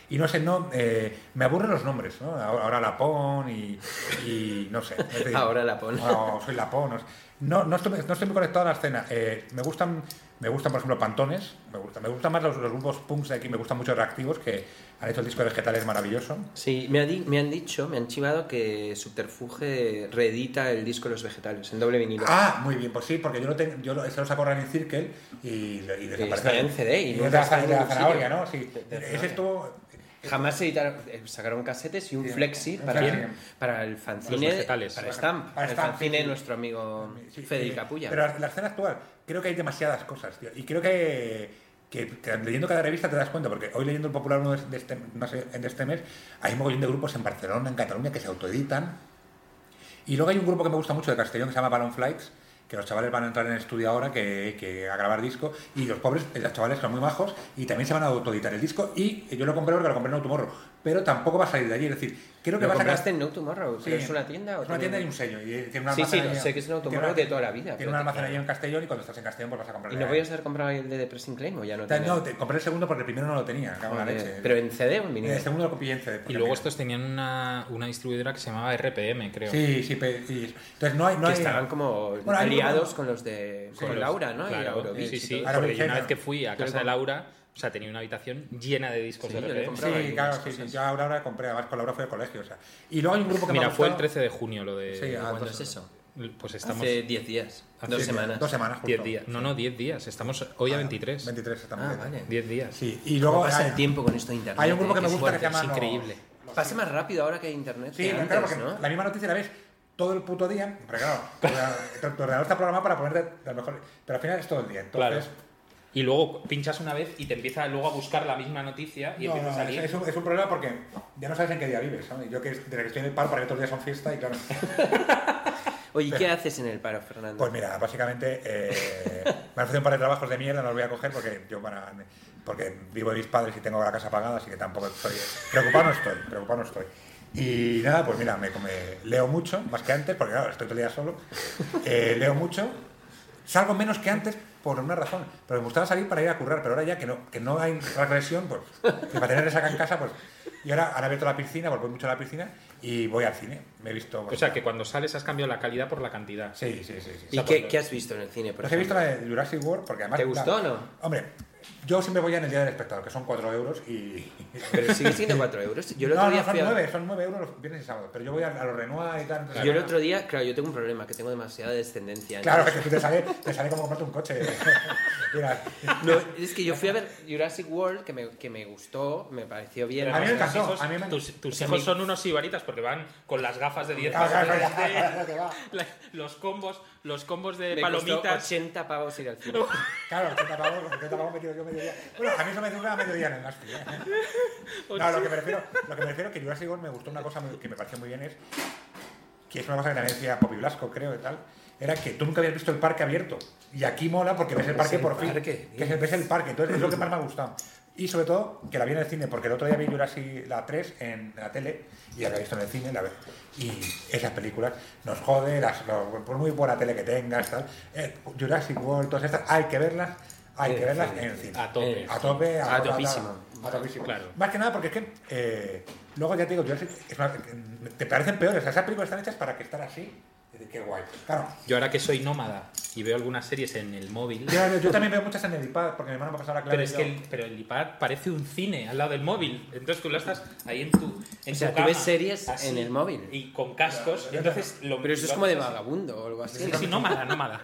[SPEAKER 2] y, y no sé, no, eh, me aburren los nombres, ¿no? Ahora ahora Lapón y, y no sé. Es decir,
[SPEAKER 1] Ahora Lapón.
[SPEAKER 2] o soy lapón. o s- No, no, estoy, no estoy muy conectado a la escena. Eh, me gustan, me gustan, por ejemplo, Pantones. Me gustan, me gustan más los, los grupos punks de aquí. Me gustan mucho Reactivos, que han hecho el disco de Vegetales maravilloso.
[SPEAKER 1] Sí, me, ha di- me han dicho, me han chivado que Subterfuge reedita el disco Los Vegetales en doble vinilo.
[SPEAKER 2] Ah, muy bien, pues sí, porque yo lo tengo, yo lo, se lo saco a Running Circle y, lo- y desaparece.
[SPEAKER 1] está en CD y
[SPEAKER 2] Y
[SPEAKER 1] nunca
[SPEAKER 2] es de la,
[SPEAKER 1] está en
[SPEAKER 2] de la
[SPEAKER 1] ningún
[SPEAKER 2] zanahoria,
[SPEAKER 1] sitio.
[SPEAKER 2] ¿no? Sí.
[SPEAKER 1] De- de
[SPEAKER 2] Ese
[SPEAKER 1] zanahoria.
[SPEAKER 2] estuvo.
[SPEAKER 1] Jamás editaron, eh, sacaron casetes y un
[SPEAKER 2] Sí,
[SPEAKER 1] flexi
[SPEAKER 2] un
[SPEAKER 1] para,
[SPEAKER 2] flexi.
[SPEAKER 1] para el fanzine,
[SPEAKER 3] Los vegetales.
[SPEAKER 1] para Stamp,
[SPEAKER 2] Para
[SPEAKER 1] el
[SPEAKER 2] Stamp,
[SPEAKER 1] fanzine
[SPEAKER 2] sí, sí.
[SPEAKER 1] nuestro amigo
[SPEAKER 2] Sí,
[SPEAKER 1] Federica
[SPEAKER 2] sí,
[SPEAKER 1] Capulla.
[SPEAKER 2] Pero la- la escena actual, creo que hay demasiadas cosas, tío. Y creo que, que- que leyendo cada revista te das cuenta, porque hoy leyendo el Popular uno de de este, no sé, de este mes, hay un mogollón de grupos en Barcelona, en Cataluña, que se autoeditan. Y luego hay un grupo que me gusta mucho de Castellón que se llama Balloon Flights, que los chavales van a entrar en el estudio ahora que, que a grabar disco. Y los pobres, eh, los chavales son muy majos y también se van a autoeditar el disco. Y yo lo compré porque lo compré en Automorro. Pero tampoco va a salir de allí. Es decir, creo que
[SPEAKER 1] ¿Lo
[SPEAKER 2] va a sacar-
[SPEAKER 1] compraste en No Tomorrow?
[SPEAKER 2] Sí.
[SPEAKER 1] ¿Pero es una tienda? O
[SPEAKER 2] Es una
[SPEAKER 1] tiene-
[SPEAKER 2] tienda y un sello. Y tiene un
[SPEAKER 1] Sí, sí,
[SPEAKER 2] almacén
[SPEAKER 1] lo
[SPEAKER 2] ahí-
[SPEAKER 1] sé, que es un
[SPEAKER 2] tiene
[SPEAKER 1] automóvil
[SPEAKER 2] una-
[SPEAKER 1] de toda la vida,
[SPEAKER 2] Tiene un
[SPEAKER 1] pero-
[SPEAKER 2] almacén ahí en Castellón y cuando estás en Castellón pues vas a comprar.
[SPEAKER 1] ¿Y no podías haber comprado el de Pressing Claim o ya no tenías?
[SPEAKER 2] No, te compré el segundo porque el primero no eh. lo tenía, cago en la
[SPEAKER 1] Joder.
[SPEAKER 2] leche.
[SPEAKER 1] ¿Pero en CD o en vinilo?
[SPEAKER 2] el segundo lo pillé en CD. porque
[SPEAKER 3] Y luego
[SPEAKER 2] mira.
[SPEAKER 3] estos tenían una, una distribuidora que se llamaba RPM, creo.
[SPEAKER 2] Sí, sí, pe- y- entonces no hay... No
[SPEAKER 1] que
[SPEAKER 2] hay-
[SPEAKER 1] estaban como
[SPEAKER 2] Bueno, hay
[SPEAKER 1] aliados
[SPEAKER 2] un-
[SPEAKER 1] con los de
[SPEAKER 2] Sí,
[SPEAKER 1] con
[SPEAKER 2] los-
[SPEAKER 1] Laura, ¿no? y
[SPEAKER 3] Claro,
[SPEAKER 1] Aurovich.
[SPEAKER 3] sí,
[SPEAKER 1] y
[SPEAKER 3] sí.
[SPEAKER 1] todo.
[SPEAKER 2] Ahora
[SPEAKER 3] Porque yo
[SPEAKER 2] Vicena.
[SPEAKER 3] una vez que fui a
[SPEAKER 1] Yo le
[SPEAKER 3] casa de
[SPEAKER 1] comp-
[SPEAKER 3] Laura, o sea, tenía una habitación llena de discos
[SPEAKER 1] Sí,
[SPEAKER 3] de
[SPEAKER 1] yo le
[SPEAKER 3] RPM.
[SPEAKER 1] compraba.
[SPEAKER 2] Sí,
[SPEAKER 1] Algunas
[SPEAKER 2] claro, sí,
[SPEAKER 1] cosas.
[SPEAKER 2] sí, yo ahora la compré, además con Laura fue de colegio, o sea. Y luego hay un grupo que me ha
[SPEAKER 3] Mira, fue el
[SPEAKER 2] gustado-
[SPEAKER 3] 13 de junio lo de...
[SPEAKER 2] Sí, ah,
[SPEAKER 1] ¿Cuándo
[SPEAKER 2] dos-
[SPEAKER 1] es eso?
[SPEAKER 3] Pues estamos...
[SPEAKER 1] Hace 10 días,
[SPEAKER 3] hace
[SPEAKER 1] dos
[SPEAKER 2] sí,
[SPEAKER 1] semanas.
[SPEAKER 2] Dos semanas, justo.
[SPEAKER 3] 10 días. No, no, 10 días. Estamos hoy a
[SPEAKER 2] Ah,
[SPEAKER 3] 23.
[SPEAKER 2] 23,
[SPEAKER 1] Ah,
[SPEAKER 2] exactamente.
[SPEAKER 1] vale.
[SPEAKER 3] 10 días.
[SPEAKER 2] Sí, y luego...
[SPEAKER 1] pasa
[SPEAKER 2] hay-
[SPEAKER 1] el tiempo con esto de internet.
[SPEAKER 2] Hay un grupo
[SPEAKER 1] eh,
[SPEAKER 2] que me
[SPEAKER 1] es
[SPEAKER 2] gusta que se
[SPEAKER 1] fuerte,
[SPEAKER 2] llama...
[SPEAKER 1] es
[SPEAKER 2] No-
[SPEAKER 1] increíble. Pasa más rápido ahora que hay internet
[SPEAKER 2] Sí,
[SPEAKER 1] que
[SPEAKER 2] pero
[SPEAKER 1] antes,
[SPEAKER 2] claro, porque
[SPEAKER 1] ¿no?
[SPEAKER 2] la misma noticia la ves todo el puto día, pero claro, tu ordenador- tu ordenador está programado para ponerte las mejores, pero al final es todo el día, entonces...
[SPEAKER 3] Claro. Y luego pinchas una vez y te empieza luego a buscar la misma noticia y
[SPEAKER 2] No,
[SPEAKER 3] empieza
[SPEAKER 2] no,
[SPEAKER 3] a salir.
[SPEAKER 2] es, es un, es un problema porque ya no sabes en qué día vives, ¿sabes? Yo que desde que estoy en el paro, para mí todos los días son fiesta y claro...
[SPEAKER 1] Oye, ¿y ¿qué haces en el paro, Fernando?
[SPEAKER 2] Pues mira, básicamente eh, me han ofrecido un par de trabajos de mierda, no los voy a coger porque yo para, porque vivo de mis padres y tengo la casa pagada, así que tampoco estoy preocupado no estoy, preocupado no estoy. Y nada, pues mira, me, me- leo mucho, más que antes, porque claro, estoy todo el día solo. Eh, leo mucho, salgo menos que antes, por una razón. Pero me gustaba salir para ir a currar, pero ahora ya que no, que no hay regresión, pues que para tener esa en casa, pues. Y ahora han abierto la piscina, volví mucho a la piscina y voy al cine. Me he visto.
[SPEAKER 3] O sea, que cuando sales has cambiado la calidad por la cantidad.
[SPEAKER 2] Sí, sí, sí. sí.
[SPEAKER 1] ¿Y qué, qué has visto en el cine? Por
[SPEAKER 2] Pues he visto
[SPEAKER 1] ejemplo?
[SPEAKER 2] la de Jurassic World porque además.
[SPEAKER 1] ¿Te gustó o
[SPEAKER 2] la-
[SPEAKER 1] no?
[SPEAKER 2] Hombre, yo siempre voy en el día del espectador, que son 4 euros y.
[SPEAKER 1] Pero sigue siendo 4 euros. Yo el otro
[SPEAKER 2] No,
[SPEAKER 1] día
[SPEAKER 2] no, son
[SPEAKER 1] fui a-
[SPEAKER 2] 9, son 9 euros los viernes y sábados. Pero yo voy a, a los Renoir y tal. entonces-
[SPEAKER 1] Yo el otro día, claro, yo tengo un problema, que tengo demasiada descendencia.
[SPEAKER 2] Claro, que te sale, te sale como comprarte un coche. Mira,
[SPEAKER 1] No, es que yo fui a ver Jurassic World, que me, que me gustó, me pareció bien.
[SPEAKER 2] A mí me
[SPEAKER 3] Tus
[SPEAKER 2] encantó,
[SPEAKER 3] hijos-
[SPEAKER 2] a mí me-
[SPEAKER 3] Tus, tus hijos son unos sibaritas porque van con las gafas de 10
[SPEAKER 2] Ah,
[SPEAKER 3] para
[SPEAKER 2] claro,
[SPEAKER 3] adelante,
[SPEAKER 2] claro, que va.
[SPEAKER 3] la- los combos, los combos de
[SPEAKER 1] Me costó
[SPEAKER 3] palomitas.
[SPEAKER 1] 80 pavos ir al cine.
[SPEAKER 2] claro, que tapabocas, porque tapabocas me tiro yo mediodía. Bueno, a mí eso me dura mediodía en el Gaspi. ¿eh? No, lo que me refiero, lo que me refiero que Jurassic World me gustó una cosa muy- que me pareció muy bien es que es una cosa que también decía Popi Blasco, creo, y tal, era que tú nunca habías visto el parque abierto. Y aquí mola porque ves el parque por fin.
[SPEAKER 1] parque,
[SPEAKER 2] que es el- ves el parque, entonces es lo que más me ha gustado. Y sobre todo, que la vi en el cine, porque el otro día vi Jurassic la 3 en la tele, y la he visto en el cine, la vez. Y esas películas nos jode, las, lo- por muy buena tele que tengas, tal. eh, Jurassic World, todas estas, hay que verlas, hay que verlas en el cine.
[SPEAKER 3] A tope.
[SPEAKER 2] A tope, a,
[SPEAKER 1] A topísimo.
[SPEAKER 2] a topísimo.
[SPEAKER 3] Claro.
[SPEAKER 2] Más que nada porque es que eh, luego ya te digo, yo sé- es una- te parecen peores. O sea, esas películas están hechas para que estar así. Es decir, Qué guay. Claro.
[SPEAKER 3] Yo ahora que soy nómada y veo algunas series en el móvil,
[SPEAKER 2] Yo, yo- yo también veo muchas en el iPad porque mi hermano me ha pasado la clave.
[SPEAKER 3] pero
[SPEAKER 2] y
[SPEAKER 3] es
[SPEAKER 2] yo-
[SPEAKER 3] que el, pero el iPad parece un cine al lado del móvil. Entonces tú lo estás ahí en tu en
[SPEAKER 1] O sea,
[SPEAKER 3] tu
[SPEAKER 1] tú
[SPEAKER 3] cama,
[SPEAKER 1] ves series en el móvil.
[SPEAKER 3] y con cascos. entonces lo-
[SPEAKER 1] Pero eso es
[SPEAKER 3] lo
[SPEAKER 1] como de
[SPEAKER 3] haces así.
[SPEAKER 1] vagabundo o algo así.
[SPEAKER 3] Sí, sí, nómada, nómada.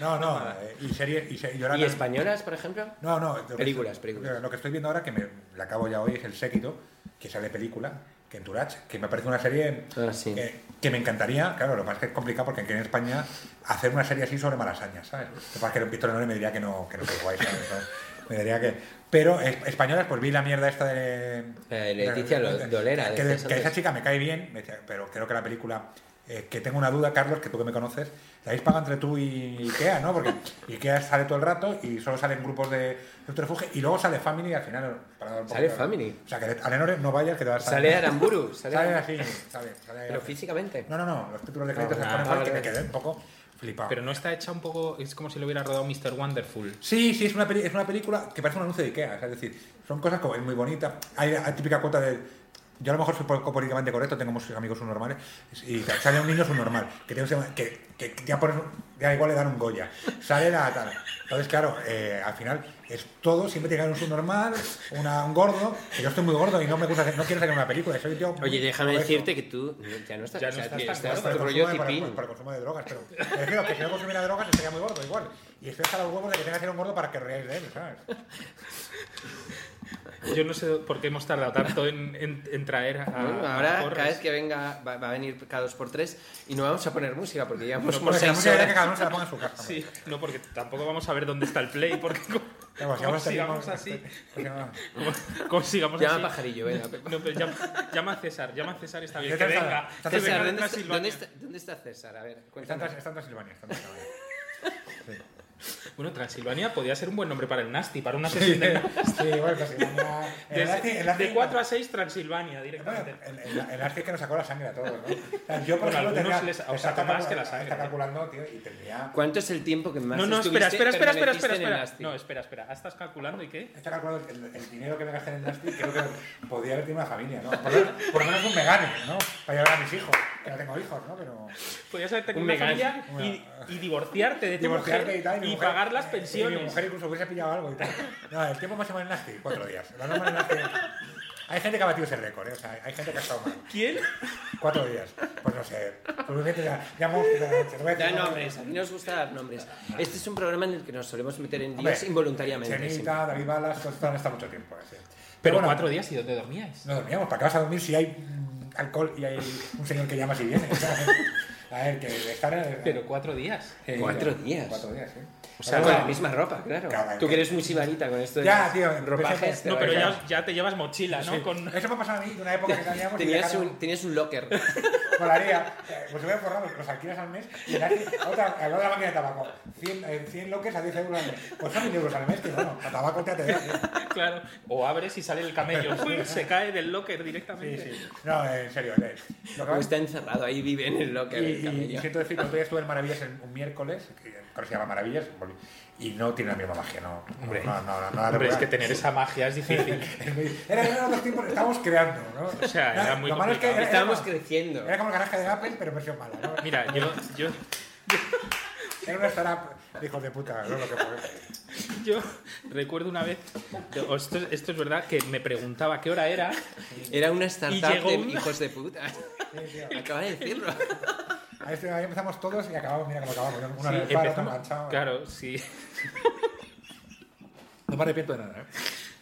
[SPEAKER 2] No, no.
[SPEAKER 3] Ah.
[SPEAKER 2] eh, y series. Y, se- y ahora
[SPEAKER 1] ¿Y
[SPEAKER 2] no-
[SPEAKER 1] españolas, por ejemplo?
[SPEAKER 2] No, no. lo que-
[SPEAKER 1] Películas, películas.
[SPEAKER 2] Lo que estoy viendo ahora, que me la acabo ya hoy, es El Séquito, que sale película, que en Turach, que me parece una serie
[SPEAKER 1] Ah, sí.
[SPEAKER 2] que, que me encantaría. Claro, lo que pasa es que es complicado porque aquí en España hacer una serie así sobre malasañas, ¿sabes? Lo que pasa es que el Víctor Leonor me diría que no, que no soy guay, ¿sabes? Entonces, Me diría que... Pero es- españolas, pues vi la mierda esta de...
[SPEAKER 1] Eh, Leticia Lo- Dolera,
[SPEAKER 2] Que,
[SPEAKER 1] decías
[SPEAKER 2] que
[SPEAKER 1] antes.
[SPEAKER 2] esa chica me cae bien, me decía, pero creo que la película... eh, que tengo una duda, Carlos, que tú que me conoces, la habéis pagado entre tú y Ikea, ¿no? Porque Ikea sale todo el rato y solo salen grupos de subterfuge y luego sale Family y al final... para dar un poco
[SPEAKER 1] Sale
[SPEAKER 2] de-
[SPEAKER 1] Family.
[SPEAKER 2] O sea, que a Lenore no vayas, que te vas a...
[SPEAKER 1] Sale Aramburu, sale,
[SPEAKER 2] Sale así, sale, sale
[SPEAKER 1] pero físicamente.
[SPEAKER 2] no, no, no, los títulos de crédito
[SPEAKER 1] Ah,
[SPEAKER 2] se ponen
[SPEAKER 1] ah,
[SPEAKER 2] mal,
[SPEAKER 1] vale,
[SPEAKER 2] que me
[SPEAKER 1] vale.
[SPEAKER 2] quedé un poco flipado.
[SPEAKER 3] Pero no está hecha un poco. Es como si lo hubiera rodado Mr. Wonderful.
[SPEAKER 2] Sí, sí, es una, peli- es una película que parece un anuncio de Ikea, o sea, es decir, son cosas como, es muy bonita, hay la típica cuota de... Yo a lo mejor soy poco políticamente correcto, tengo muchos amigos subnormales, y sale un niño subnormal, que, tiene un- que, que- que ya, por, ya igual le dan un Goya, sale la tal. Entonces, claro, eh, al final es todo, siempre tiene que haber un subnormal, una, un gordo, que yo estoy muy gordo y no me gusta, hacer- no quiero hacer una película, soy un tío... muy
[SPEAKER 1] Oye, déjame
[SPEAKER 2] obeso.
[SPEAKER 1] decirte que tú ya no estás,
[SPEAKER 3] Ya
[SPEAKER 1] o
[SPEAKER 3] no
[SPEAKER 1] sea,
[SPEAKER 3] estás
[SPEAKER 1] tío,
[SPEAKER 3] tan
[SPEAKER 1] estás
[SPEAKER 2] Para
[SPEAKER 1] tu
[SPEAKER 2] el
[SPEAKER 1] este rollo
[SPEAKER 2] consumo de-
[SPEAKER 1] tipín.
[SPEAKER 2] Para, para el consumo de drogas, pero me refiero que si no consumiera drogas estaría muy gordo igual. Y estoy hasta los huevos de que tenga que ser un gordo para que reáis de él, ¿sabes?
[SPEAKER 3] Pues Yo no sé por qué hemos tardado tanto en, en- en traer a.
[SPEAKER 1] Bueno,
[SPEAKER 3] a
[SPEAKER 1] Ah, ahora
[SPEAKER 3] Porres.
[SPEAKER 1] cada vez que venga va, va a venir cada dos por tres y no vamos a poner música porque llevamos como
[SPEAKER 2] Porque
[SPEAKER 1] seis
[SPEAKER 2] la música ya
[SPEAKER 1] horas.
[SPEAKER 2] que cada uno se la ponga en su casa. hombre.
[SPEAKER 3] Sí, no, porque tampoco vamos a ver dónde está el play, porque como,
[SPEAKER 2] Claro, si
[SPEAKER 3] como
[SPEAKER 2] vamos a pues seguir
[SPEAKER 3] sigamos
[SPEAKER 2] con-
[SPEAKER 3] así,
[SPEAKER 2] Porque no-
[SPEAKER 3] como, como sigamos
[SPEAKER 1] Llama
[SPEAKER 3] así-
[SPEAKER 1] a Pajarillo, venga.
[SPEAKER 3] No, pero llama, llama a César, llama a César está bien, que
[SPEAKER 2] César,
[SPEAKER 3] venga,
[SPEAKER 2] César,
[SPEAKER 3] que
[SPEAKER 1] César,
[SPEAKER 3] venga
[SPEAKER 1] ¿dónde
[SPEAKER 3] de
[SPEAKER 1] está,
[SPEAKER 3] Transilvania.
[SPEAKER 1] dónde está- dónde está César? A ver,
[SPEAKER 2] Está en
[SPEAKER 1] cuéntanos.
[SPEAKER 2] Trans- está en Transilvania, está en Transilvania.
[SPEAKER 3] Bueno, Transilvania podría ser un buen nombre para el Nasty, para una sesión de,
[SPEAKER 2] Sí, bueno, Transilvania. El Asti- el Asti-
[SPEAKER 3] de 4 a 6 Transilvania
[SPEAKER 2] Bueno,
[SPEAKER 3] directamente.
[SPEAKER 2] el, el, el Asti es que nos sacó la sangre a todos, ¿no? O sea, yo, por ejemplo,
[SPEAKER 3] Bueno, algunos
[SPEAKER 2] tendría-
[SPEAKER 3] les- os
[SPEAKER 2] está
[SPEAKER 3] saca más
[SPEAKER 2] calcu-
[SPEAKER 3] que la sangre.
[SPEAKER 2] Está calculando, tío, y tendría...
[SPEAKER 1] ¿Cuánto es el tiempo que más
[SPEAKER 3] No, no,
[SPEAKER 1] estuviste-
[SPEAKER 3] espera, espera, espera, espera,
[SPEAKER 1] permaneciste
[SPEAKER 3] espera,
[SPEAKER 1] en el
[SPEAKER 3] espera.
[SPEAKER 1] Asti?
[SPEAKER 3] No, espera, espera. ¿Ah, ¿Estás calculando y qué?
[SPEAKER 2] Está calculando el, el dinero que me gasté en el Nasty, creo que podría haber tenido una familia, ¿no? Por, lo- por lo menos un vegano, ¿no? Para llevar a mis hijos, que no tengo hijos, ¿no? Pero...
[SPEAKER 3] Podrías haberte con
[SPEAKER 1] Un
[SPEAKER 3] una
[SPEAKER 1] Megane.
[SPEAKER 3] familia y, y divorciarte de tu
[SPEAKER 2] divorciarte
[SPEAKER 3] mujer y,
[SPEAKER 2] y tal, mi mujer-
[SPEAKER 3] pagar las
[SPEAKER 2] eh,
[SPEAKER 3] pensiones.
[SPEAKER 2] Y mi mujer incluso hubiese pillado algo y tal. No, el tiempo máximo en Nasty, cuatro días. La norma en Nasty... Hay gente que ha batido ese récord, ¿eh? O sea, hay gente que ha estado mal.
[SPEAKER 3] ¿Quién?
[SPEAKER 2] Cuatro días. Pues no sé. Probablemente ya... ya hemos- ya- se lo voy a
[SPEAKER 1] Da
[SPEAKER 2] decir, ¿no?
[SPEAKER 1] nombres, a mí nos gusta dar nombres. Este es un programa en el que nos solemos meter en
[SPEAKER 2] Hombre,
[SPEAKER 1] días involuntariamente. siempre.
[SPEAKER 2] Chenita, David Balas, todos están hasta mucho tiempo. así.
[SPEAKER 3] Pero
[SPEAKER 2] bueno,
[SPEAKER 3] cuatro días y ¿dónde dormías?
[SPEAKER 2] No dormíamos, ¿para qué vas a dormir si hay mm, alcohol y hay un señor que llama si viene? a ver, que estar en
[SPEAKER 3] Pero cuatro días.
[SPEAKER 2] eh,
[SPEAKER 1] Cuatro días.
[SPEAKER 2] Cuatro días, ¿eh?
[SPEAKER 1] O sea, con la misma ropa, claro.
[SPEAKER 2] Claro,
[SPEAKER 1] Tú que
[SPEAKER 2] claro.
[SPEAKER 1] eres muy sibarita con esto de
[SPEAKER 2] Ya,
[SPEAKER 1] los
[SPEAKER 2] tío, empecé
[SPEAKER 1] ropajes.
[SPEAKER 2] con- Ah,
[SPEAKER 1] te
[SPEAKER 3] No,
[SPEAKER 1] va
[SPEAKER 3] pero
[SPEAKER 1] a
[SPEAKER 3] ya,
[SPEAKER 1] quedar.
[SPEAKER 3] os- ya te llevas mochila, ¿no? Con...
[SPEAKER 2] Eso me ha pasado a mí de una época que teníamos y
[SPEAKER 1] Tenías
[SPEAKER 2] dejaron-
[SPEAKER 1] un, tenías un locker.
[SPEAKER 2] Molaría. Eh, Pues se voy a forrar los alquilas al mes y la, otra, al lado de la máquina de tabaco. 100, eh, 100 loques a 10 euros al mes. Pues son 1000 euros al mes, que bueno, a tabaco te te da. tío.
[SPEAKER 3] Claro. O abres y sale el camello. Uy, Se cae del locker
[SPEAKER 2] Sí,
[SPEAKER 3] directamente.
[SPEAKER 2] sí. No, en serio. eh, Lo que
[SPEAKER 1] Como
[SPEAKER 2] más-
[SPEAKER 1] está encerrado, ahí vive en el
[SPEAKER 2] Y,
[SPEAKER 1] locker.
[SPEAKER 2] y Y,
[SPEAKER 1] camello.
[SPEAKER 2] y siento decir, cuando ya estuve en Maravillas el- un miércoles, que ahora se llama Maravillas, volví, y no tiene la misma magia, no.
[SPEAKER 3] Hombre.
[SPEAKER 2] no, no, no, no, no,
[SPEAKER 3] Hombre,
[SPEAKER 2] no,
[SPEAKER 3] es que tener esa magia es difícil.
[SPEAKER 2] Es muy- Era era los tiempos que estábamos creando, ¿no? O
[SPEAKER 3] sea, era muy
[SPEAKER 2] lo malo es que
[SPEAKER 3] complicado.
[SPEAKER 2] era, era
[SPEAKER 1] Estábamos
[SPEAKER 2] como-
[SPEAKER 1] creciendo.
[SPEAKER 3] Eh,
[SPEAKER 2] Era como el garaje de Apple, pero versión mala, ¿no?
[SPEAKER 3] Mira, yo, yo,
[SPEAKER 2] Era una startup de hijos de puta, ¿no? Lo que fue.
[SPEAKER 3] yo recuerdo una vez, esto, esto es verdad, que me preguntaba qué hora era
[SPEAKER 1] Era una
[SPEAKER 3] Y
[SPEAKER 1] startup
[SPEAKER 3] llegó
[SPEAKER 1] de
[SPEAKER 3] una-
[SPEAKER 1] hijos de puta. Acaba de decirlo.
[SPEAKER 2] Ahí estoy- ahí empezamos todos y acabamos, mira cómo acabamos. ¿no? Una
[SPEAKER 3] Sí,
[SPEAKER 2] vez para,
[SPEAKER 3] empezamos-
[SPEAKER 2] otra marcha.
[SPEAKER 3] Claro, sí.
[SPEAKER 2] No me arrepiento de nada, ¿eh?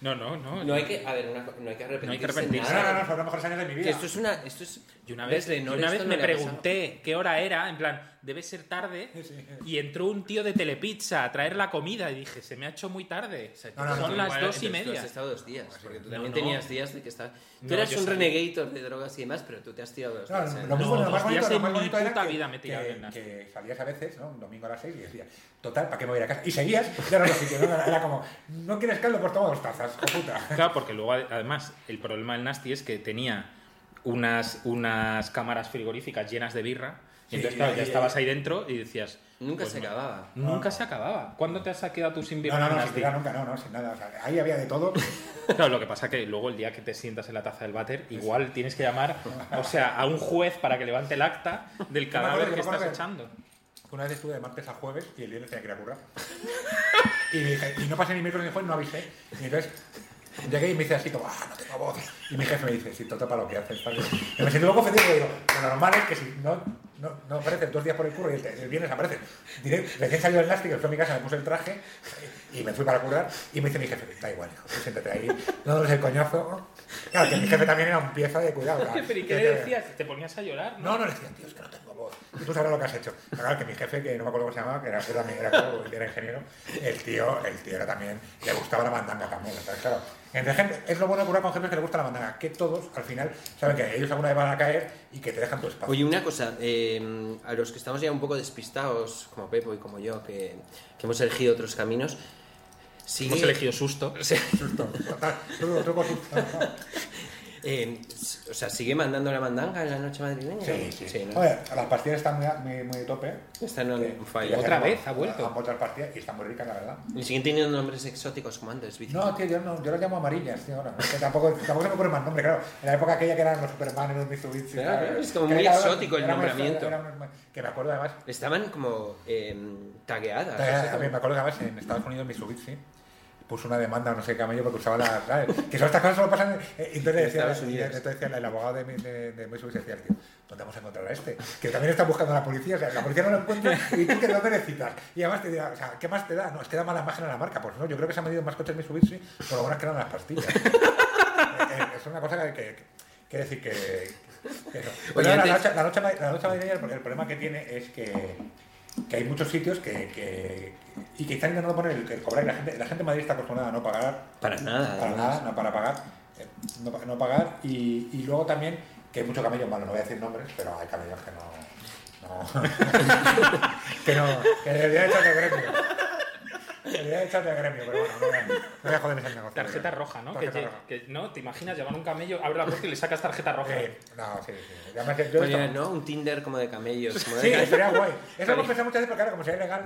[SPEAKER 3] No, no, no.
[SPEAKER 1] No hay que, a ver, una co- no hay que arrepentirse.
[SPEAKER 3] No hay que
[SPEAKER 2] No,
[SPEAKER 3] arrepentirse.
[SPEAKER 2] no, no, no,
[SPEAKER 1] nada.
[SPEAKER 2] fueron los mejores años de mi vida.
[SPEAKER 1] Que esto es una. Esto es,
[SPEAKER 3] Y una vez,
[SPEAKER 1] Leslie, no,
[SPEAKER 3] y una
[SPEAKER 1] esto
[SPEAKER 3] vez
[SPEAKER 1] no
[SPEAKER 3] me
[SPEAKER 1] le ha pasado.
[SPEAKER 3] pregunté qué hora era, en plan, debe ser tarde,
[SPEAKER 2] sí.
[SPEAKER 3] y entró un tío de Telepizza a traer la comida y dije, se me ha hecho muy tarde.
[SPEAKER 2] No, no,
[SPEAKER 3] Son
[SPEAKER 2] no,
[SPEAKER 3] las
[SPEAKER 1] Ah, Bueno,
[SPEAKER 3] dos y
[SPEAKER 1] entonces Tú
[SPEAKER 3] media.
[SPEAKER 1] has estado dos días, porque tú
[SPEAKER 3] No,
[SPEAKER 1] también
[SPEAKER 3] no.
[SPEAKER 1] tenías días de que estabas. Tú
[SPEAKER 3] No,
[SPEAKER 1] eras
[SPEAKER 3] yo
[SPEAKER 1] un
[SPEAKER 3] sabía.
[SPEAKER 1] renegator de drogas y demás, pero tú te has tirado dos
[SPEAKER 2] No,
[SPEAKER 1] días.
[SPEAKER 2] lo,
[SPEAKER 1] ¿eh?
[SPEAKER 2] lo mismo,
[SPEAKER 3] No,
[SPEAKER 2] lo más
[SPEAKER 3] dos días
[SPEAKER 2] bonito, lo
[SPEAKER 3] en
[SPEAKER 2] más
[SPEAKER 3] mi
[SPEAKER 2] bonito era
[SPEAKER 3] puta
[SPEAKER 2] que,
[SPEAKER 3] vida me he tirado en
[SPEAKER 2] que,
[SPEAKER 3] las-
[SPEAKER 2] que salías a veces, ¿no? Un domingo a las 6 y decías, total, ¿para qué me voy a ir a casa? Y seguías, ya no lo sitio, ¿no? Era como, no quieres caldo, pues toma dos tazas, hijo puta.
[SPEAKER 3] Claro, porque luego ad- además el problema del Nasty es que tenía unas, unas cámaras frigoríficas llenas de birra.
[SPEAKER 2] Sí,
[SPEAKER 3] Y entonces, claro,
[SPEAKER 2] y-
[SPEAKER 3] ya
[SPEAKER 2] y-
[SPEAKER 3] estabas ahí dentro y decías.
[SPEAKER 1] Nunca
[SPEAKER 3] pues
[SPEAKER 1] se
[SPEAKER 3] no.
[SPEAKER 1] acababa.
[SPEAKER 3] Nunca se acababa. ¿Cuándo te has quedado tú sin birra?
[SPEAKER 2] No, no,
[SPEAKER 3] en
[SPEAKER 2] no, sin
[SPEAKER 3] Nasty?
[SPEAKER 2] tirar nunca, no, no, sin nada. O sea, ahí había de todo.
[SPEAKER 3] Claro, lo que pasa que luego el día que te sientas en la taza del váter, igual tienes que llamar, o sea, a un juez para que levante el acta del
[SPEAKER 2] me acuerdo,
[SPEAKER 3] cadáver
[SPEAKER 2] yo
[SPEAKER 3] que
[SPEAKER 2] me
[SPEAKER 3] estás
[SPEAKER 2] acuerdo.
[SPEAKER 3] echando.
[SPEAKER 2] Una vez estuve de martes a jueves y el viernes tenía que ir a currar. Y, dije- y no pasé ni miércoles ni jueves, no avisé. Y entonces llegué y me hice así como, ah, no tengo voz. Y mi jefe me dice, sí, total, para lo que haces. tal". Y me siento un poco ofendido porque digo, lo normal es que si no, no, no apareces dos días por el curro y el, el viernes apareces. Diré, recién salió el lástico, fui a mi casa, me puse el traje y me fui para currar. Y me dice mi jefe, da igual, hijo, tú siéntate ahí, no nos el coñazo. Claro, que mi jefe también era un pieza de cuidado. claro.
[SPEAKER 3] Pero ¿y qué
[SPEAKER 2] Que-
[SPEAKER 3] le
[SPEAKER 2] que-
[SPEAKER 3] decías? Te ponías a llorar, ¿no?
[SPEAKER 2] no, no le decía, tío, es que no tengo voz. Y tú sabrás lo que has hecho. Pero Claro, que mi jefe, que no me acuerdo cómo se llamaba, que era, que también era, como- que era ingeniero, el tío, el tío era también, le gustaba la mandanga también. Entonces, claro, entre gente, es lo bueno de curar con jefes que le gusta la mandanga, que todos, al final, saben que ellos alguna vez van a caer y que te dejan tu espacio.
[SPEAKER 1] Oye, una cosa, eh, a los que estamos ya un poco despistados, como Pepo y como yo, que, que hemos elegido otros caminos, sigue,
[SPEAKER 3] Hemos elegido susto.
[SPEAKER 2] Susto, total, truco, truco, susto.
[SPEAKER 1] eh, s- o sea, sigue mandando la mandanga en la noche madrileña.
[SPEAKER 2] Sí, sí.
[SPEAKER 1] ¿no?
[SPEAKER 2] Oye, las pastillas están muy, a- muy, muy de tope. Eh,
[SPEAKER 1] Esta no
[SPEAKER 2] Sí.
[SPEAKER 1] falla.
[SPEAKER 3] Otra vez, ha vuelto.
[SPEAKER 2] Han vuelto las pastillas y están muy ricas, la verdad.
[SPEAKER 1] Y siguen teniendo nombres exóticos como antes, bici.
[SPEAKER 2] No, tío, yo, no, yo las llamo amarillas, tío, ahora. Es que tampoco, tampoco se me ocurre más nombre, claro. En la época aquella que eran los Superman y los Mitsubishi.
[SPEAKER 1] Claro,
[SPEAKER 2] tal,
[SPEAKER 1] claro, es como
[SPEAKER 2] que
[SPEAKER 1] muy
[SPEAKER 2] era-
[SPEAKER 1] exótico el
[SPEAKER 2] era muy-
[SPEAKER 1] nombramiento.
[SPEAKER 2] era muy- que me acuerdo además.
[SPEAKER 1] Estaban como eh, tagueadas.
[SPEAKER 2] eh,
[SPEAKER 1] o sea,
[SPEAKER 2] a mí me acuerdo que además en Estados Unidos Mitsubishi puso una demanda o no sé qué camello porque usaba la. ¿sabes? Que son estas cosas solo pasan. eh, y entonces
[SPEAKER 1] En
[SPEAKER 2] le decía,
[SPEAKER 1] Estados
[SPEAKER 2] y
[SPEAKER 1] Unidos.
[SPEAKER 2] entonces decía el abogado de, mi- de, de Mitsubishi decía, tío, ¿dónde vamos a encontrar a este? Que también está buscando a la policía, o sea, la policía no lo encuentra y tú que dónde le citas. Y además te dirá, o sea, ¿qué más te da? No, es que da mala imagen a la marca. Pues no, yo creo que se han vendido más coches Mitsubishi por lo buenas que eran las pastillas. Eh, es una cosa que, que- que- quiere decir que, que eso. Pero
[SPEAKER 1] Oye,
[SPEAKER 2] la,
[SPEAKER 1] antes-
[SPEAKER 2] noche, la, noche, ma- la noche madrileña, el pro- el problema que tiene es que, que hay muchos sitios que, que- y que están intentando poner el, el cobrar y la gente la gente en Madrid está acostumbrada a no pagar
[SPEAKER 1] Para nada.
[SPEAKER 2] para
[SPEAKER 1] además.
[SPEAKER 2] nada no para pagar eh, no, pa- no pagar y, y luego también que hay muchos camellos malos no voy a decir nombres pero hay camellos que no, no que no que debería echarte a gremio debería echarte a gremio pero bueno no voy a, no voy a joder ese negocio
[SPEAKER 3] Tarjeta
[SPEAKER 2] Pero-
[SPEAKER 3] roja, ¿no? Que,
[SPEAKER 2] tarjeta
[SPEAKER 3] lle-
[SPEAKER 2] roja.
[SPEAKER 3] que- no, te imaginas llevar un camello, abre la puerta y le sacas tarjeta roja.
[SPEAKER 2] Eh, no, sí, sí. Además, yo- yo he
[SPEAKER 1] Ponía,
[SPEAKER 2] visto-
[SPEAKER 1] ¿no? Un Tinder como de camellos. Como de
[SPEAKER 2] Sí,
[SPEAKER 1] ca-
[SPEAKER 2] sería guay. Eso hemos pensado muchas veces, pero claro, como sería legal.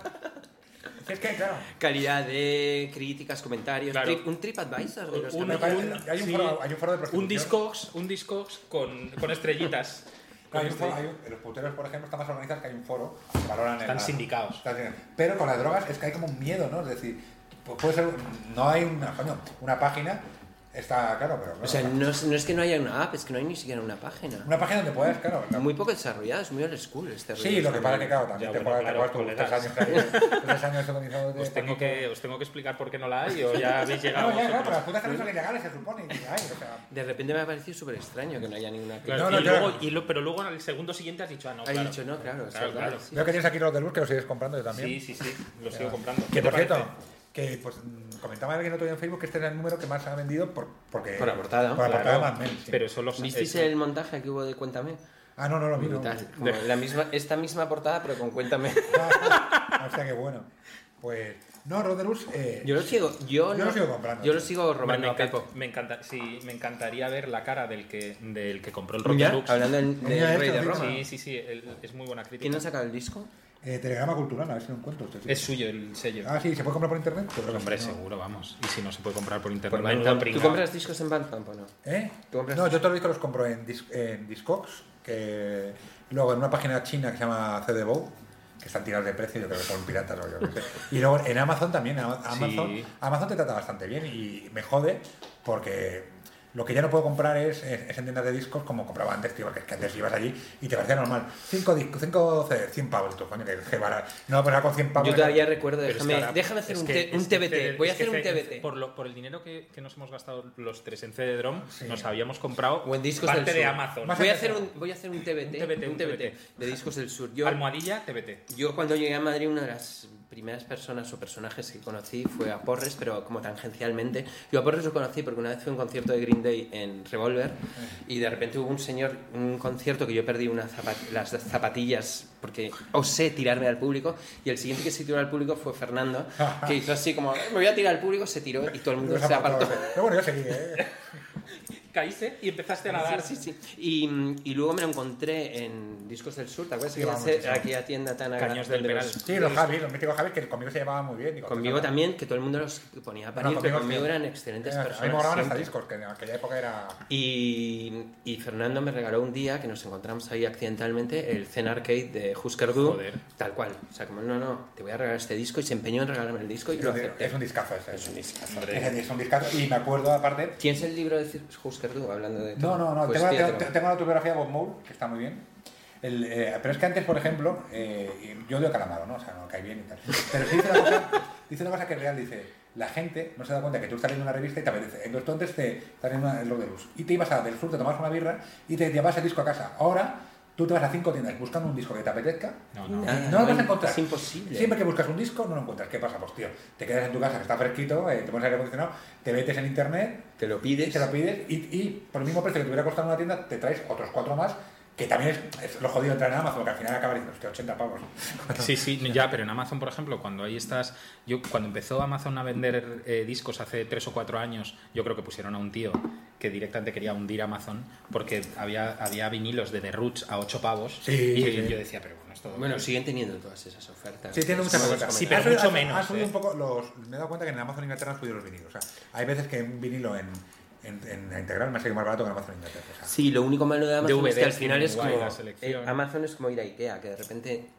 [SPEAKER 2] Es que, claro.
[SPEAKER 1] calidad de críticas, comentarios.
[SPEAKER 3] Claro.
[SPEAKER 1] tri- un trip advisor de los
[SPEAKER 3] Un-
[SPEAKER 1] camellos.
[SPEAKER 2] Pero hay, hay un
[SPEAKER 3] sí.
[SPEAKER 2] foro, hay un foro de prostitución.
[SPEAKER 3] Un Discogs, un Discogs con, con estrellitas.
[SPEAKER 2] Claro, hay un
[SPEAKER 3] Con
[SPEAKER 2] foro,
[SPEAKER 3] estrell-
[SPEAKER 2] hay un- los puteros, por ejemplo, están más organizados que hay un foro que valoran el-
[SPEAKER 3] Están
[SPEAKER 2] la-
[SPEAKER 3] sindicados.
[SPEAKER 2] están sindicados. Pero con las drogas es que hay como un miedo, ¿no? Es decir, pu- puede ser. No hay una, coño, una página. Está claro, pero.
[SPEAKER 1] O sea,
[SPEAKER 2] claro,
[SPEAKER 1] no es, no es que no haya una app, es que no hay ni siquiera una página.
[SPEAKER 2] Una página donde puedas, claro. la-
[SPEAKER 1] Muy poco desarrollada, es muy old school este
[SPEAKER 2] Sí,
[SPEAKER 1] rollo.
[SPEAKER 2] lo que pasa es que, claro, también
[SPEAKER 3] Ya,
[SPEAKER 2] te
[SPEAKER 3] bueno,
[SPEAKER 2] juegas te
[SPEAKER 3] claro,
[SPEAKER 2] juegas tus
[SPEAKER 3] colegas.
[SPEAKER 2] tres años ahí, tres años organizados de.
[SPEAKER 3] Os tengo, que, os tengo que explicar por qué no la hay o ya habéis llegado
[SPEAKER 2] No, ya, claro, pero las
[SPEAKER 3] vosotros.
[SPEAKER 2] putas también son ilegales, se supone. y, ay, o sea,
[SPEAKER 1] De repente me ha parecido súper extraño que no haya ninguna
[SPEAKER 3] Claro,
[SPEAKER 2] No, no,
[SPEAKER 3] y
[SPEAKER 2] claro.
[SPEAKER 3] luego- y lo- pero luego al segundo siguiente has dicho, ah, no,
[SPEAKER 1] Has
[SPEAKER 3] claro.
[SPEAKER 1] dicho, no, claro, es
[SPEAKER 3] Claro,
[SPEAKER 1] verdad,
[SPEAKER 3] claro.
[SPEAKER 1] sí.
[SPEAKER 2] Veo que tienes aquí los del bus que los sigues comprando yo también.
[SPEAKER 3] Sí, sí, sí, lo sigo comprando.
[SPEAKER 2] Que
[SPEAKER 3] ¿Qué
[SPEAKER 2] por
[SPEAKER 3] te
[SPEAKER 2] cierto,
[SPEAKER 3] parece?
[SPEAKER 2] que pues, mm, comentaba alguien otro día en Facebook que este era el número que más se ha vendido por, porque,
[SPEAKER 1] Por la portada.
[SPEAKER 2] Por la
[SPEAKER 3] Claro,
[SPEAKER 2] portada de Mad Men, sí.
[SPEAKER 3] Pero eso lo
[SPEAKER 1] ¿Visteis
[SPEAKER 3] eso-
[SPEAKER 1] el montaje que hubo de Cuéntame?
[SPEAKER 2] Ah, no, no lo vi. no.
[SPEAKER 1] Brutal. Como la misma, esta misma portada, pero con Cuéntame.
[SPEAKER 2] Ah, Hostia, qué bueno. Pues No, Roderus. eh,
[SPEAKER 1] Yo lo sigo, yo,
[SPEAKER 2] Yo lo
[SPEAKER 1] no-
[SPEAKER 2] sigo comprando.
[SPEAKER 1] Yo lo sigo
[SPEAKER 3] Hombre,
[SPEAKER 1] robando
[SPEAKER 3] me,
[SPEAKER 1] a
[SPEAKER 3] encanta-
[SPEAKER 1] Pepo.
[SPEAKER 3] me encanta- sí, me encantaría ver la cara del que, del que compró el
[SPEAKER 1] Ya,
[SPEAKER 3] Rodelux.
[SPEAKER 1] Hablando del,
[SPEAKER 2] Ya,
[SPEAKER 1] del
[SPEAKER 2] ya,
[SPEAKER 1] rey
[SPEAKER 2] ya,
[SPEAKER 1] de
[SPEAKER 2] ya.
[SPEAKER 1] Roma.
[SPEAKER 3] Sí, sí, sí, el- es muy buena crítica.
[SPEAKER 1] ¿Quién ha sacado el disco?
[SPEAKER 2] eh, telegrama cultural, a ver si lo encuentro. este, sí.
[SPEAKER 3] Es suyo el sello.
[SPEAKER 2] Ah, sí, ¿se puede comprar por internet? Pues,
[SPEAKER 3] Hombre,
[SPEAKER 2] no.
[SPEAKER 3] seguro, vamos. Y si no se puede comprar por internet,
[SPEAKER 1] Por
[SPEAKER 3] menudo
[SPEAKER 1] Bandcamp. ¿Tú
[SPEAKER 3] pringao.
[SPEAKER 1] compras discos en Bandcamp o no?
[SPEAKER 2] ¿Eh?
[SPEAKER 1] ¿Tú compras?
[SPEAKER 2] No, yo todos los discos los compro en, Dis- en Discogs, que luego en una página china que se llama CDBO, que están tirados de precio, yo creo que son piratas o yo qué sé. Y luego en Amazon también, Ama- Amazon,
[SPEAKER 3] Sí.
[SPEAKER 2] Amazon te trata bastante bien y me jode porque lo que ya no puedo comprar es, es, es en tiendas de discos como compraba antes, tío, que, que antes ibas allí y te parecía normal. 5 discos, 5 CDs, 100 pavos, tú, coño, que, que barato. No, pues ahora con 100 pavos.
[SPEAKER 1] Yo todavía recuerdo,
[SPEAKER 3] Pero es
[SPEAKER 1] déjame,
[SPEAKER 3] que ahora-
[SPEAKER 1] déjame hacer
[SPEAKER 3] es
[SPEAKER 1] un,
[SPEAKER 3] que-
[SPEAKER 1] te- un
[SPEAKER 3] es que
[SPEAKER 1] TBT.
[SPEAKER 3] CD
[SPEAKER 1] Voy a
[SPEAKER 3] es que
[SPEAKER 1] hacer un
[SPEAKER 3] CD
[SPEAKER 1] TBT.
[SPEAKER 3] Por, lo- por el dinero que, que nos hemos gastado los tres en CD-DROM, nos habíamos comprado
[SPEAKER 1] O en discos
[SPEAKER 3] parte
[SPEAKER 1] del
[SPEAKER 3] de
[SPEAKER 1] sur.
[SPEAKER 3] Amazon.
[SPEAKER 2] Más
[SPEAKER 1] Voy a
[SPEAKER 2] allá
[SPEAKER 1] hacer
[SPEAKER 2] de-
[SPEAKER 1] un, voy a hacer un TBT,
[SPEAKER 3] Un TBT,
[SPEAKER 1] un
[SPEAKER 3] un
[SPEAKER 1] TBT,
[SPEAKER 3] TBT.
[SPEAKER 1] de discos del sur. Yo,
[SPEAKER 3] Almohadilla, TBT.
[SPEAKER 1] yo cuando llegué a Madrid una de las primeras personas o personajes que conocí fue a Porres, pero como tangencialmente. Yo a Porres lo conocí porque una vez fue a un concierto de Green Day en Revolver y de repente hubo un señor, un concierto que yo perdí una zapa- las zapatillas porque osé tirarme al público y el siguiente que se tiró al público fue Fernando, que hizo así como, "Eh, me voy a tirar al público, se tiró y todo el mundo
[SPEAKER 2] Los
[SPEAKER 1] se apartó.
[SPEAKER 2] apartados, eh. Pero bueno, yo seguí, ¿eh?
[SPEAKER 3] Caíste y empezaste a nadar.
[SPEAKER 1] Sí, sí, sí. Y, y luego me lo encontré en Discos del Sur, ¿te acuerdas?
[SPEAKER 2] Sí,
[SPEAKER 1] aquella,
[SPEAKER 2] vamos,
[SPEAKER 1] ce-
[SPEAKER 2] sí, sí.
[SPEAKER 1] aquella tienda tan
[SPEAKER 3] Caños
[SPEAKER 1] agradable
[SPEAKER 3] del
[SPEAKER 1] de
[SPEAKER 3] Peral.
[SPEAKER 1] los-
[SPEAKER 2] Sí, los Javis, los míticos Javis, que conmigo se llevaban muy bien. digo,
[SPEAKER 1] Conmigo
[SPEAKER 2] coño,
[SPEAKER 1] también, que todo el mundo los ponía a parir,
[SPEAKER 2] No,
[SPEAKER 1] pero
[SPEAKER 2] conmigo
[SPEAKER 1] conmigo
[SPEAKER 2] sí.
[SPEAKER 1] eran excelentes
[SPEAKER 2] eh, A mí me
[SPEAKER 1] personas.
[SPEAKER 2] molaban hasta
[SPEAKER 1] siempre.
[SPEAKER 2] discos, que en aquella época era.
[SPEAKER 1] Y, y Fernando me regaló un día que nos encontramos ahí accidentalmente el Zen Arcade de Husker Du,
[SPEAKER 3] Joder.
[SPEAKER 1] tal cual. O sea, como, no, no, te voy a regalar este disco y se empeñó en regalarme el disco y lo acepté.
[SPEAKER 2] Es un discazo ese.
[SPEAKER 1] Es un discazo.
[SPEAKER 2] Ese Es un discazo. Y me acuerdo, aparte.
[SPEAKER 1] ¿Tienes el libro de Husker Du hablando de
[SPEAKER 2] No,
[SPEAKER 1] todo?
[SPEAKER 2] no, no.
[SPEAKER 1] Pues,
[SPEAKER 2] tengo,
[SPEAKER 1] tío,
[SPEAKER 2] tengo-
[SPEAKER 1] te lo-
[SPEAKER 2] tengo la autobiografía de Bob Moore, que está muy bien. El, eh, pero es que antes, por ejemplo, eh, yo odio a Calamaro, ¿no? O sea, no cae bien y tal. Pero sí dice una cosa, dice una cosa que es real: dice, la gente no se da cuenta que tú estás leyendo una revista y te apetece. Entonces tú antes te estás en una- en lo de luz. Y te ibas a del sur, te tomabas una birra y te llevabas el disco a casa. Ahora. Tú te vas a cinco tiendas buscando un disco que te apetezca
[SPEAKER 3] No, no.
[SPEAKER 2] y
[SPEAKER 1] Nada,
[SPEAKER 2] no lo
[SPEAKER 1] no,
[SPEAKER 2] vas a encontrar.
[SPEAKER 1] Ah, es imposible.
[SPEAKER 2] Siempre que buscas un disco no lo encuentras. ¿Qué pasa? Pues tío, te quedas en tu casa que está fresquito, eh, te pones aire acondicionado, te metes en internet,
[SPEAKER 1] Te lo
[SPEAKER 2] y
[SPEAKER 1] pides.
[SPEAKER 2] se lo pides y, y por el mismo precio que te hubiera costado en una tienda, te traes otros cuatro más, que también es, es lo jodido de entrar en Amazon, que al final acabas diciendo, hostia, 80 pavos.
[SPEAKER 3] Sí, sí, ya, pero en Amazon, por ejemplo, cuando ahí estás. Yo, cuando empezó Amazon a vender eh, discos hace tres o cuatro años, yo creo que pusieron a un tío que directamente quería hundir Amazon porque había, había vinilos de The Roots a ocho pavos.
[SPEAKER 2] Sí,
[SPEAKER 3] y
[SPEAKER 2] sí, sí.
[SPEAKER 3] yo decía, pero bueno, esto.
[SPEAKER 1] Bueno, siguen teniendo todas esas ofertas.
[SPEAKER 2] Sí, tiene
[SPEAKER 1] Es
[SPEAKER 2] muchas
[SPEAKER 1] como
[SPEAKER 2] cosas.
[SPEAKER 1] los
[SPEAKER 3] Sí, pero
[SPEAKER 2] Ha subido-
[SPEAKER 3] mucho
[SPEAKER 2] ha-
[SPEAKER 3] menos,
[SPEAKER 2] Ha subido
[SPEAKER 3] ¿eh?
[SPEAKER 2] un poco los. Me he dado cuenta que en Amazon Inglaterra han subido los vinilos. O sea, hay veces que un vinilo en, en, en la integral me ha salido más barato que en Amazon e Inglaterra. o sea.
[SPEAKER 1] Sí, lo único malo de Amazon
[SPEAKER 3] DVD
[SPEAKER 1] es que al
[SPEAKER 3] tienen
[SPEAKER 1] final es
[SPEAKER 3] guay
[SPEAKER 1] como
[SPEAKER 3] la selección.
[SPEAKER 1] eh, Amazon es como ir a Ikea, que de repente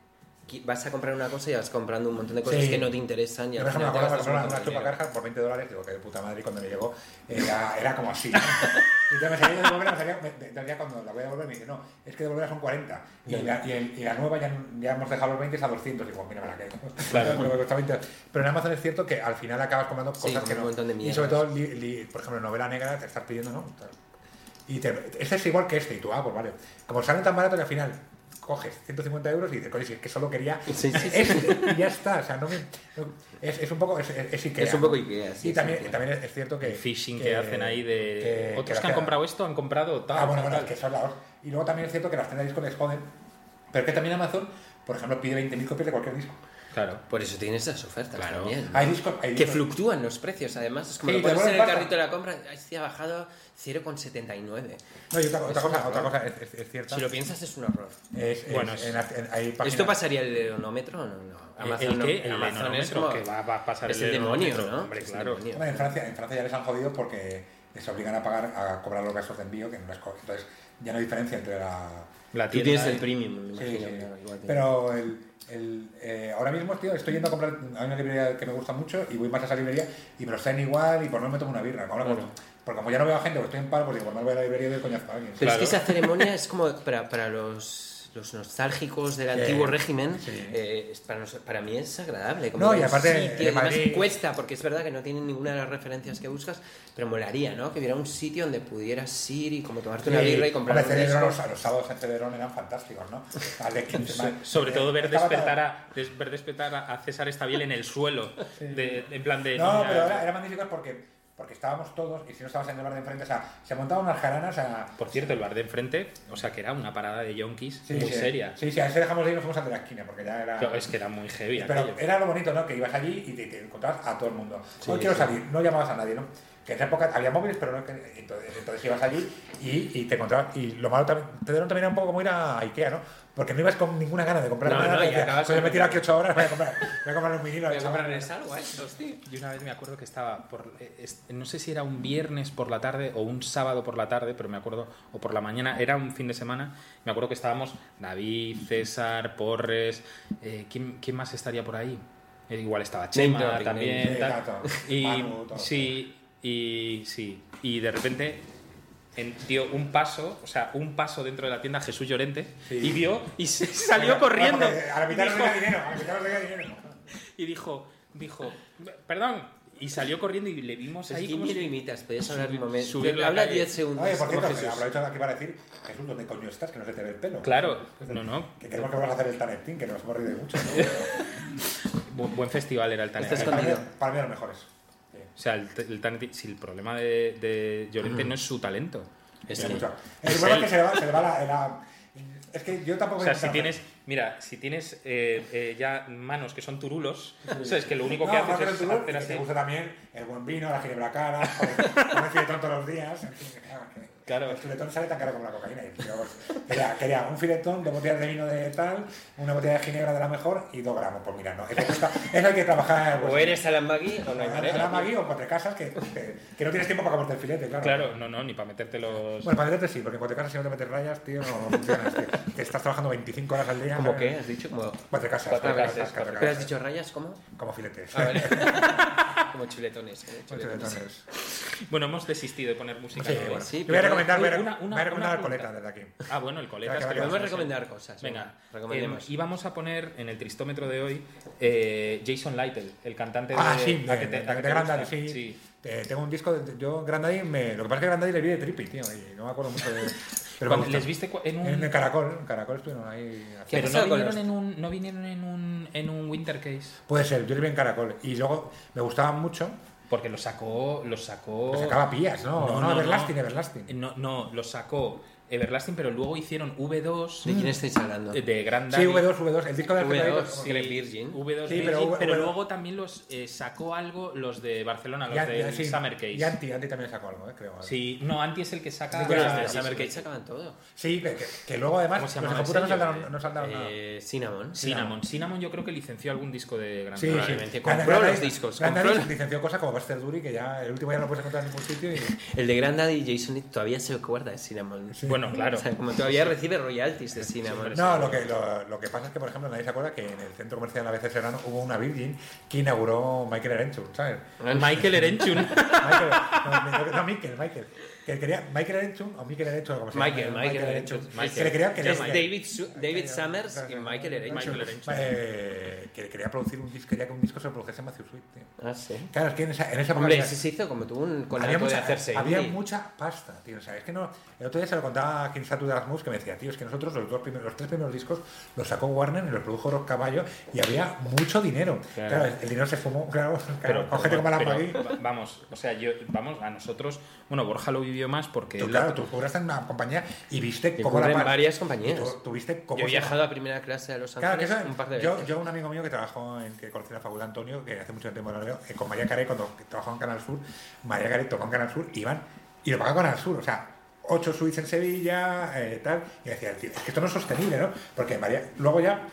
[SPEAKER 1] qui- vas a comprar una cosa y vas comprando un montón de cosas
[SPEAKER 2] Sí.
[SPEAKER 1] que no te interesan y
[SPEAKER 2] Yo,
[SPEAKER 1] al
[SPEAKER 2] por ejemplo,
[SPEAKER 1] final
[SPEAKER 2] me
[SPEAKER 1] te
[SPEAKER 2] acuerdo
[SPEAKER 1] gastas
[SPEAKER 2] de
[SPEAKER 1] un
[SPEAKER 2] Barcelona,
[SPEAKER 1] montón
[SPEAKER 2] una
[SPEAKER 1] de
[SPEAKER 2] chupa
[SPEAKER 1] dinero.
[SPEAKER 2] carja por 20 dólares, digo que de puta madre, y cuando me llegó era, era como así. Y entonces me salía de devolverla, me salía, me- de- de- ya cuando la voy a devolver me dice, no, es que devolverla son 40. Y, la, y, el- y la nueva ya, ya hemos dejado los 20 a 200, digo, mira, me la quedo.
[SPEAKER 3] Claro.
[SPEAKER 2] Me costó 20. Pero en Amazon es cierto que al final acabas comprando
[SPEAKER 1] Sí,
[SPEAKER 2] cosas
[SPEAKER 1] como
[SPEAKER 2] que
[SPEAKER 1] un
[SPEAKER 2] no.
[SPEAKER 1] montón de
[SPEAKER 2] y sobre
[SPEAKER 1] mierdas.
[SPEAKER 2] todo, li- li- por ejemplo, novela negra te estás pidiendo, ¿no? Y te, este es igual que este, y tú, ah, pues vale. Como sale tan barato que al final coges 150 euros y dices, coño, si es que solo quería
[SPEAKER 1] Sí, sí, sí.
[SPEAKER 2] este, y ya está. O sea, no me- no- es, es un poco, es, es- es Ikea.
[SPEAKER 1] Es un poco Ikea, sí,
[SPEAKER 2] Y
[SPEAKER 1] sí,
[SPEAKER 2] también,
[SPEAKER 1] claro.
[SPEAKER 2] también es cierto que...
[SPEAKER 3] el phishing que, hacen ahí de.
[SPEAKER 2] que-
[SPEAKER 3] Otros que,
[SPEAKER 2] la-
[SPEAKER 3] han comprado esto han comprado tal.
[SPEAKER 2] Ah, bueno, bueno,
[SPEAKER 3] tal,
[SPEAKER 2] es que son la hostia. Y luego también es cierto que las tiendas de disco les joden. Pero es que también Amazon, por ejemplo, pide 20.000 copias de cualquier disco.
[SPEAKER 3] Claro.
[SPEAKER 1] Por eso tienen esas ofertas
[SPEAKER 3] Claro.
[SPEAKER 1] también.
[SPEAKER 2] Hay discos... Hay
[SPEAKER 1] Que
[SPEAKER 2] discos-
[SPEAKER 1] fluctúan los precios, además. Es como
[SPEAKER 2] Sí,
[SPEAKER 1] lo
[SPEAKER 2] te
[SPEAKER 1] pones en el
[SPEAKER 2] vuelven
[SPEAKER 1] carrito de
[SPEAKER 2] pata.
[SPEAKER 1] la compra, ay, sí, ha bajado 0,79.
[SPEAKER 2] No, y otra, otra
[SPEAKER 1] Es un
[SPEAKER 2] cosa,
[SPEAKER 1] horror.
[SPEAKER 2] otra cosa es, es- es cierta.
[SPEAKER 1] Si lo piensas, es un horror.
[SPEAKER 2] Es- es-
[SPEAKER 3] Bueno, es-
[SPEAKER 2] en las- en- hay páginas-
[SPEAKER 1] ¿Esto pasaría el leonómetro o no? no. Amazon,
[SPEAKER 3] el
[SPEAKER 1] no-
[SPEAKER 3] qué? El
[SPEAKER 1] Amazon es
[SPEAKER 3] leonómetro,
[SPEAKER 1] como-
[SPEAKER 3] que va- va a pasar
[SPEAKER 1] es
[SPEAKER 3] el
[SPEAKER 1] el demonio,
[SPEAKER 3] leonómetro,
[SPEAKER 1] ¿no?
[SPEAKER 3] hombre,
[SPEAKER 1] Es el
[SPEAKER 3] claro.
[SPEAKER 1] demonio.
[SPEAKER 2] Bueno, en Francia, en Francia ya les han jodido porque les obligan a pagar, a cobrar los gastos de envío, que no les co- Entonces ya no hay diferencia entre la...
[SPEAKER 3] La
[SPEAKER 1] Tú
[SPEAKER 3] tienda
[SPEAKER 1] tienes el
[SPEAKER 3] y-
[SPEAKER 1] premium, me
[SPEAKER 2] Sí,
[SPEAKER 1] imagino.
[SPEAKER 2] sí, sí.
[SPEAKER 1] claro, igual que-
[SPEAKER 2] Pero el, el, eh, ahora mismo, tío, estoy yendo a comprar a una librería que me gusta mucho y voy más a esa librería y me los traen igual y por no me tomo una birra. Ahora, como- porque como ya no veo a gente, porque estoy en paro, pues igual me voy a la librería del coñazo a alguien.
[SPEAKER 1] Pero es que
[SPEAKER 3] Claro.
[SPEAKER 1] esa ceremonia es como para, para los, los nostálgicos del antiguo régimen,
[SPEAKER 2] sí.
[SPEAKER 1] eh, es para, nos- para mí es agradable. Como
[SPEAKER 2] No, y
[SPEAKER 1] digo,
[SPEAKER 2] aparte,
[SPEAKER 1] sí, tío,
[SPEAKER 2] en
[SPEAKER 1] además
[SPEAKER 2] Madrid-
[SPEAKER 1] cuesta, porque es verdad que no tienen ninguna de las referencias que buscas, pero molaría, ¿no? Que hubiera un sitio donde pudieras ir y como tomarte una birra y comprar
[SPEAKER 2] Hombre,
[SPEAKER 1] un
[SPEAKER 2] Cedrón,
[SPEAKER 1] disco.
[SPEAKER 2] los, los sábados en Cederón eran fantásticos, ¿no? Al de 15 más.
[SPEAKER 3] Sobre todo ver
[SPEAKER 2] eh, Estaba todo-
[SPEAKER 3] despertar a, des- ver despertar a a César Estabiel en el suelo. de- en plan de.
[SPEAKER 2] No,
[SPEAKER 3] mira,
[SPEAKER 2] pero era, era magnífico porque porque estábamos todos, y si no estabas en el bar de enfrente, o sea, se montaban unas jaranas, o sea,
[SPEAKER 3] Por cierto, el bar de enfrente, o sea, que era una parada de yonkis
[SPEAKER 2] sí,
[SPEAKER 3] muy
[SPEAKER 2] sí,
[SPEAKER 3] seria.
[SPEAKER 2] Sí, sí, a ese dejamos de ir y nos fuimos al de la esquina, porque ya era...
[SPEAKER 3] Yo- Es que era muy heavy.
[SPEAKER 2] Pero
[SPEAKER 3] aquello.
[SPEAKER 2] era lo bonito, ¿no? Que ibas allí y te, te encontrabas a todo el mundo.
[SPEAKER 3] Sí,
[SPEAKER 2] Hoy quiero
[SPEAKER 3] sí.
[SPEAKER 2] salir, no llamabas a nadie, ¿no? Que en esa época había móviles, pero no que- entonces, entonces ibas allí y, y te encontrabas. Y lo malo también, te dieron también era un poco como ir a Ikea, ¿no? Porque no ibas con ninguna gana de comprar
[SPEAKER 3] No,
[SPEAKER 2] nada.
[SPEAKER 3] no,
[SPEAKER 2] te
[SPEAKER 3] y
[SPEAKER 2] decías,
[SPEAKER 3] acabas
[SPEAKER 2] "Coño,
[SPEAKER 3] con-
[SPEAKER 2] me he tirado aquí ocho horas, voy a comprar, voy a comprar un vinilo.
[SPEAKER 1] Voy a
[SPEAKER 2] chaval".
[SPEAKER 1] comprarles algo a estos, tío.
[SPEAKER 3] Y una vez me acuerdo que estaba, por, eh, es- no sé si era un viernes por la tarde o un sábado por la tarde, pero me acuerdo, o por la mañana, era un fin de semana, me acuerdo que estábamos David, César, Porres, eh, ¿quién, quién más estaría por ahí? Eh, igual estaba Chema
[SPEAKER 1] dropping,
[SPEAKER 3] también.
[SPEAKER 2] name
[SPEAKER 3] tal.
[SPEAKER 2] dropping.
[SPEAKER 3] Y,
[SPEAKER 2] Manu, todo.
[SPEAKER 3] sí, y sí, y de repente en- dio un paso, o sea, un paso dentro de la tienda Jesús Llorente
[SPEAKER 2] Sí.
[SPEAKER 3] y vio y se salió
[SPEAKER 2] Bueno,
[SPEAKER 3] corriendo.
[SPEAKER 2] porque A la mitad
[SPEAKER 3] Y
[SPEAKER 2] no
[SPEAKER 3] dijo,
[SPEAKER 2] tenía dinero, a la mitad no tenía dinero.
[SPEAKER 3] y dijo, dijo, perdón. Y salió corriendo y le vimos
[SPEAKER 1] Pues Es
[SPEAKER 3] ahí
[SPEAKER 1] que
[SPEAKER 3] como
[SPEAKER 1] ni lo
[SPEAKER 3] si-
[SPEAKER 1] imitas, podías hablar un momento.
[SPEAKER 3] subir la
[SPEAKER 1] Habla
[SPEAKER 3] calle.
[SPEAKER 1] 10 segundos.
[SPEAKER 2] Oye, por
[SPEAKER 1] como
[SPEAKER 2] cierto,
[SPEAKER 1] Jesús.
[SPEAKER 2] aprovecho aquí para decir, Jesús, ¿dónde coño estás? Que no se te ve el pelo.
[SPEAKER 3] Claro, no, no.
[SPEAKER 2] Que queremos que vamos a hacer el talentín, que nos hemos reído mucho. ¿no?
[SPEAKER 3] Bu- buen festival era el Taneti.
[SPEAKER 1] Estás
[SPEAKER 2] Para mí-
[SPEAKER 1] escondido.
[SPEAKER 2] Para mí, de los mejores. Sí.
[SPEAKER 3] O sea, el, el Taneti- si el problema de, de Llorente no es su talento.
[SPEAKER 1] Es
[SPEAKER 2] Sí,
[SPEAKER 1] que-
[SPEAKER 2] mucho. El problema es que se le va, se le va la, la- Es que yo tampoco.
[SPEAKER 3] O sea,
[SPEAKER 2] voy a
[SPEAKER 3] si
[SPEAKER 2] entrar-
[SPEAKER 3] tienes, mira, si tienes eh, eh, ya manos que son turulos, o sea, es que lo único
[SPEAKER 2] No,
[SPEAKER 3] que
[SPEAKER 2] aparte
[SPEAKER 3] haces
[SPEAKER 2] del
[SPEAKER 3] es
[SPEAKER 2] turrón,
[SPEAKER 3] hacer
[SPEAKER 2] que
[SPEAKER 3] así.
[SPEAKER 2] Te gusta también el buen vino, la ginebra cara, joder, comer filetón todos los días. en fin, claro, que-
[SPEAKER 3] Claro.
[SPEAKER 2] El filetón sale tan caro como la cocaína. y yo quería, quería un filetón, dos botellas de vino de tal, una botella de ginebra de la mejor y dos gramos. Pues mira, no. Eso cuesta, es hay que trabajar.
[SPEAKER 1] O
[SPEAKER 2] pues,
[SPEAKER 1] eres Alan Magui o no hay
[SPEAKER 2] en
[SPEAKER 1] manera.
[SPEAKER 2] la Ah, Magui o en cuatro casas que, que, que no tienes tiempo para comerte el filete, claro.
[SPEAKER 3] Claro, no, no, ni para meterte los.
[SPEAKER 2] Bueno, para filete sí, porque en cuatro casas si no te metes rayas, tío, no funcionas. tío. Te estás trabajando 25 horas al día.
[SPEAKER 1] ¿Cómo
[SPEAKER 2] ¿no?
[SPEAKER 1] qué? ¿Has dicho? Como...
[SPEAKER 2] Cuatro casas.
[SPEAKER 1] Cuatro
[SPEAKER 2] cuatro
[SPEAKER 1] casas,
[SPEAKER 2] cuatro
[SPEAKER 1] Ah, ¿Pero has dicho rayas? ¿Cómo?
[SPEAKER 2] Como filetes.
[SPEAKER 1] Ah, vale. Como chuletones. ¿eh?
[SPEAKER 2] Mucho
[SPEAKER 1] Chuletones.
[SPEAKER 2] entonces.
[SPEAKER 3] Bueno, hemos desistido de poner música.
[SPEAKER 2] Sí,
[SPEAKER 3] nueva.
[SPEAKER 2] bueno.
[SPEAKER 1] sí,
[SPEAKER 2] Yo voy a
[SPEAKER 1] pero-
[SPEAKER 2] recomendar, voy a,
[SPEAKER 3] Uy,
[SPEAKER 2] rec-
[SPEAKER 3] una- una-
[SPEAKER 2] voy a recomendar
[SPEAKER 3] una
[SPEAKER 2] al coleta
[SPEAKER 3] pregunta.
[SPEAKER 2] desde aquí.
[SPEAKER 3] Ah, bueno, el coleta.
[SPEAKER 2] Venga,
[SPEAKER 3] es que
[SPEAKER 2] venga,
[SPEAKER 3] lo
[SPEAKER 1] Podemos
[SPEAKER 2] vamos
[SPEAKER 3] hemos hecho.
[SPEAKER 1] recomendar cosas.
[SPEAKER 3] Venga,
[SPEAKER 1] recomendemos.
[SPEAKER 3] em, y vamos a poner en el tristómetro de hoy eh, Jason Lytle, el cantante
[SPEAKER 2] Ah,
[SPEAKER 3] de,
[SPEAKER 2] sí,
[SPEAKER 3] a
[SPEAKER 2] de,
[SPEAKER 3] que te-
[SPEAKER 2] de,
[SPEAKER 3] a que
[SPEAKER 2] de
[SPEAKER 3] te
[SPEAKER 2] Grand
[SPEAKER 3] gusta.
[SPEAKER 2] Daddy, sí.
[SPEAKER 3] Sí.
[SPEAKER 2] Eh, tengo un disco, de, yo Grand Daddy, me, lo que pasa es que Grand Daddy le vi de Trippy, tío, y no me acuerdo mucho de... Pero
[SPEAKER 3] Cuando-
[SPEAKER 2] me
[SPEAKER 3] les
[SPEAKER 2] gustó.
[SPEAKER 3] viste cu- en un-
[SPEAKER 2] En el Caracol, en Caracol estuvieron ahí... haciendo-
[SPEAKER 1] ¿Qué
[SPEAKER 3] Pero
[SPEAKER 1] pasó
[SPEAKER 3] no
[SPEAKER 1] con
[SPEAKER 3] vinieron,
[SPEAKER 1] los-
[SPEAKER 3] en un, no vinieron en un, en un Winter Case.
[SPEAKER 2] Puede ser, yo le vi en Caracol, y luego me gustaba mucho,
[SPEAKER 3] Porque los sacó. Los sacó.
[SPEAKER 2] pues sacaba pillas, ¿no? No, Everlasting, Everlasting.
[SPEAKER 3] No, no, los sacó Everlasting, pero luego hicieron V2
[SPEAKER 1] ¿De quién estáis hablando?
[SPEAKER 3] eh, de Grand
[SPEAKER 2] Sí,
[SPEAKER 3] Daddy.
[SPEAKER 2] V2, V2, el disco de
[SPEAKER 1] V2,
[SPEAKER 2] Everlasting-
[SPEAKER 1] sí.
[SPEAKER 2] como-
[SPEAKER 1] Grey Virgin.
[SPEAKER 3] V2
[SPEAKER 2] Sí, pero
[SPEAKER 3] pero,
[SPEAKER 2] V-
[SPEAKER 3] pero
[SPEAKER 2] V2.
[SPEAKER 3] luego también los eh, sacó algo los de Barcelona, los
[SPEAKER 2] y-
[SPEAKER 3] de
[SPEAKER 2] y- sí,
[SPEAKER 3] Summer Case.
[SPEAKER 2] Y Anti, Anti también sacó algo, eh, creo.
[SPEAKER 3] Sí, no, Anti es el que saca
[SPEAKER 2] Pero
[SPEAKER 3] los de
[SPEAKER 2] sí,
[SPEAKER 3] Summer
[SPEAKER 1] Summer Cage
[SPEAKER 3] Case.
[SPEAKER 1] sacaban todo.
[SPEAKER 2] Sí, que, que- que luego además Ah,
[SPEAKER 3] ¿Cómo
[SPEAKER 2] los
[SPEAKER 3] se llamaba
[SPEAKER 2] hijoputas no
[SPEAKER 3] ese?
[SPEAKER 2] saltaron, no saltaron nada.
[SPEAKER 1] Eh, Cinnamon.
[SPEAKER 3] Cinnamon. Cinnamon yo creo que licenció algún disco de Grand
[SPEAKER 2] Sí,
[SPEAKER 3] Theft Auto.
[SPEAKER 2] sí.
[SPEAKER 1] Probablemente compró los discos,
[SPEAKER 2] Grand
[SPEAKER 1] compró
[SPEAKER 2] Daddy
[SPEAKER 1] los-
[SPEAKER 2] licenció cosas como Buster Dury, que ya el último ya no lo puedes encontrar en ningún sitio. Y...
[SPEAKER 1] El de Grandaddy y Jason Lee todavía se acuerda de Cinnamon.
[SPEAKER 3] Bueno, claro.
[SPEAKER 1] O sea, como todavía recibe royalties de Cinnamon.
[SPEAKER 2] No, lo que, lo, lo que pasa es que, por ejemplo, nadie se acuerda que en el centro comercial de la BC Serrano hubo una Virgin que inauguró Michael Erenchun, ¿sabes?
[SPEAKER 3] Michael Erenchun.
[SPEAKER 2] Michael, no, no, no, Michael, Michael. Que quería Michael Erenchun o Michael Erenchun, como se llama.
[SPEAKER 1] Michael, Michael Erenchun.
[SPEAKER 2] Michael. Que le quería que le-
[SPEAKER 1] Es David, Su- David Summers y Michael
[SPEAKER 3] Michael
[SPEAKER 1] Erenchun.
[SPEAKER 3] Erenchun.
[SPEAKER 2] Eh, que le quería producir un disco, quería que un disco se lo produjese Matthew Sweet, tío.
[SPEAKER 1] Ah, sí.
[SPEAKER 2] Claro, es que en esa, en esa época
[SPEAKER 1] Hombre,
[SPEAKER 2] había-
[SPEAKER 1] ese se hizo como tuvo un con
[SPEAKER 2] había
[SPEAKER 1] algo de
[SPEAKER 2] mucha,
[SPEAKER 1] hacerse.
[SPEAKER 2] había
[SPEAKER 1] indie.
[SPEAKER 2] mucha pasta, tío. O sea, es que no. El otro día se lo contaba a Kim Satu de Asmus que me decía, tío, es que nosotros los, dos primeros, los tres primeros discos los sacó Warner y los produjo Rock Caballo y había mucho dinero. Claro,
[SPEAKER 3] Claro.
[SPEAKER 2] el, el dinero se fumó, claro, claro
[SPEAKER 3] Pero-
[SPEAKER 2] con gente como
[SPEAKER 3] pero-
[SPEAKER 2] la
[SPEAKER 3] pero
[SPEAKER 2] Magui.
[SPEAKER 3] va- Vamos, o sea, yo, vamos, a nosotros, bueno, Borja lo vivió más porque...
[SPEAKER 2] Tú,
[SPEAKER 3] él-
[SPEAKER 2] claro, tú jugaste en una compañía y viste
[SPEAKER 1] Que
[SPEAKER 2] cómo la
[SPEAKER 1] ocurre en
[SPEAKER 2] par-
[SPEAKER 1] varias
[SPEAKER 2] y
[SPEAKER 1] compañías.
[SPEAKER 2] tú- tú viste cómo
[SPEAKER 1] Yo he
[SPEAKER 2] se-
[SPEAKER 1] viajado a primera clase a Los
[SPEAKER 2] Claro, que
[SPEAKER 1] Ángeles
[SPEAKER 2] eso,
[SPEAKER 1] un par de
[SPEAKER 2] yo,
[SPEAKER 1] veces.
[SPEAKER 2] yo un amigo mío que trabajó en que conocí en la facultad Antonio, que hace mucho tiempo no lo veo, eh, con María Carey, cuando trabajaba en Canal Sur, María Carey tocó en Canal Sur, iban y lo pagaba Canal Sur, o sea, ocho suites en Sevilla, eh, tal, y decía el tío, es que esto no es sostenible, ¿no? Porque María, luego ya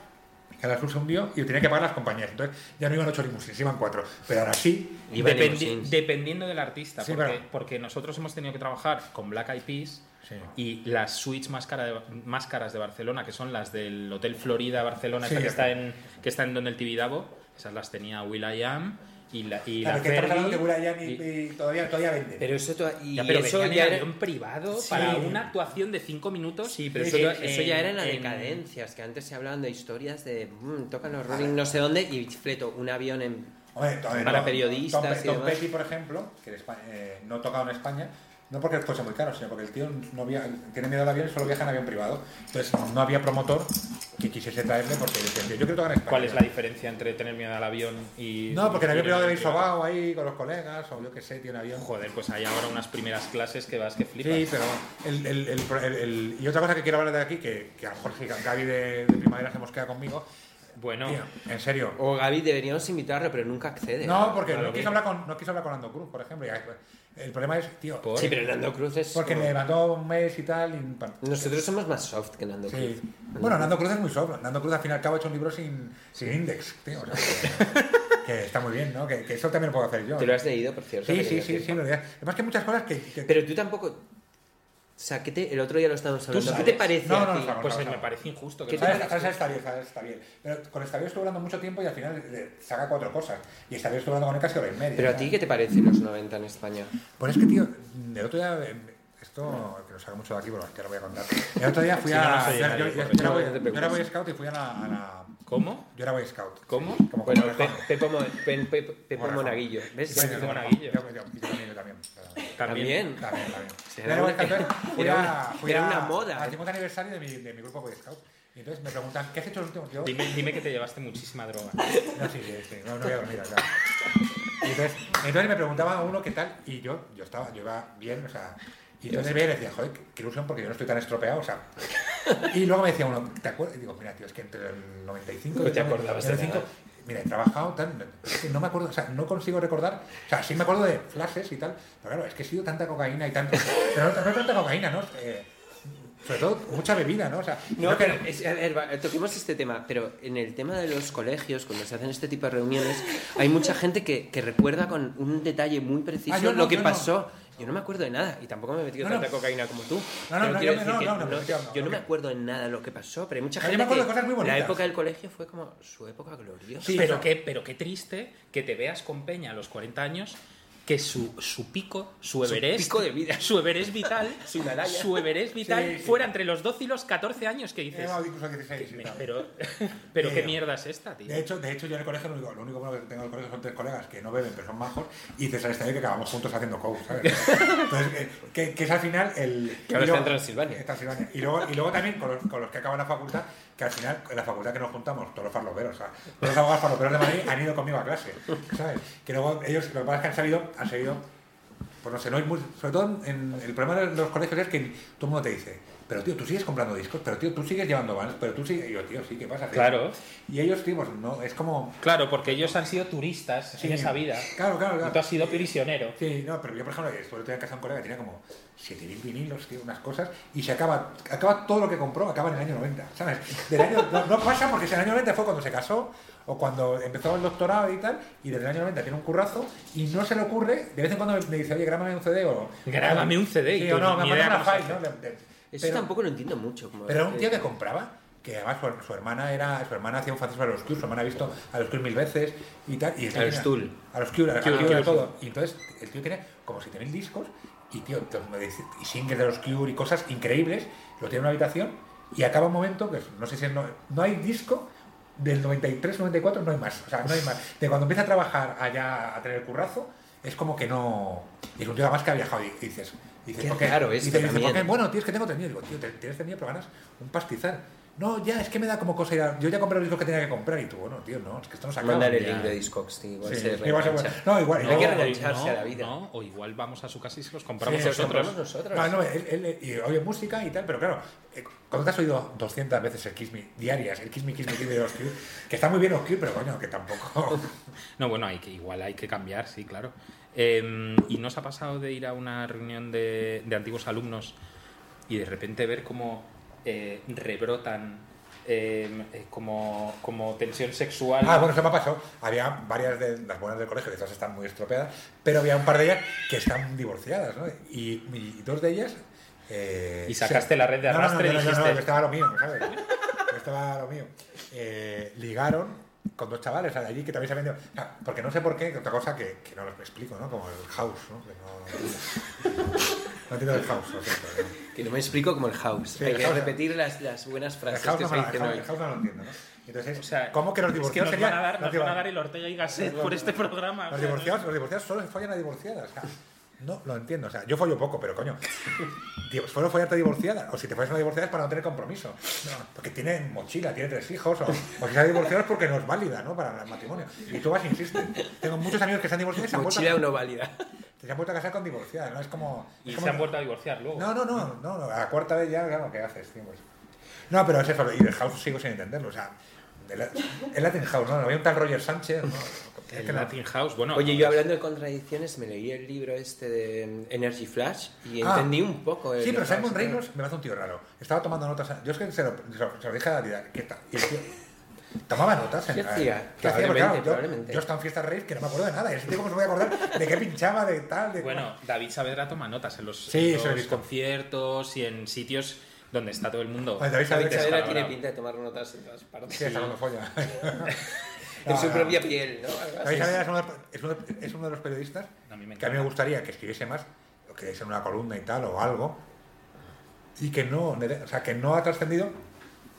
[SPEAKER 2] Canal Sur se hundió y lo tenía que pagar las compañías, entonces ya no iban ocho limusines, iban cuatro, pero ahora sí,
[SPEAKER 1] Iba en
[SPEAKER 3] Dependi-
[SPEAKER 1] limusines.
[SPEAKER 3] dependiendo del artista,
[SPEAKER 2] Sí,
[SPEAKER 3] porque,
[SPEAKER 2] claro.
[SPEAKER 3] porque nosotros hemos tenido que trabajar con Black Eyed Peas
[SPEAKER 2] Sí.
[SPEAKER 3] y las suites más, cara de- más caras de Barcelona, que son las del Hotel Florida Barcelona,
[SPEAKER 2] Sí,
[SPEAKER 3] esa que,
[SPEAKER 2] ya.
[SPEAKER 3] está en, que está en donde el Tibidabo, esas las tenía Will I Am y la, y
[SPEAKER 2] claro,
[SPEAKER 3] la
[SPEAKER 2] que estamos
[SPEAKER 3] Fergie,
[SPEAKER 2] hablando de Gurayán y,
[SPEAKER 3] y-
[SPEAKER 2] y todavía, todavía vende.
[SPEAKER 1] Pero eso, to- y
[SPEAKER 3] Ya, pero
[SPEAKER 1] eso
[SPEAKER 3] venían en
[SPEAKER 1] ya era...
[SPEAKER 3] avión privado para una actuación de 5 minutos.
[SPEAKER 1] Sí, pero eso, eso ya era en la decadencia. Es que antes se hablaban de historias de... mm, tocan los Rolling no sé dónde y fleto un avión en...
[SPEAKER 2] Hombre, to-
[SPEAKER 1] Para periodistas
[SPEAKER 2] Tom, Pe-
[SPEAKER 1] y
[SPEAKER 2] Tom
[SPEAKER 1] demás.
[SPEAKER 2] Petty, por ejemplo, que en Espa- eh, no tocaba en España, no porque fuese muy caro, sino porque el tío no via- tiene miedo al avión y solo viaja en avión privado. Entonces no había promotor que quisiese traerme porque decía, yo quiero tocar en España.
[SPEAKER 3] ¿Cuál es la diferencia entre tener miedo al avión y.?
[SPEAKER 2] No, porque en avión
[SPEAKER 3] y
[SPEAKER 2] privado habéis
[SPEAKER 3] avión
[SPEAKER 2] sobao ahí con los colegas, o yo qué sé, tiene avión.
[SPEAKER 3] Joder, pues hay ahora unas primeras clases que vas que flipas.
[SPEAKER 2] Sí, pero el, el- el pro- el- el- y otra cosa que quiero hablar de aquí, que, que a lo mejor si Gaby de, de primavera se mosquea conmigo,
[SPEAKER 3] Bueno,
[SPEAKER 2] tío, en serio.
[SPEAKER 3] Oh,
[SPEAKER 1] O Gaby, deberíamos invitarle, pero nunca accede.
[SPEAKER 2] No, porque
[SPEAKER 3] claro
[SPEAKER 2] no
[SPEAKER 3] que-
[SPEAKER 2] quiso, hablar con, no quiso hablar con Ando Cruz, por ejemplo. y El problema es, tío,
[SPEAKER 3] ¿Por?
[SPEAKER 1] Sí, pero Nando Cruz es.
[SPEAKER 2] porque
[SPEAKER 1] como-
[SPEAKER 2] me mandó un mes y tal. Y, pa-
[SPEAKER 1] Nosotros somos más soft que Nando Cruz.
[SPEAKER 2] Sí. Bueno, Nando Cruz es muy sobra. Nando Cruz al fin y al cabo ha hecho un libro sin, sin index, tío. o sea, que, que está muy bien, ¿no? Que, que eso también lo puedo hacer yo.
[SPEAKER 1] Te lo has leído, por cierto.
[SPEAKER 2] Sí,
[SPEAKER 1] que
[SPEAKER 2] sí,
[SPEAKER 1] quiero
[SPEAKER 2] sí,
[SPEAKER 1] decir.
[SPEAKER 2] sí, lo leí. Además que hay muchas cosas que... que-
[SPEAKER 1] Pero tú tampoco. O sea, ¿qué te... el otro día lo estábamos hablando. ¿Qué
[SPEAKER 3] sabes?
[SPEAKER 1] te parece?
[SPEAKER 2] No,
[SPEAKER 1] a
[SPEAKER 2] no,
[SPEAKER 1] ti?
[SPEAKER 2] no, no,
[SPEAKER 3] pues
[SPEAKER 2] no,
[SPEAKER 3] eh,
[SPEAKER 2] no.
[SPEAKER 3] me parece injusto
[SPEAKER 1] ¿Qué
[SPEAKER 3] que no-
[SPEAKER 1] te
[SPEAKER 2] ¿Sabes?
[SPEAKER 1] parece?
[SPEAKER 2] Sabes, está bien, sabes, está bien. Pero con Estadio estuve hablando mucho tiempo y al final eh, saca cuatro cosas. Y Estadio estuve hablando con él casi hora y media.
[SPEAKER 1] Pero a ti, ¿qué te parece los 90 en España?
[SPEAKER 2] Pues es que, tío, el otro día... eh, Esto, que lo saca mucho de aquí, bueno, ya lo voy a contar. El otro día fui
[SPEAKER 3] Si no, no
[SPEAKER 2] a...
[SPEAKER 3] soy
[SPEAKER 2] yo-
[SPEAKER 3] nadie,
[SPEAKER 2] yo-
[SPEAKER 3] correcto.
[SPEAKER 2] yo era
[SPEAKER 1] No,
[SPEAKER 2] Boy-
[SPEAKER 1] no te
[SPEAKER 2] Yo era Boy
[SPEAKER 1] preocupes.
[SPEAKER 2] Scout y fui a la... a la-
[SPEAKER 3] ¿Cómo?
[SPEAKER 2] Yo era Boy Scout.
[SPEAKER 3] ¿Cómo?
[SPEAKER 2] Sí, como
[SPEAKER 1] Bueno,
[SPEAKER 2] Jorge
[SPEAKER 1] Pe-
[SPEAKER 2] Ramos.
[SPEAKER 1] Pepo, Mo- Pe- Pe- Pepo
[SPEAKER 2] Bueno,
[SPEAKER 1] Monaguillo. ¿Ves?
[SPEAKER 2] Bueno,
[SPEAKER 3] Pepo
[SPEAKER 2] yo-
[SPEAKER 3] Monaguillo.
[SPEAKER 2] yo- yo- yo también, yo también, pero-
[SPEAKER 1] También.
[SPEAKER 2] También, también.
[SPEAKER 1] Era
[SPEAKER 2] Era,
[SPEAKER 1] una-
[SPEAKER 2] Boy Scout, fui
[SPEAKER 1] era
[SPEAKER 2] a-
[SPEAKER 1] una-
[SPEAKER 2] fui
[SPEAKER 1] era
[SPEAKER 2] a-
[SPEAKER 1] una moda. ¿eh?
[SPEAKER 2] Al 50 aniversario de mi, de mi grupo Boy Scout. Y entonces me preguntan, ¿qué has hecho los últimos yo,
[SPEAKER 3] Dime, dime que te llevaste muchísima droga.
[SPEAKER 2] No, sí, sí, sí, no, no voy a dormir acá. Y entonces, entonces me preguntaba uno qué tal, y yo, yo estaba, yo iba bien, o sea. Y entonces veía y decía, joder, qué, qué ilusión porque yo no estoy tan estropeado, o sea. Y luego me decía uno, ¿te acuerdas? Y digo, mira, tío, es que entre el 95 y
[SPEAKER 3] No te
[SPEAKER 2] el
[SPEAKER 3] acordabas de
[SPEAKER 2] 95,
[SPEAKER 3] nada.
[SPEAKER 2] Mira, he trabajado, tal, es que no me acuerdo, o sea, no consigo recordar, o sea, sí me acuerdo de flashes y tal, pero claro, es que he sido tanta cocaína y tanto, pero no, no tanta cocaína, ¿no? Eh, sobre todo mucha bebida, ¿no? O sea,
[SPEAKER 1] No,
[SPEAKER 2] creo que-
[SPEAKER 1] pero es- a ver, va, toquemos este tema, pero en el tema de los colegios, cuando se hacen este tipo de reuniones, hay mucha gente que, que recuerda con un detalle muy preciso
[SPEAKER 2] Ah, yo no,
[SPEAKER 1] lo que
[SPEAKER 2] yo no.
[SPEAKER 1] pasó. Yo no me acuerdo de nada y tampoco me he metido
[SPEAKER 2] No, no.
[SPEAKER 1] tanta cocaína como tú.
[SPEAKER 2] No, no,
[SPEAKER 1] Pero quiero
[SPEAKER 2] no, yo me-
[SPEAKER 1] decir
[SPEAKER 2] no,
[SPEAKER 1] que
[SPEAKER 2] no, no, yo no,
[SPEAKER 1] yo no
[SPEAKER 2] ok.
[SPEAKER 1] me acuerdo de nada de lo que pasó, pero hay mucha
[SPEAKER 2] No, yo
[SPEAKER 1] gente
[SPEAKER 2] me acuerdo
[SPEAKER 1] que
[SPEAKER 2] de cosas muy
[SPEAKER 1] la
[SPEAKER 2] bonitas.
[SPEAKER 1] época del colegio fue como su época gloriosa.
[SPEAKER 2] Sí, pero-
[SPEAKER 3] pero, qué, pero qué triste que te veas con Peña a los 40 años que su, su pico, su Everest,
[SPEAKER 1] pico de vida.
[SPEAKER 3] su Everest vital, su,
[SPEAKER 1] Himalaya.
[SPEAKER 3] Everest vital
[SPEAKER 2] Sí, Eh, sí.
[SPEAKER 3] fuera entre los 12 y los 14 años que
[SPEAKER 2] he
[SPEAKER 3] dices.
[SPEAKER 2] llevado incluso 16 y
[SPEAKER 3] me-
[SPEAKER 2] tal.
[SPEAKER 3] pero pero qué
[SPEAKER 2] Tío.
[SPEAKER 3] mierda es esta, tío.
[SPEAKER 2] De hecho, de hecho, yo en el colegio lo único, lo único bueno que tengo en el colegio son tres colegas que no beben, pero son majos, y César está ahí que acabamos juntos haciendo coach, ¿sabes? Entonces, eh, que, que es al final el...
[SPEAKER 1] Que ahora está
[SPEAKER 2] y
[SPEAKER 1] en
[SPEAKER 2] luego-
[SPEAKER 1] Transilvania.
[SPEAKER 2] en Transilvania. Y luego, y luego también con los, con los que acaban la facultad, que al final en la facultad que nos juntamos, todos los farloperos, o sea, todos los abogados farloperos de Madrid han ido conmigo a clase, ¿sabes? Que luego ellos, lo que pasa es que han salido, han seguido pues no sé, no hay muy- sobre todo en el problema de los colegios es que todo el mundo te dice, pero tío, tú sigues comprando discos, pero tío, tú sigues llevando bands, pero tú sigues, y yo, tío, sí, ¿qué pasa? tío?".
[SPEAKER 3] Claro.
[SPEAKER 2] Y ellos, tío, pues, no, es como...
[SPEAKER 3] Claro, porque ellos han sido turistas
[SPEAKER 2] Sí.
[SPEAKER 3] en esa vida.
[SPEAKER 2] Claro, claro, claro.
[SPEAKER 3] Y tú has sido prisionero.
[SPEAKER 2] Sí, no, pero yo, por ejemplo, después tenía casa de un colega que tenía como 7.000 vinilos, tío, unas cosas, y se acaba, acaba todo lo que compró, acaba en el año 90, ¿sabes? Del año, no, no pasa porque si en el año 90 fue cuando se casó o cuando empezó el doctorado y tal, y desde el año 90 tiene un currazo y no se le ocurre, de vez en cuando me, me dice, oye, grábame un CD o...
[SPEAKER 3] Grábame un CD y
[SPEAKER 2] Sí,
[SPEAKER 3] tú
[SPEAKER 2] o no,
[SPEAKER 3] ni
[SPEAKER 2] me
[SPEAKER 3] idea
[SPEAKER 2] mandan una
[SPEAKER 3] cómo se
[SPEAKER 2] file, ¿no? Le- le-
[SPEAKER 1] Eso
[SPEAKER 2] pero-
[SPEAKER 1] tampoco lo entiendo mucho. como-
[SPEAKER 2] pero era un tío
[SPEAKER 1] eh,
[SPEAKER 2] que compraba, que además su, su hermana era, su hermana hacía un francés para los Cure, su hermana ha visto a los Cure mil veces y tal. Y el tío
[SPEAKER 1] A los
[SPEAKER 2] tenía-
[SPEAKER 1] Tool.
[SPEAKER 2] A los Cure, a los
[SPEAKER 3] Cure,
[SPEAKER 2] Cure,
[SPEAKER 3] Cure,
[SPEAKER 2] a todo. Y entonces el tío tiene como 7.000 discos y tío, te- me dice- y singles de los Cure y cosas increíbles, lo tiene en una habitación y acaba un momento que es- no sé si es no, no hay disco. Del 93, 94 no hay más. O sea, no hay más. De cuando empieza a trabajar allá a tener el currazo, es como que no. Y es un tío además que ha viajado y y dices. dices
[SPEAKER 1] Qué
[SPEAKER 2] ¿por qué?
[SPEAKER 1] raro esto
[SPEAKER 2] Dices, dices, ¿por qué?
[SPEAKER 1] también.
[SPEAKER 2] Bueno, tío, es que tengo tendido. Digo, tío, te- tienes tendido, pero ganas un pastizal. No, ya, es que me da como cosa ir a- Yo ya compré los discos que tenía que comprar y tú, bueno, tío, no, es que esto no se acaba.
[SPEAKER 1] Mandar el
[SPEAKER 2] Ya.
[SPEAKER 1] link de Discogs, tío, igual
[SPEAKER 2] Sí,
[SPEAKER 1] se
[SPEAKER 2] igual se-
[SPEAKER 1] reengancha.
[SPEAKER 2] no, igual-
[SPEAKER 1] Hay
[SPEAKER 2] igual-
[SPEAKER 1] que
[SPEAKER 2] o-
[SPEAKER 1] reengancharse
[SPEAKER 3] no,
[SPEAKER 1] a la vida.
[SPEAKER 3] no, o igual vamos a su casa y se los compramos
[SPEAKER 2] Sí, los
[SPEAKER 3] nosotros.
[SPEAKER 1] Somos nosotros.
[SPEAKER 2] Ah, no, él, él- y oye música y tal, pero claro, eh, cuando te has oído 200 veces el Kiss Me diarias, el Kiss Me, Kiss Me, Kiss Me de los Cure, que está muy bien los Cure, pero coño, que tampoco.
[SPEAKER 3] No, bueno, hay que, igual hay que cambiar, sí, claro. Eh, ¿Y nos ha pasado de ir a una reunión de, de antiguos alumnos y de repente ver cómo eh, rebrotan eh, eh, como, como tensión sexual?
[SPEAKER 2] Ah, bueno, eso me ha pasado. Había varias de las buenas del colegio, que todas están muy estropeadas, pero había un par de ellas que están divorciadas, ¿no? Y, y dos de ellas... eh,
[SPEAKER 3] Y sacaste la red de
[SPEAKER 2] No, no,
[SPEAKER 3] arrastre y
[SPEAKER 2] no, no, no,
[SPEAKER 3] dijiste-
[SPEAKER 2] no, que estaba lo mío, ¿sabes? Que estaba lo mío. Eh, ligaron con dos chavales de allí que también se habían ido- o sea, Porque no sé por qué, que otra cosa que, que no lo explico, ¿no? Como el house, ¿no? Que no, no entiendo el house, lo siento, ¿no?
[SPEAKER 1] Que no me explico como el house.
[SPEAKER 2] Sí,
[SPEAKER 1] Hay
[SPEAKER 2] el
[SPEAKER 1] que
[SPEAKER 2] house-
[SPEAKER 1] repetir las, las buenas
[SPEAKER 2] El
[SPEAKER 1] frases
[SPEAKER 2] house
[SPEAKER 1] que
[SPEAKER 2] no
[SPEAKER 1] se
[SPEAKER 2] me lo- el
[SPEAKER 1] dicen
[SPEAKER 2] house-
[SPEAKER 1] hoy.
[SPEAKER 2] el house no lo entiendo, ¿no? Entonces,
[SPEAKER 3] O sea,
[SPEAKER 2] ¿cómo que los
[SPEAKER 3] es
[SPEAKER 2] divorciados
[SPEAKER 3] nos
[SPEAKER 2] serían-
[SPEAKER 3] van a dar,
[SPEAKER 2] los
[SPEAKER 3] nos van a
[SPEAKER 2] divorciados-
[SPEAKER 3] dar el Ortega y Gasset
[SPEAKER 2] No,
[SPEAKER 3] por
[SPEAKER 2] no,
[SPEAKER 3] este
[SPEAKER 2] no.
[SPEAKER 3] programa. o
[SPEAKER 2] Los
[SPEAKER 3] sea,
[SPEAKER 2] divorciados, los divorciados solo se follan a divorciadas. o sea, No lo entiendo. O sea, yo follo poco, pero coño. Tío, fueron follarte divorciada. O si te fueras a una divorciada es para no tener compromiso. No, porque tiene mochila, tiene tres hijos. O, o si se ha divorciado es porque no es válida, ¿no? Para el matrimonio. Y tú vas, e insistes. Tengo muchos amigos que se han divorciado y se han, vuelto,
[SPEAKER 1] Mochila o no válida.
[SPEAKER 2] se han vuelto a casar con divorciadas, ¿no? Es como.
[SPEAKER 3] Y
[SPEAKER 2] es
[SPEAKER 3] se
[SPEAKER 2] como-
[SPEAKER 3] han vuelto a divorciar luego.
[SPEAKER 2] no, no, no, no, no, a la cuarta vez ya, claro, ¿qué haces, tío? Pues. No, pero es eso, y de House sigo sin entenderlo, o sea, el, el Latin House, ¿no? Había un tal Roger Sánchez, ¿no? Es
[SPEAKER 3] El
[SPEAKER 2] que no-
[SPEAKER 3] Latin House, bueno. pues,
[SPEAKER 1] Oye, yo hablando de contradicciones, me leí el libro este de mm, Energy Flash y
[SPEAKER 2] Ah.
[SPEAKER 1] entendí un poco. el-
[SPEAKER 2] Sí, pero Simon
[SPEAKER 1] claro.
[SPEAKER 2] Reynolds me hace un tío raro. Estaba tomando notas. Yo es que se lo, se lo- se lo dije a David, ¿qué tal? Y el tío tomaba notas. en-
[SPEAKER 1] ¿Qué hacía?
[SPEAKER 2] ¿Qué hacía? Porque,
[SPEAKER 1] Probablemente,
[SPEAKER 2] claro, yo,
[SPEAKER 1] probablemente.
[SPEAKER 2] yo estaba en fiestas rave que no me acuerdo de nada. Y ese tío, ¿cómo se voy a acordar de qué pinchaba, de tal? De...
[SPEAKER 3] Bueno, David Saavedra toma notas en los,
[SPEAKER 2] Sí,
[SPEAKER 3] en
[SPEAKER 2] eso lo he
[SPEAKER 3] los
[SPEAKER 2] visto.
[SPEAKER 3] conciertos y en sitios donde está todo el mundo.
[SPEAKER 2] Pues David Saavedra-
[SPEAKER 1] David Saavedra tiene
[SPEAKER 3] descalabrado.
[SPEAKER 1] pinta de tomar notas en todas partes.
[SPEAKER 2] Sí, está cuando folla.
[SPEAKER 1] en
[SPEAKER 2] No,
[SPEAKER 1] su
[SPEAKER 2] no.
[SPEAKER 1] propia piel, ¿no? Algo así.
[SPEAKER 2] David Saavedra es uno, de- es uno de- es uno de los periodistas
[SPEAKER 3] A mí me
[SPEAKER 2] que a mí
[SPEAKER 3] encanta.
[SPEAKER 2] me gustaría que escribiese más, o que es en una columna y tal, o algo, y que no, o sea, que no ha trascendido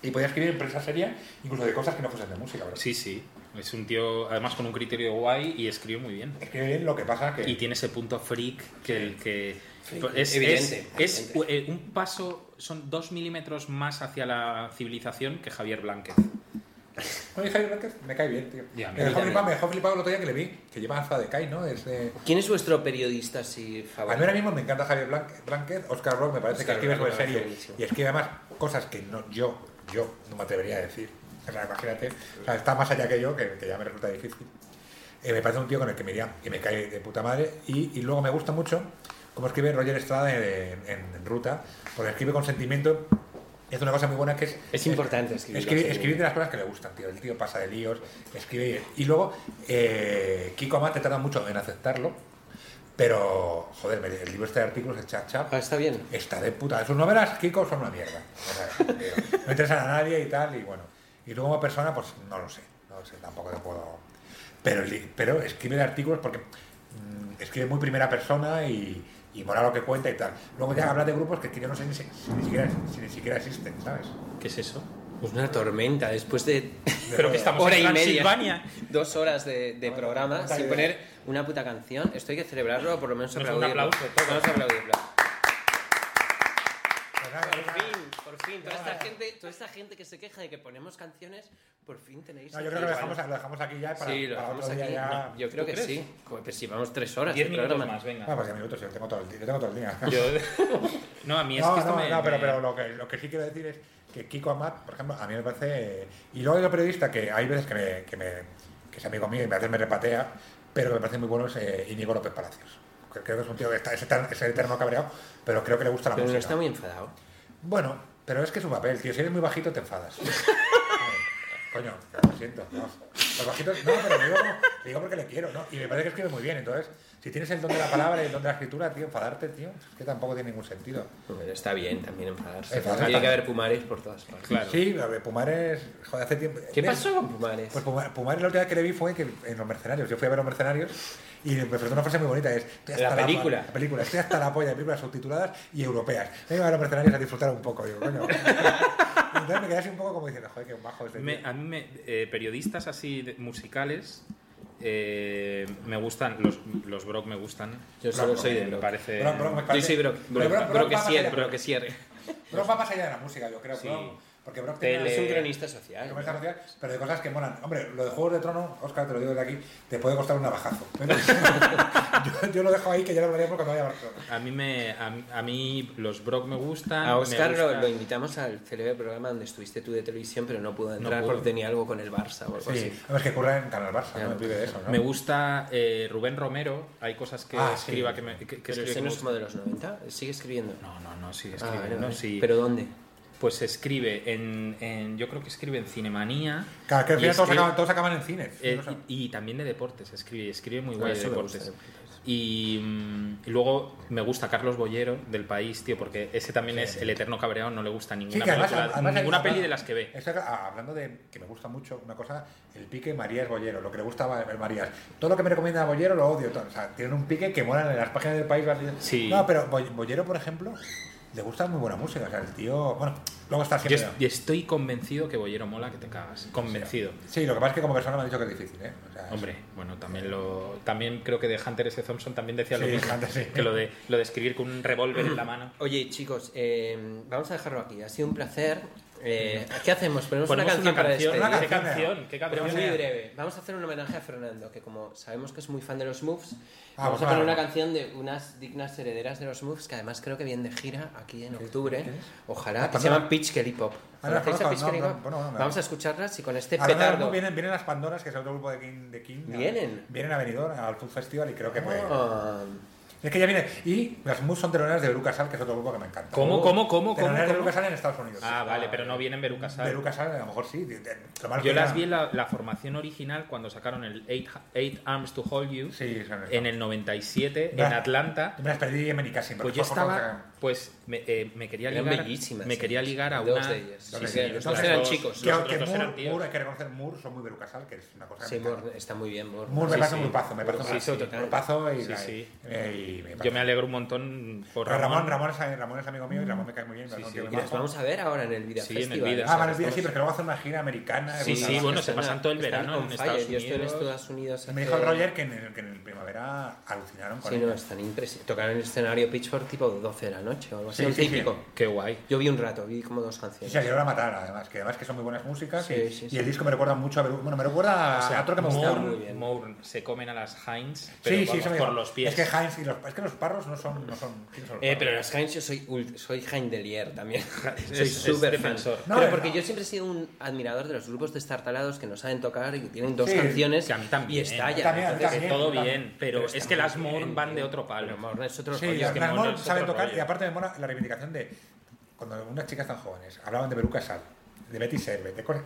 [SPEAKER 2] y podía escribir en prensa seria, incluso de cosas que no fuesen de música, ¿verdad?
[SPEAKER 3] Sí, sí. Es un tío, además, con un criterio guay y escribe muy bien.
[SPEAKER 2] Escribe bien lo que pasa que...
[SPEAKER 3] Y tiene ese punto freak que el que. pues,
[SPEAKER 1] Freak,
[SPEAKER 3] Es,
[SPEAKER 1] evidente,
[SPEAKER 3] es- es,
[SPEAKER 1] evidente.
[SPEAKER 3] eh, un paso, son dos milímetros más hacia la civilización que Javier Blánquez.
[SPEAKER 2] Oye, Javier Márquez me cae bien, tío.
[SPEAKER 3] Ya, a mí
[SPEAKER 2] me, dejó
[SPEAKER 1] también.
[SPEAKER 2] flipado, me dejó flipado el otro día que le vi, que lleva alfa de Kai, ¿no? Es, eh,
[SPEAKER 1] ¿Quién es vuestro periodista así
[SPEAKER 2] A mí ahora
[SPEAKER 1] favorito?
[SPEAKER 2] mismo me encanta Javier Blanque- Blanquez, Oscar Rock me parece
[SPEAKER 1] Oscar
[SPEAKER 2] que escribe
[SPEAKER 1] Rock
[SPEAKER 2] sobre
[SPEAKER 1] me parece
[SPEAKER 2] serie
[SPEAKER 1] buenísimo.
[SPEAKER 2] y escribe además cosas que no, yo, yo no me atrevería a decir. O sea, imagínate, o sea, está más allá que yo, que, que ya me resulta difícil. Eh, me parece un tío con el que me iría, que me cae de puta madre y, y luego me gusta mucho cómo escribe Roger Estrada en, en- en Ruta, porque escribe con sentimiento. Es una cosa muy buena que es...
[SPEAKER 1] Es importante escribir
[SPEAKER 2] Escribe,
[SPEAKER 1] con
[SPEAKER 2] escribe de las cosas que le gustan, tío. El tío pasa de líos, escribe... Y luego, eh, Kiko Amat te tarda mucho en aceptarlo, pero, joder, me- el libro este de artículos, el Chap Chap,
[SPEAKER 1] Ah, está bien.
[SPEAKER 2] está de puta. Sus novelas, Kiko, son una mierda. O sea, digo, no interesan a nadie y tal, y bueno. Y luego como persona, pues no lo sé. No lo sé, tampoco te puedo... Pero, el li- pero escribe de artículos porque mm, escribe muy primera persona y, y mola lo que cuenta y tal. Luego ya habla de grupos que es que yo no sé ni, si- si ni siquiera, si ni siquiera existen, ¿sabes?
[SPEAKER 3] ¿Qué es eso?
[SPEAKER 1] Pues una tormenta después de
[SPEAKER 3] Pero que estamos
[SPEAKER 1] hora
[SPEAKER 3] en
[SPEAKER 1] y media,
[SPEAKER 3] Transilvania.
[SPEAKER 1] dos horas de, de programa
[SPEAKER 2] puta
[SPEAKER 1] sin
[SPEAKER 2] idea.
[SPEAKER 1] poner una puta canción. Esto hay que celebrarlo o por lo menos
[SPEAKER 3] No sé, un
[SPEAKER 1] aplaudirlo.
[SPEAKER 3] aplauso, todo.
[SPEAKER 1] Vamos a aplaudirlo.
[SPEAKER 2] Pues nada,
[SPEAKER 1] Por
[SPEAKER 2] nada.
[SPEAKER 1] fin, por fin. Toda esta, gente, toda esta gente que se queja de que ponemos canciones, por fin tenéis.
[SPEAKER 2] No, yo creo que lo dejamos, lo dejamos aquí ya para,
[SPEAKER 1] sí, lo
[SPEAKER 2] para
[SPEAKER 1] dejamos
[SPEAKER 2] otro día
[SPEAKER 1] aquí.
[SPEAKER 2] ya.
[SPEAKER 1] No, yo creo
[SPEAKER 3] ¿Tú
[SPEAKER 1] que
[SPEAKER 3] crees?
[SPEAKER 1] sí. Joder, pues si vamos tres horas
[SPEAKER 3] Diez
[SPEAKER 1] de
[SPEAKER 3] minutos
[SPEAKER 1] programa.
[SPEAKER 3] más, venga.
[SPEAKER 2] Ah, pues 10 minutos, yo tengo todo el día. Yo tengo todo el día.
[SPEAKER 3] Yo- no, a mí es
[SPEAKER 2] no,
[SPEAKER 3] que esto
[SPEAKER 2] no,
[SPEAKER 3] me.
[SPEAKER 2] no, pero,
[SPEAKER 3] me-
[SPEAKER 2] pero lo, que, lo que sí quiero decir es que Kiko Amat, por ejemplo, a mí me parece... eh, Y luego hay un periodista que hay veces que, me, que, me, que es amigo mío y a veces me repatea, pero que me parece muy bueno es eh, Íñigo López Palacios. Que Creo que es un tío que está, es, eter- es eterno cabreado, pero creo que le gusta la
[SPEAKER 1] Pero no
[SPEAKER 2] música.
[SPEAKER 1] está muy enfadado.
[SPEAKER 2] Bueno, pero es que es un papel, tío. Si eres muy bajito, te enfadas. Coño, lo siento. No. Los bajitos, no, pero digo, como- digo porque le quiero, ¿no? Y me parece que escribe muy bien. Entonces, si tienes el don de la palabra y el don de la escritura, tío, enfadarte, tío, es que tampoco tiene ningún sentido.
[SPEAKER 1] Pero está bien también enfadarse.
[SPEAKER 2] Enfadarse
[SPEAKER 1] Tiene que
[SPEAKER 2] también.
[SPEAKER 1] haber pumares por todas partes.
[SPEAKER 3] Claro.
[SPEAKER 2] Sí, lo de Pumares, joder, hace tiempo.
[SPEAKER 1] ¿Qué
[SPEAKER 2] ¿Ves?
[SPEAKER 1] pasó con pumares?
[SPEAKER 2] Pues Puma- Pumares la última vez que le vi fue que en Los Mercenarios. Yo fui a ver Los Mercenarios y me preguntó una frase muy bonita, es... "Estoy hasta
[SPEAKER 1] La
[SPEAKER 2] po-
[SPEAKER 1] película.
[SPEAKER 2] La película, estoy hasta la polla de películas subtituladas y europeas. Me iba a Los Mercenarios a disfrutar un poco, digo, coño. Y Entonces me quedé así un poco como diciendo, joder, qué bajo este
[SPEAKER 3] Me-
[SPEAKER 2] tío".
[SPEAKER 3] a mí me- eh, periodistas así de- musicales eh, me gustan, los, los Brock me gustan.
[SPEAKER 1] Yo solo
[SPEAKER 2] Brock,
[SPEAKER 1] soy de
[SPEAKER 3] Me
[SPEAKER 1] Brock.
[SPEAKER 3] parece.
[SPEAKER 2] Brock, Brock, me parece-
[SPEAKER 1] Yo soy Brock.
[SPEAKER 2] Pero Brock- Brock va más allá.
[SPEAKER 1] Broquesier, Broquesier.
[SPEAKER 2] Brock va más allá de la música, yo creo,
[SPEAKER 3] Sí.
[SPEAKER 2] Brock, Porque Brock
[SPEAKER 3] Tele.
[SPEAKER 2] tiene-
[SPEAKER 1] Es un cronista social.
[SPEAKER 2] Pero esta sociedad, pero de cosas que molan. Hombre, lo de Juegos de Trono, Oscar, te lo digo desde aquí, te puede costar un navajazo. Pero yo, yo lo dejo ahí que ya lo hablaré porque cuando vaya a Barcelona.
[SPEAKER 3] A mí, me, a, mí- a mí los Brock me gustan.
[SPEAKER 1] A
[SPEAKER 3] Ah, me
[SPEAKER 1] Oscar lo,
[SPEAKER 3] gusta-
[SPEAKER 1] lo invitamos al célebre programa donde estuviste tú de televisión, pero no pudo entrar
[SPEAKER 3] pudo.
[SPEAKER 1] porque tenía algo con el Barça o algo
[SPEAKER 2] Pues Sí,
[SPEAKER 1] así.
[SPEAKER 2] a ver, que curra en Canal Barça,
[SPEAKER 1] Ya,
[SPEAKER 2] no me pide eso, ¿no?
[SPEAKER 3] pues, Me gusta eh, Rubén Romero. Hay cosas que
[SPEAKER 2] Ah, sí.
[SPEAKER 3] escriba que me. que- que
[SPEAKER 1] Pero
[SPEAKER 3] escribe
[SPEAKER 1] ese
[SPEAKER 3] que
[SPEAKER 1] no
[SPEAKER 3] me
[SPEAKER 1] es
[SPEAKER 3] gusta.
[SPEAKER 1] como de los 90, sigue escribiendo.
[SPEAKER 3] no, no, no, sí,
[SPEAKER 1] Ah,
[SPEAKER 3] escribe.
[SPEAKER 1] vale,
[SPEAKER 3] ¿no?
[SPEAKER 1] vale.
[SPEAKER 3] Sí.
[SPEAKER 1] ¿Pero dónde?
[SPEAKER 3] Pues escribe en, en- Yo creo que escribe en Cinemanía.
[SPEAKER 2] Claro, que al
[SPEAKER 3] y
[SPEAKER 2] final todos,
[SPEAKER 3] escribe-
[SPEAKER 2] acaban, todos acaban en cine.
[SPEAKER 3] Eh,
[SPEAKER 2] No sé.
[SPEAKER 3] y, y también de deportes, escribe, escribe muy
[SPEAKER 1] Ah,
[SPEAKER 3] guay de
[SPEAKER 1] eso me gusta,
[SPEAKER 3] deportes.
[SPEAKER 1] de deportes.
[SPEAKER 3] Y, mm, y luego me gusta Carlos Bollero del país, tío, porque ese también es el eterno cabreado, no le gusta ninguna
[SPEAKER 2] Sí, que además-
[SPEAKER 3] película,
[SPEAKER 2] además-
[SPEAKER 3] ninguna
[SPEAKER 2] además-
[SPEAKER 3] peli de las que ve.
[SPEAKER 2] Eso que- ah, hablando de que me gusta mucho una cosa, el pique Marías Bollero, lo que le gustaba el Marías. Todo lo que me recomienda Bollero lo odio. todo. O sea, tienen un pique que molan en las páginas del país. vas leyendo.
[SPEAKER 3] Sí.
[SPEAKER 2] No, pero Boll- Bollero, por ejemplo, le gusta muy buena música. O sea, el tío, bueno, luego está
[SPEAKER 3] Yo,
[SPEAKER 2] siempre.
[SPEAKER 3] es- yo estoy convencido que Bollero mola que te cagas. Convencido.
[SPEAKER 2] Sí, lo que pasa es que como persona me han dicho que es difícil, ¿eh? O sea, es-
[SPEAKER 3] Hombre, bueno, también lo también creo que de Hunter S. Thompson también decía lo
[SPEAKER 2] Sí,
[SPEAKER 3] mismo,
[SPEAKER 2] Hunter, sí.
[SPEAKER 3] que lo de lo de escribir con un revólver en la mano.
[SPEAKER 1] Oye, chicos, eh, vamos a dejarlo aquí. Ha sido un placer. Eh, ¿Qué hacemos? Ponemos una canción, para este.
[SPEAKER 3] canción,
[SPEAKER 1] despedir.
[SPEAKER 2] Una
[SPEAKER 3] ¿Qué
[SPEAKER 2] canción, ¿eh?
[SPEAKER 3] canción? ¿Qué
[SPEAKER 1] Pero
[SPEAKER 3] canción?
[SPEAKER 1] muy breve. Vamos a hacer un homenaje a Fernando, que como sabemos que es muy fan de los Moves,
[SPEAKER 2] Ah,
[SPEAKER 1] vamos a
[SPEAKER 2] claro.
[SPEAKER 1] poner una canción de unas dignas herederas de los Moves, que además creo que vienen de gira aquí en octubre. Ojalá. Que se
[SPEAKER 2] Pandora.
[SPEAKER 1] llaman Pitch Kelly Pop.
[SPEAKER 2] Ah, no,
[SPEAKER 1] ¿Conocéis a
[SPEAKER 2] conozco,
[SPEAKER 1] Pitch
[SPEAKER 2] no,
[SPEAKER 1] Kelly
[SPEAKER 2] no,
[SPEAKER 1] Pop?
[SPEAKER 2] bueno, bueno, me-
[SPEAKER 1] Vamos a escucharlas y con este
[SPEAKER 2] Ahora mismo
[SPEAKER 1] petardo.
[SPEAKER 2] vienen, vienen las Pandoras, que es otro grupo de King. De King a-
[SPEAKER 1] ¿Vienen?
[SPEAKER 2] vienen a Benidorm, al Food Festival, y creo que fue.
[SPEAKER 1] Ah,
[SPEAKER 2] Es que ya viene. Y las Moose son teloneras de Lucas Sal, que es otro grupo que me encanta.
[SPEAKER 3] ¿Cómo, cómo, cómo, cómo?
[SPEAKER 2] Teloneras de
[SPEAKER 3] cómo?
[SPEAKER 2] Lucas Sal en Estados Unidos.
[SPEAKER 3] Ah, vale, pero no vienen Beruca Sal.
[SPEAKER 2] De Lucas Sal, a lo mejor sí. de- de- lo malo es
[SPEAKER 3] Yo
[SPEAKER 2] que ya-
[SPEAKER 3] las vi en la, la formación original cuando sacaron el Eight, Eight Arms to Hold You
[SPEAKER 2] Sí, son esas.
[SPEAKER 3] en el 97 en
[SPEAKER 2] Ya.
[SPEAKER 3] Atlanta.
[SPEAKER 2] Yo Me las perdí en Benicassim.
[SPEAKER 3] Pues yo estaba, pues me, eh, me quería
[SPEAKER 1] Eran
[SPEAKER 3] ligar,
[SPEAKER 1] bellísimas
[SPEAKER 3] me
[SPEAKER 1] esas.
[SPEAKER 3] quería ligar a
[SPEAKER 1] Dos
[SPEAKER 3] una.
[SPEAKER 1] de ellas.
[SPEAKER 3] Sí,
[SPEAKER 2] Dos de
[SPEAKER 3] sí,
[SPEAKER 2] ellas.
[SPEAKER 3] los
[SPEAKER 1] Dos
[SPEAKER 3] otros
[SPEAKER 1] eran
[SPEAKER 3] dos-
[SPEAKER 1] chicos,
[SPEAKER 2] Que
[SPEAKER 3] Pues los
[SPEAKER 2] aunque
[SPEAKER 3] otros dos eran
[SPEAKER 2] Moore,
[SPEAKER 3] tíos.
[SPEAKER 2] Moore, hay que reconocer Moore, son muy de Lucas Sal, que es una cosa. que
[SPEAKER 1] sí,
[SPEAKER 2] me encanta.
[SPEAKER 1] Moore, está muy bien, Moore.
[SPEAKER 2] Moore me
[SPEAKER 3] Sí,
[SPEAKER 2] parece
[SPEAKER 3] sí.
[SPEAKER 2] un grupazo, me parece
[SPEAKER 3] Sí, sí,
[SPEAKER 2] un
[SPEAKER 3] total.
[SPEAKER 2] grupazo y,
[SPEAKER 3] Sí, sí.
[SPEAKER 2] eh, y me
[SPEAKER 3] Yo
[SPEAKER 2] parece-
[SPEAKER 3] me alegro un montón por
[SPEAKER 2] Pero Ramón,
[SPEAKER 3] Ramón. Mm.
[SPEAKER 2] Ramón, es, Ramón es amigo mío y Ramón me cae muy bien. me parece un
[SPEAKER 3] sí.
[SPEAKER 2] tío muy
[SPEAKER 1] Y las
[SPEAKER 2] majo.
[SPEAKER 1] vamos a ver ahora en el Vida
[SPEAKER 3] Sí, en el
[SPEAKER 1] Festival.
[SPEAKER 3] Vida.
[SPEAKER 2] Ah, vale,
[SPEAKER 3] Estamos-
[SPEAKER 2] sí, pero que luego hacer una gira americana.
[SPEAKER 3] Sí,
[SPEAKER 2] y
[SPEAKER 3] sí,
[SPEAKER 2] tal.
[SPEAKER 3] bueno, se
[SPEAKER 1] Están-
[SPEAKER 3] pasan todo el
[SPEAKER 1] están
[SPEAKER 3] verano
[SPEAKER 1] on
[SPEAKER 3] en
[SPEAKER 1] fire.
[SPEAKER 3] Estados
[SPEAKER 1] Yo estoy en
[SPEAKER 3] Unidos.
[SPEAKER 1] Estados Unidos.
[SPEAKER 2] Me dijo el
[SPEAKER 1] hace-
[SPEAKER 2] Roger que en, el- que en el primavera alucinaron con
[SPEAKER 1] Sí, no,
[SPEAKER 2] ellos.
[SPEAKER 1] están impresionantes. Tocaron en el escenario Pitchfork tipo 12 de la noche o algo así.
[SPEAKER 2] Sí,
[SPEAKER 1] un
[SPEAKER 2] sí, sí.
[SPEAKER 1] típico.
[SPEAKER 3] Qué guay.
[SPEAKER 1] Yo vi un rato, vi como dos
[SPEAKER 2] Y
[SPEAKER 1] canciones.
[SPEAKER 2] se dieron a matar, además, que además que son muy buenas músicas.
[SPEAKER 1] Sí,
[SPEAKER 2] y,
[SPEAKER 1] sí,
[SPEAKER 2] y
[SPEAKER 1] sí.
[SPEAKER 2] el disco me recuerda mucho a Beru- Bueno, me recuerda a otro que me gustaba.
[SPEAKER 1] muy
[SPEAKER 3] Mourn-
[SPEAKER 1] bien.
[SPEAKER 3] Mourn, se comen a las Heinz, pero
[SPEAKER 2] Sí, sí,
[SPEAKER 3] vamos,
[SPEAKER 2] se me
[SPEAKER 3] por
[SPEAKER 2] dijo.
[SPEAKER 3] los pies.
[SPEAKER 2] Es que Heinz y los, es que los parros no son. No son, ¿quiénes son los
[SPEAKER 1] Eh,
[SPEAKER 2] parros?
[SPEAKER 1] pero las Heinz yo soy, ult- soy Heindelier también. soy
[SPEAKER 3] es
[SPEAKER 1] súper fan.
[SPEAKER 3] defensor.
[SPEAKER 2] No,
[SPEAKER 1] pero
[SPEAKER 2] no.
[SPEAKER 1] porque yo siempre he sido un admirador de los grupos destartalados que no saben tocar y que tienen dos
[SPEAKER 2] Sí,
[SPEAKER 1] canciones
[SPEAKER 3] que a mí también,
[SPEAKER 1] y estalla.
[SPEAKER 2] también, a mí
[SPEAKER 1] Entonces,
[SPEAKER 2] también.
[SPEAKER 3] todo bien,
[SPEAKER 2] también.
[SPEAKER 3] pero,
[SPEAKER 1] Pero
[SPEAKER 3] es
[SPEAKER 1] está
[SPEAKER 3] que
[SPEAKER 1] muy
[SPEAKER 3] las Mourn
[SPEAKER 1] bien,
[SPEAKER 3] van de
[SPEAKER 1] tío.
[SPEAKER 3] otro palo.
[SPEAKER 1] Pero Mourn es otro
[SPEAKER 2] Sí,
[SPEAKER 1] rollo.
[SPEAKER 3] es
[SPEAKER 2] las
[SPEAKER 3] que
[SPEAKER 2] las
[SPEAKER 3] Mono
[SPEAKER 2] Mono
[SPEAKER 3] es otro
[SPEAKER 2] saben tocar
[SPEAKER 3] rollo.
[SPEAKER 2] y aparte me mola la reivindicación de cuando unas chicas tan jóvenes hablaban de Beruca Sal, de Betty Servet, de cosas.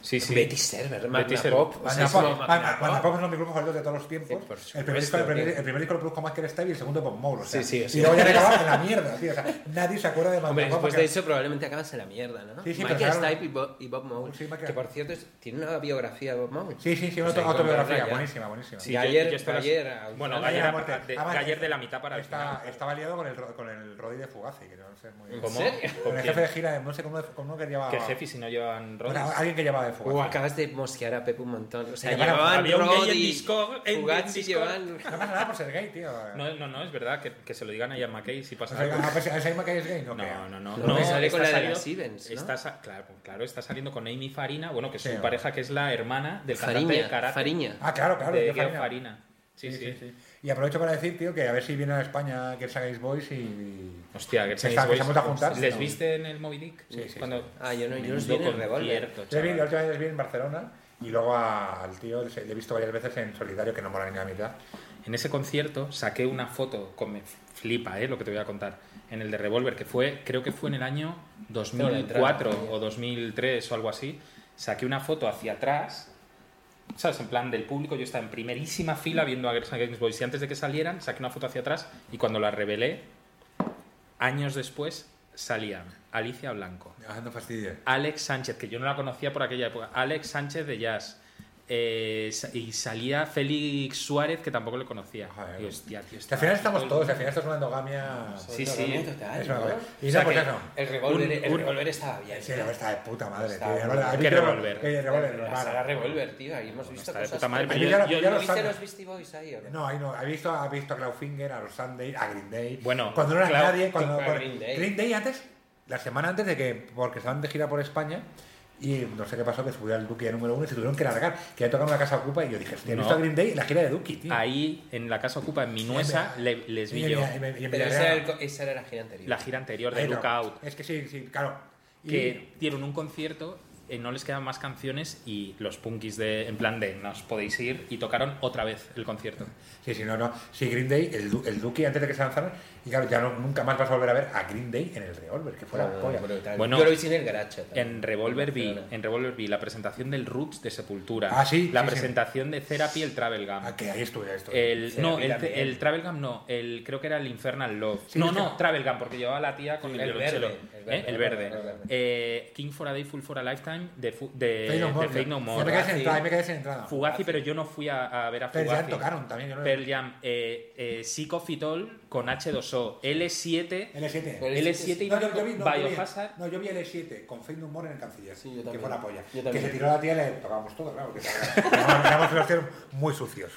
[SPEAKER 3] Sí, sí.
[SPEAKER 1] Betty Server, Magna
[SPEAKER 3] Server.
[SPEAKER 1] Pop. o sea,
[SPEAKER 2] Banda
[SPEAKER 1] es
[SPEAKER 2] Pop,
[SPEAKER 1] como
[SPEAKER 2] Banda-
[SPEAKER 1] Magna Pop.
[SPEAKER 2] Banda Pop es uno de mis grupos favoritos de todos los tiempos.
[SPEAKER 1] Sí, por
[SPEAKER 2] el, primer disco, el,
[SPEAKER 1] supuesto,
[SPEAKER 2] primer,
[SPEAKER 1] tío.
[SPEAKER 2] el primer disco lo produjo más que el Style y el segundo Bob Moore. O sea,
[SPEAKER 1] Sí, sí,
[SPEAKER 2] y
[SPEAKER 1] sí.
[SPEAKER 2] luego ya te acabas en la mierda, tío. O sea, nadie se acuerda de Banda
[SPEAKER 1] Hombre,
[SPEAKER 2] Pop.
[SPEAKER 1] después
[SPEAKER 2] porque-
[SPEAKER 1] de eso probablemente acabas en la mierda, ¿no?
[SPEAKER 2] Sí, sí, pero
[SPEAKER 1] Michael
[SPEAKER 2] claro.
[SPEAKER 1] Stipe y Bob, y Bob Mould,
[SPEAKER 2] Sí, Michael-
[SPEAKER 1] que por cierto es- tiene una biografía de Bob Mould.
[SPEAKER 2] Sí, sí, sí, una
[SPEAKER 1] O sea,
[SPEAKER 2] auto- autobiografía.
[SPEAKER 1] encontrarla pues ya.
[SPEAKER 2] Buenísima, buenísima.
[SPEAKER 1] Sí, Ayer- ayer, a-
[SPEAKER 3] bueno,
[SPEAKER 1] ayer
[SPEAKER 3] ayer,
[SPEAKER 2] a
[SPEAKER 3] a-
[SPEAKER 2] muerte.
[SPEAKER 3] de,
[SPEAKER 2] Además,
[SPEAKER 3] ayer de la mitad para el
[SPEAKER 2] Está,
[SPEAKER 3] final.
[SPEAKER 2] estaba liado con el, ro- con el Roddy de Fugazi, que no sé muy bien.
[SPEAKER 3] ¿Cómo?
[SPEAKER 1] serio?
[SPEAKER 2] Con
[SPEAKER 3] ¿Con
[SPEAKER 2] el jefe de
[SPEAKER 3] quién?
[SPEAKER 2] gira, de- no sé, con uno, de- con uno que llevaba...
[SPEAKER 3] ¿Qué jefe si no llevan
[SPEAKER 2] Bueno,
[SPEAKER 3] rodas?
[SPEAKER 2] alguien que llevaba de Fugazi.
[SPEAKER 1] O acabas de mosquear a Pep un montón. O sea,
[SPEAKER 2] Sí, bueno,
[SPEAKER 1] llevaban
[SPEAKER 3] había un gay en
[SPEAKER 1] Roddy,
[SPEAKER 3] Discord- en- en
[SPEAKER 1] Fugazi,
[SPEAKER 3] Discord.
[SPEAKER 1] llevaban...
[SPEAKER 2] No pasa nada por ser gay, tío. No,
[SPEAKER 3] No, no, no, es verdad que, que se lo digan a Ian McKay si
[SPEAKER 2] o
[SPEAKER 3] pasa
[SPEAKER 2] sea,
[SPEAKER 3] algo.
[SPEAKER 2] ah, pues, ¿a esa misma que es gay? No,
[SPEAKER 3] No,
[SPEAKER 2] creo.
[SPEAKER 3] no, no.
[SPEAKER 1] No, me sale con
[SPEAKER 3] está
[SPEAKER 1] la de las
[SPEAKER 3] salido-
[SPEAKER 1] Evans, ¿no?
[SPEAKER 3] está sa- claro, claro, está saliendo con Amy Farina, bueno, que es
[SPEAKER 2] Sí,
[SPEAKER 3] su
[SPEAKER 2] no.
[SPEAKER 3] pareja, que es la hermana del cantante de
[SPEAKER 1] Fariña,
[SPEAKER 3] karate.
[SPEAKER 1] Fariña.
[SPEAKER 2] Ah, claro, claro.
[SPEAKER 3] de
[SPEAKER 2] yo
[SPEAKER 3] Geo
[SPEAKER 2] Farina.
[SPEAKER 3] Farina. Sí, sí.
[SPEAKER 2] Y aprovecho para decir, tío, que a ver si vienen a España que Gays Boys y- y...
[SPEAKER 3] Hostia, que
[SPEAKER 2] Se está- que se hemos de juntar,
[SPEAKER 3] ¿Les
[SPEAKER 2] ¿no?
[SPEAKER 3] viste en el Moby Dick?
[SPEAKER 2] Sí, sí,
[SPEAKER 3] Cuando-
[SPEAKER 2] sí.
[SPEAKER 1] Ah, yo no, yo los vi
[SPEAKER 3] Menudo
[SPEAKER 1] en el revólver.
[SPEAKER 3] concierto,
[SPEAKER 2] Yo vi- la
[SPEAKER 3] chaval.
[SPEAKER 2] última vez les vi en Barcelona y luego a- al tío le le he visto varias veces en Solidario, que no mola ni la mitad.
[SPEAKER 3] En ese concierto saqué una foto, con, me flipa eh, lo que te voy a contar, en el de Revolver, que fue, creo que fue en el año 2004 o 2003 o algo así. Saqué una foto hacia atrás, ¿sabes? En plan del público, yo estaba en primerísima fila viendo a Girls and Games Boys y antes de que salieran saqué una foto hacia atrás y cuando la revelé, años después, salían Alicia Blanco,
[SPEAKER 2] Ah, no fastidies.
[SPEAKER 3] Alex Sánchez, que yo no la conocía por aquella época, Alex Sánchez de Jazz. eh, sa- y salía Félix Suárez, que tampoco le conocía.
[SPEAKER 2] Joder.
[SPEAKER 3] Y hostia, tío, está-
[SPEAKER 2] Al final estamos todos, al final esto es una endogamia...
[SPEAKER 3] Sí, sí.
[SPEAKER 1] Total, este
[SPEAKER 2] Es una
[SPEAKER 1] ¿no?
[SPEAKER 2] endogamia. Y
[SPEAKER 1] O
[SPEAKER 2] no,
[SPEAKER 1] sea
[SPEAKER 2] pues
[SPEAKER 1] que
[SPEAKER 2] eso.
[SPEAKER 1] El revólver, el
[SPEAKER 3] un-
[SPEAKER 1] revólver estaba bien.
[SPEAKER 2] Sí,
[SPEAKER 1] ¿eh?
[SPEAKER 2] no, está de puta madre,
[SPEAKER 1] Está
[SPEAKER 2] tío.
[SPEAKER 1] bien.
[SPEAKER 2] Ahora, a mí
[SPEAKER 3] ¿Qué
[SPEAKER 2] creo-
[SPEAKER 3] Revolver?
[SPEAKER 2] que el Revolver,
[SPEAKER 1] La
[SPEAKER 2] hermano.
[SPEAKER 1] saga revólver, tío. Ahí hemos visto
[SPEAKER 3] está de
[SPEAKER 1] cosas...
[SPEAKER 3] puta madre,
[SPEAKER 2] pero
[SPEAKER 1] que-
[SPEAKER 2] yo ya-
[SPEAKER 1] yo
[SPEAKER 2] ya
[SPEAKER 1] no
[SPEAKER 2] lo
[SPEAKER 1] viste
[SPEAKER 2] sabía.
[SPEAKER 1] los Beastie Boys ahí, ¿o no?
[SPEAKER 2] No, ahí no. He visto, ha visto a Clawfinger, a los Sunday, a Green Day.
[SPEAKER 3] Bueno,
[SPEAKER 2] cuando no era
[SPEAKER 3] Clau-
[SPEAKER 2] nadie. Cuando,
[SPEAKER 1] a
[SPEAKER 2] cuando-
[SPEAKER 1] Green Day.
[SPEAKER 2] antes, la semana antes de que, porque estaban de gira por España. Y no sé qué pasó, que subió el Duki a número uno y se tuvieron que largar. Que ya tocaron una casa ocupa y yo dije, hostia, he
[SPEAKER 3] No.
[SPEAKER 2] visto a Green Day en la gira de Duki, tío.
[SPEAKER 3] Ahí, en la casa ocupa, en Minuesa,
[SPEAKER 2] Y en-
[SPEAKER 3] le- les vi
[SPEAKER 2] y en-
[SPEAKER 3] yo.
[SPEAKER 2] y en- y en
[SPEAKER 1] Pero
[SPEAKER 2] Villarreal.
[SPEAKER 1] esa era, el co- esa era la gira anterior.
[SPEAKER 3] La gira anterior de
[SPEAKER 2] Ahí no.
[SPEAKER 3] Lookout.
[SPEAKER 2] Es que sí, sí, claro. Y-
[SPEAKER 3] Que dieron un concierto, eh, no les quedaban más canciones y los punkis de, en plan de nos podéis ir y tocaron otra vez el concierto.
[SPEAKER 2] Sí, sí, no, no. Sí, Green Day, el, Du- el Duki antes de que se lanzaran. Y claro, ya no- nunca más vas a volver a ver a Green Day en el Revolver, que fue la
[SPEAKER 1] Ah,
[SPEAKER 2] polla.
[SPEAKER 1] brutal.
[SPEAKER 3] Bueno,
[SPEAKER 1] yo lo vi en el garacho. también.
[SPEAKER 3] En Revolver B,
[SPEAKER 1] Barcelona.
[SPEAKER 3] en Revolver B, la presentación del Roots de Sepultura.
[SPEAKER 2] Ah, sí,
[SPEAKER 3] La
[SPEAKER 2] sí, sí.
[SPEAKER 3] presentación de Therapy, el Travel Gum.
[SPEAKER 2] Ah, que ahí estuve, ahí estuve.
[SPEAKER 3] El,
[SPEAKER 1] Sí,
[SPEAKER 3] no,
[SPEAKER 1] a mí
[SPEAKER 3] el,
[SPEAKER 1] también.
[SPEAKER 3] el Travel Gum no, el, creo que era el Infernal Love.
[SPEAKER 2] Sí,
[SPEAKER 3] no,
[SPEAKER 2] es que-
[SPEAKER 3] no, Travel Gum, porque llevaba la tía con
[SPEAKER 1] Sí,
[SPEAKER 3] el,
[SPEAKER 1] el
[SPEAKER 3] violonchelo.
[SPEAKER 1] verde, el
[SPEAKER 3] ¿Eh?
[SPEAKER 1] verde,
[SPEAKER 3] El
[SPEAKER 1] el
[SPEAKER 3] verde.
[SPEAKER 1] verde, el verde.
[SPEAKER 3] Eh, King for a Day, Full for a Lifetime Time de, fu- de,
[SPEAKER 2] Faith
[SPEAKER 3] de Faith No
[SPEAKER 2] Ya
[SPEAKER 3] More.
[SPEAKER 2] me quedé sin entrada, ya me quedé sin
[SPEAKER 3] Ah,
[SPEAKER 2] entrada.
[SPEAKER 3] Fugazi, pero yo no fui a, a ver a
[SPEAKER 2] Pearl
[SPEAKER 3] Fugazi.
[SPEAKER 2] Jam tocaron también, yo no-
[SPEAKER 3] Pearl Jam, eh, eh, Psicofitol con H2O, L7,
[SPEAKER 2] L7.
[SPEAKER 3] L7 y
[SPEAKER 2] No, yo, yo vi, no, yo vi-
[SPEAKER 3] Biohazard.
[SPEAKER 2] no, yo vi L7 con Fade No More en el canciller.
[SPEAKER 1] Sí, yo
[SPEAKER 2] que
[SPEAKER 1] también.
[SPEAKER 2] fue la polla.
[SPEAKER 1] Yo
[SPEAKER 2] Que
[SPEAKER 1] también.
[SPEAKER 2] se tiró la tía y le tocábamos todo, claro. Porque éramos éramos unos tíos muy sucios.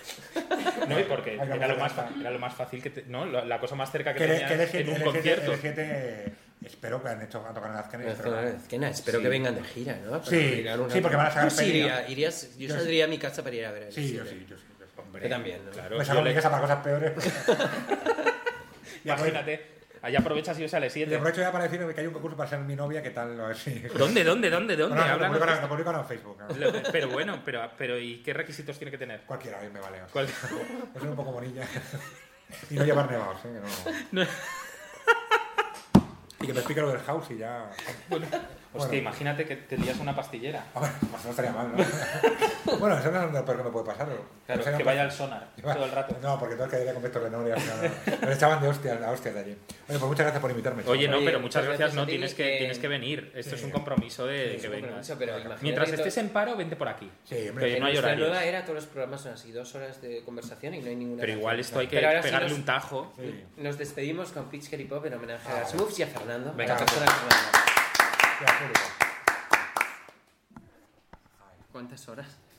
[SPEAKER 3] No, y porque
[SPEAKER 2] Ay, no,
[SPEAKER 3] era lo,
[SPEAKER 2] no,
[SPEAKER 3] más,
[SPEAKER 2] no.
[SPEAKER 3] fa- era lo más fácil que te- ¿no? La, la cosa más cerca que,
[SPEAKER 2] Que, le-
[SPEAKER 3] tenías
[SPEAKER 2] que L7,
[SPEAKER 3] en un
[SPEAKER 2] L7,
[SPEAKER 3] concierto.
[SPEAKER 2] L7, eh, espero que han hecho a tocar en las
[SPEAKER 1] Pero
[SPEAKER 2] canales.
[SPEAKER 1] es una esquena, espero
[SPEAKER 3] Sí.
[SPEAKER 1] que vengan de gira, ¿no? Para
[SPEAKER 2] Sí,
[SPEAKER 1] girar una-
[SPEAKER 2] sí, porque van a sacar
[SPEAKER 1] Tú sí
[SPEAKER 2] peli, ¿no?
[SPEAKER 1] iría- irías- yo,
[SPEAKER 2] Yo sí.
[SPEAKER 1] saldría a mi casa para ir a ver el
[SPEAKER 2] Sí, yo
[SPEAKER 1] cine.
[SPEAKER 2] sí, yo sí. yo sí.
[SPEAKER 3] Hombre,
[SPEAKER 1] Yo también, ¿no?
[SPEAKER 3] Claro,
[SPEAKER 2] Me
[SPEAKER 3] yo
[SPEAKER 2] salgo de
[SPEAKER 3] le-
[SPEAKER 2] mi casa para cosas peores.
[SPEAKER 3] imagínate, allá aprovechas y os sale
[SPEAKER 2] Y
[SPEAKER 3] 7.
[SPEAKER 2] aprovecho ya para decir que hay un concurso para ser mi novia, que tal? A ver si...
[SPEAKER 3] ¿Dónde, dónde, dónde, dónde?
[SPEAKER 2] Bueno, lo
[SPEAKER 3] Háblanos
[SPEAKER 2] publico
[SPEAKER 3] de
[SPEAKER 2] ahora-
[SPEAKER 3] esto.
[SPEAKER 2] lo publico ahora en Facebook. ¿no?
[SPEAKER 3] Lo- Pero bueno, pero, pero ¿y qué requisitos tiene que tener?
[SPEAKER 2] Cualquiera, a mí me vale. o sea.
[SPEAKER 3] ¿Cuál-
[SPEAKER 2] Es un poco bonilla. Y no llevar nevados, ¿eh? que no. Y que me explique lo del house y ya.
[SPEAKER 3] Hostia,
[SPEAKER 2] Bueno.
[SPEAKER 3] imagínate que te lías una pastillera.
[SPEAKER 2] A ver, pues no estaría mal, ¿no? bueno, eso no es lo peor que me puede pasar. ¿no?
[SPEAKER 3] Claro,
[SPEAKER 2] O sea,
[SPEAKER 3] que
[SPEAKER 2] no-
[SPEAKER 3] vaya al sonar todo el rato.
[SPEAKER 2] No, porque todo el que diría con Víctor Lenore y al final. Nos echaban de hostias, a hostias de allí. Oye, pues muchas gracias por invitarme. chaval.
[SPEAKER 3] Oye, no,
[SPEAKER 1] Oye,
[SPEAKER 3] pero
[SPEAKER 1] muchas
[SPEAKER 3] muchas gracias,
[SPEAKER 1] gracias
[SPEAKER 3] no,
[SPEAKER 1] a ti,
[SPEAKER 3] tienes que,
[SPEAKER 1] eh,
[SPEAKER 3] tienes que venir. Esto es un compromiso de, de que
[SPEAKER 1] un
[SPEAKER 3] vengas.
[SPEAKER 1] compromiso, pero imagínate
[SPEAKER 3] Mientras
[SPEAKER 1] que
[SPEAKER 3] estés
[SPEAKER 1] to-
[SPEAKER 3] en paro, vente por aquí.
[SPEAKER 2] Sí, hombre.
[SPEAKER 3] que no
[SPEAKER 1] en
[SPEAKER 3] hay
[SPEAKER 1] nuestra
[SPEAKER 3] horarios.
[SPEAKER 1] nueva era todos los programas son así, dos horas de conversación y no hay ninguna...
[SPEAKER 3] Pero
[SPEAKER 1] canción.
[SPEAKER 3] igual esto hay que
[SPEAKER 1] Pero ahora sí
[SPEAKER 3] pegarle
[SPEAKER 1] nos-
[SPEAKER 3] un tajo.
[SPEAKER 2] Sí.
[SPEAKER 1] Nos despedimos con Pitch Kelly Pop en homenaje
[SPEAKER 2] Ah,
[SPEAKER 1] a Smooths y a Fernando.
[SPEAKER 3] Venga,
[SPEAKER 1] a la persona que nos manda.
[SPEAKER 2] Ya, público.
[SPEAKER 1] ¿Cuántas horas?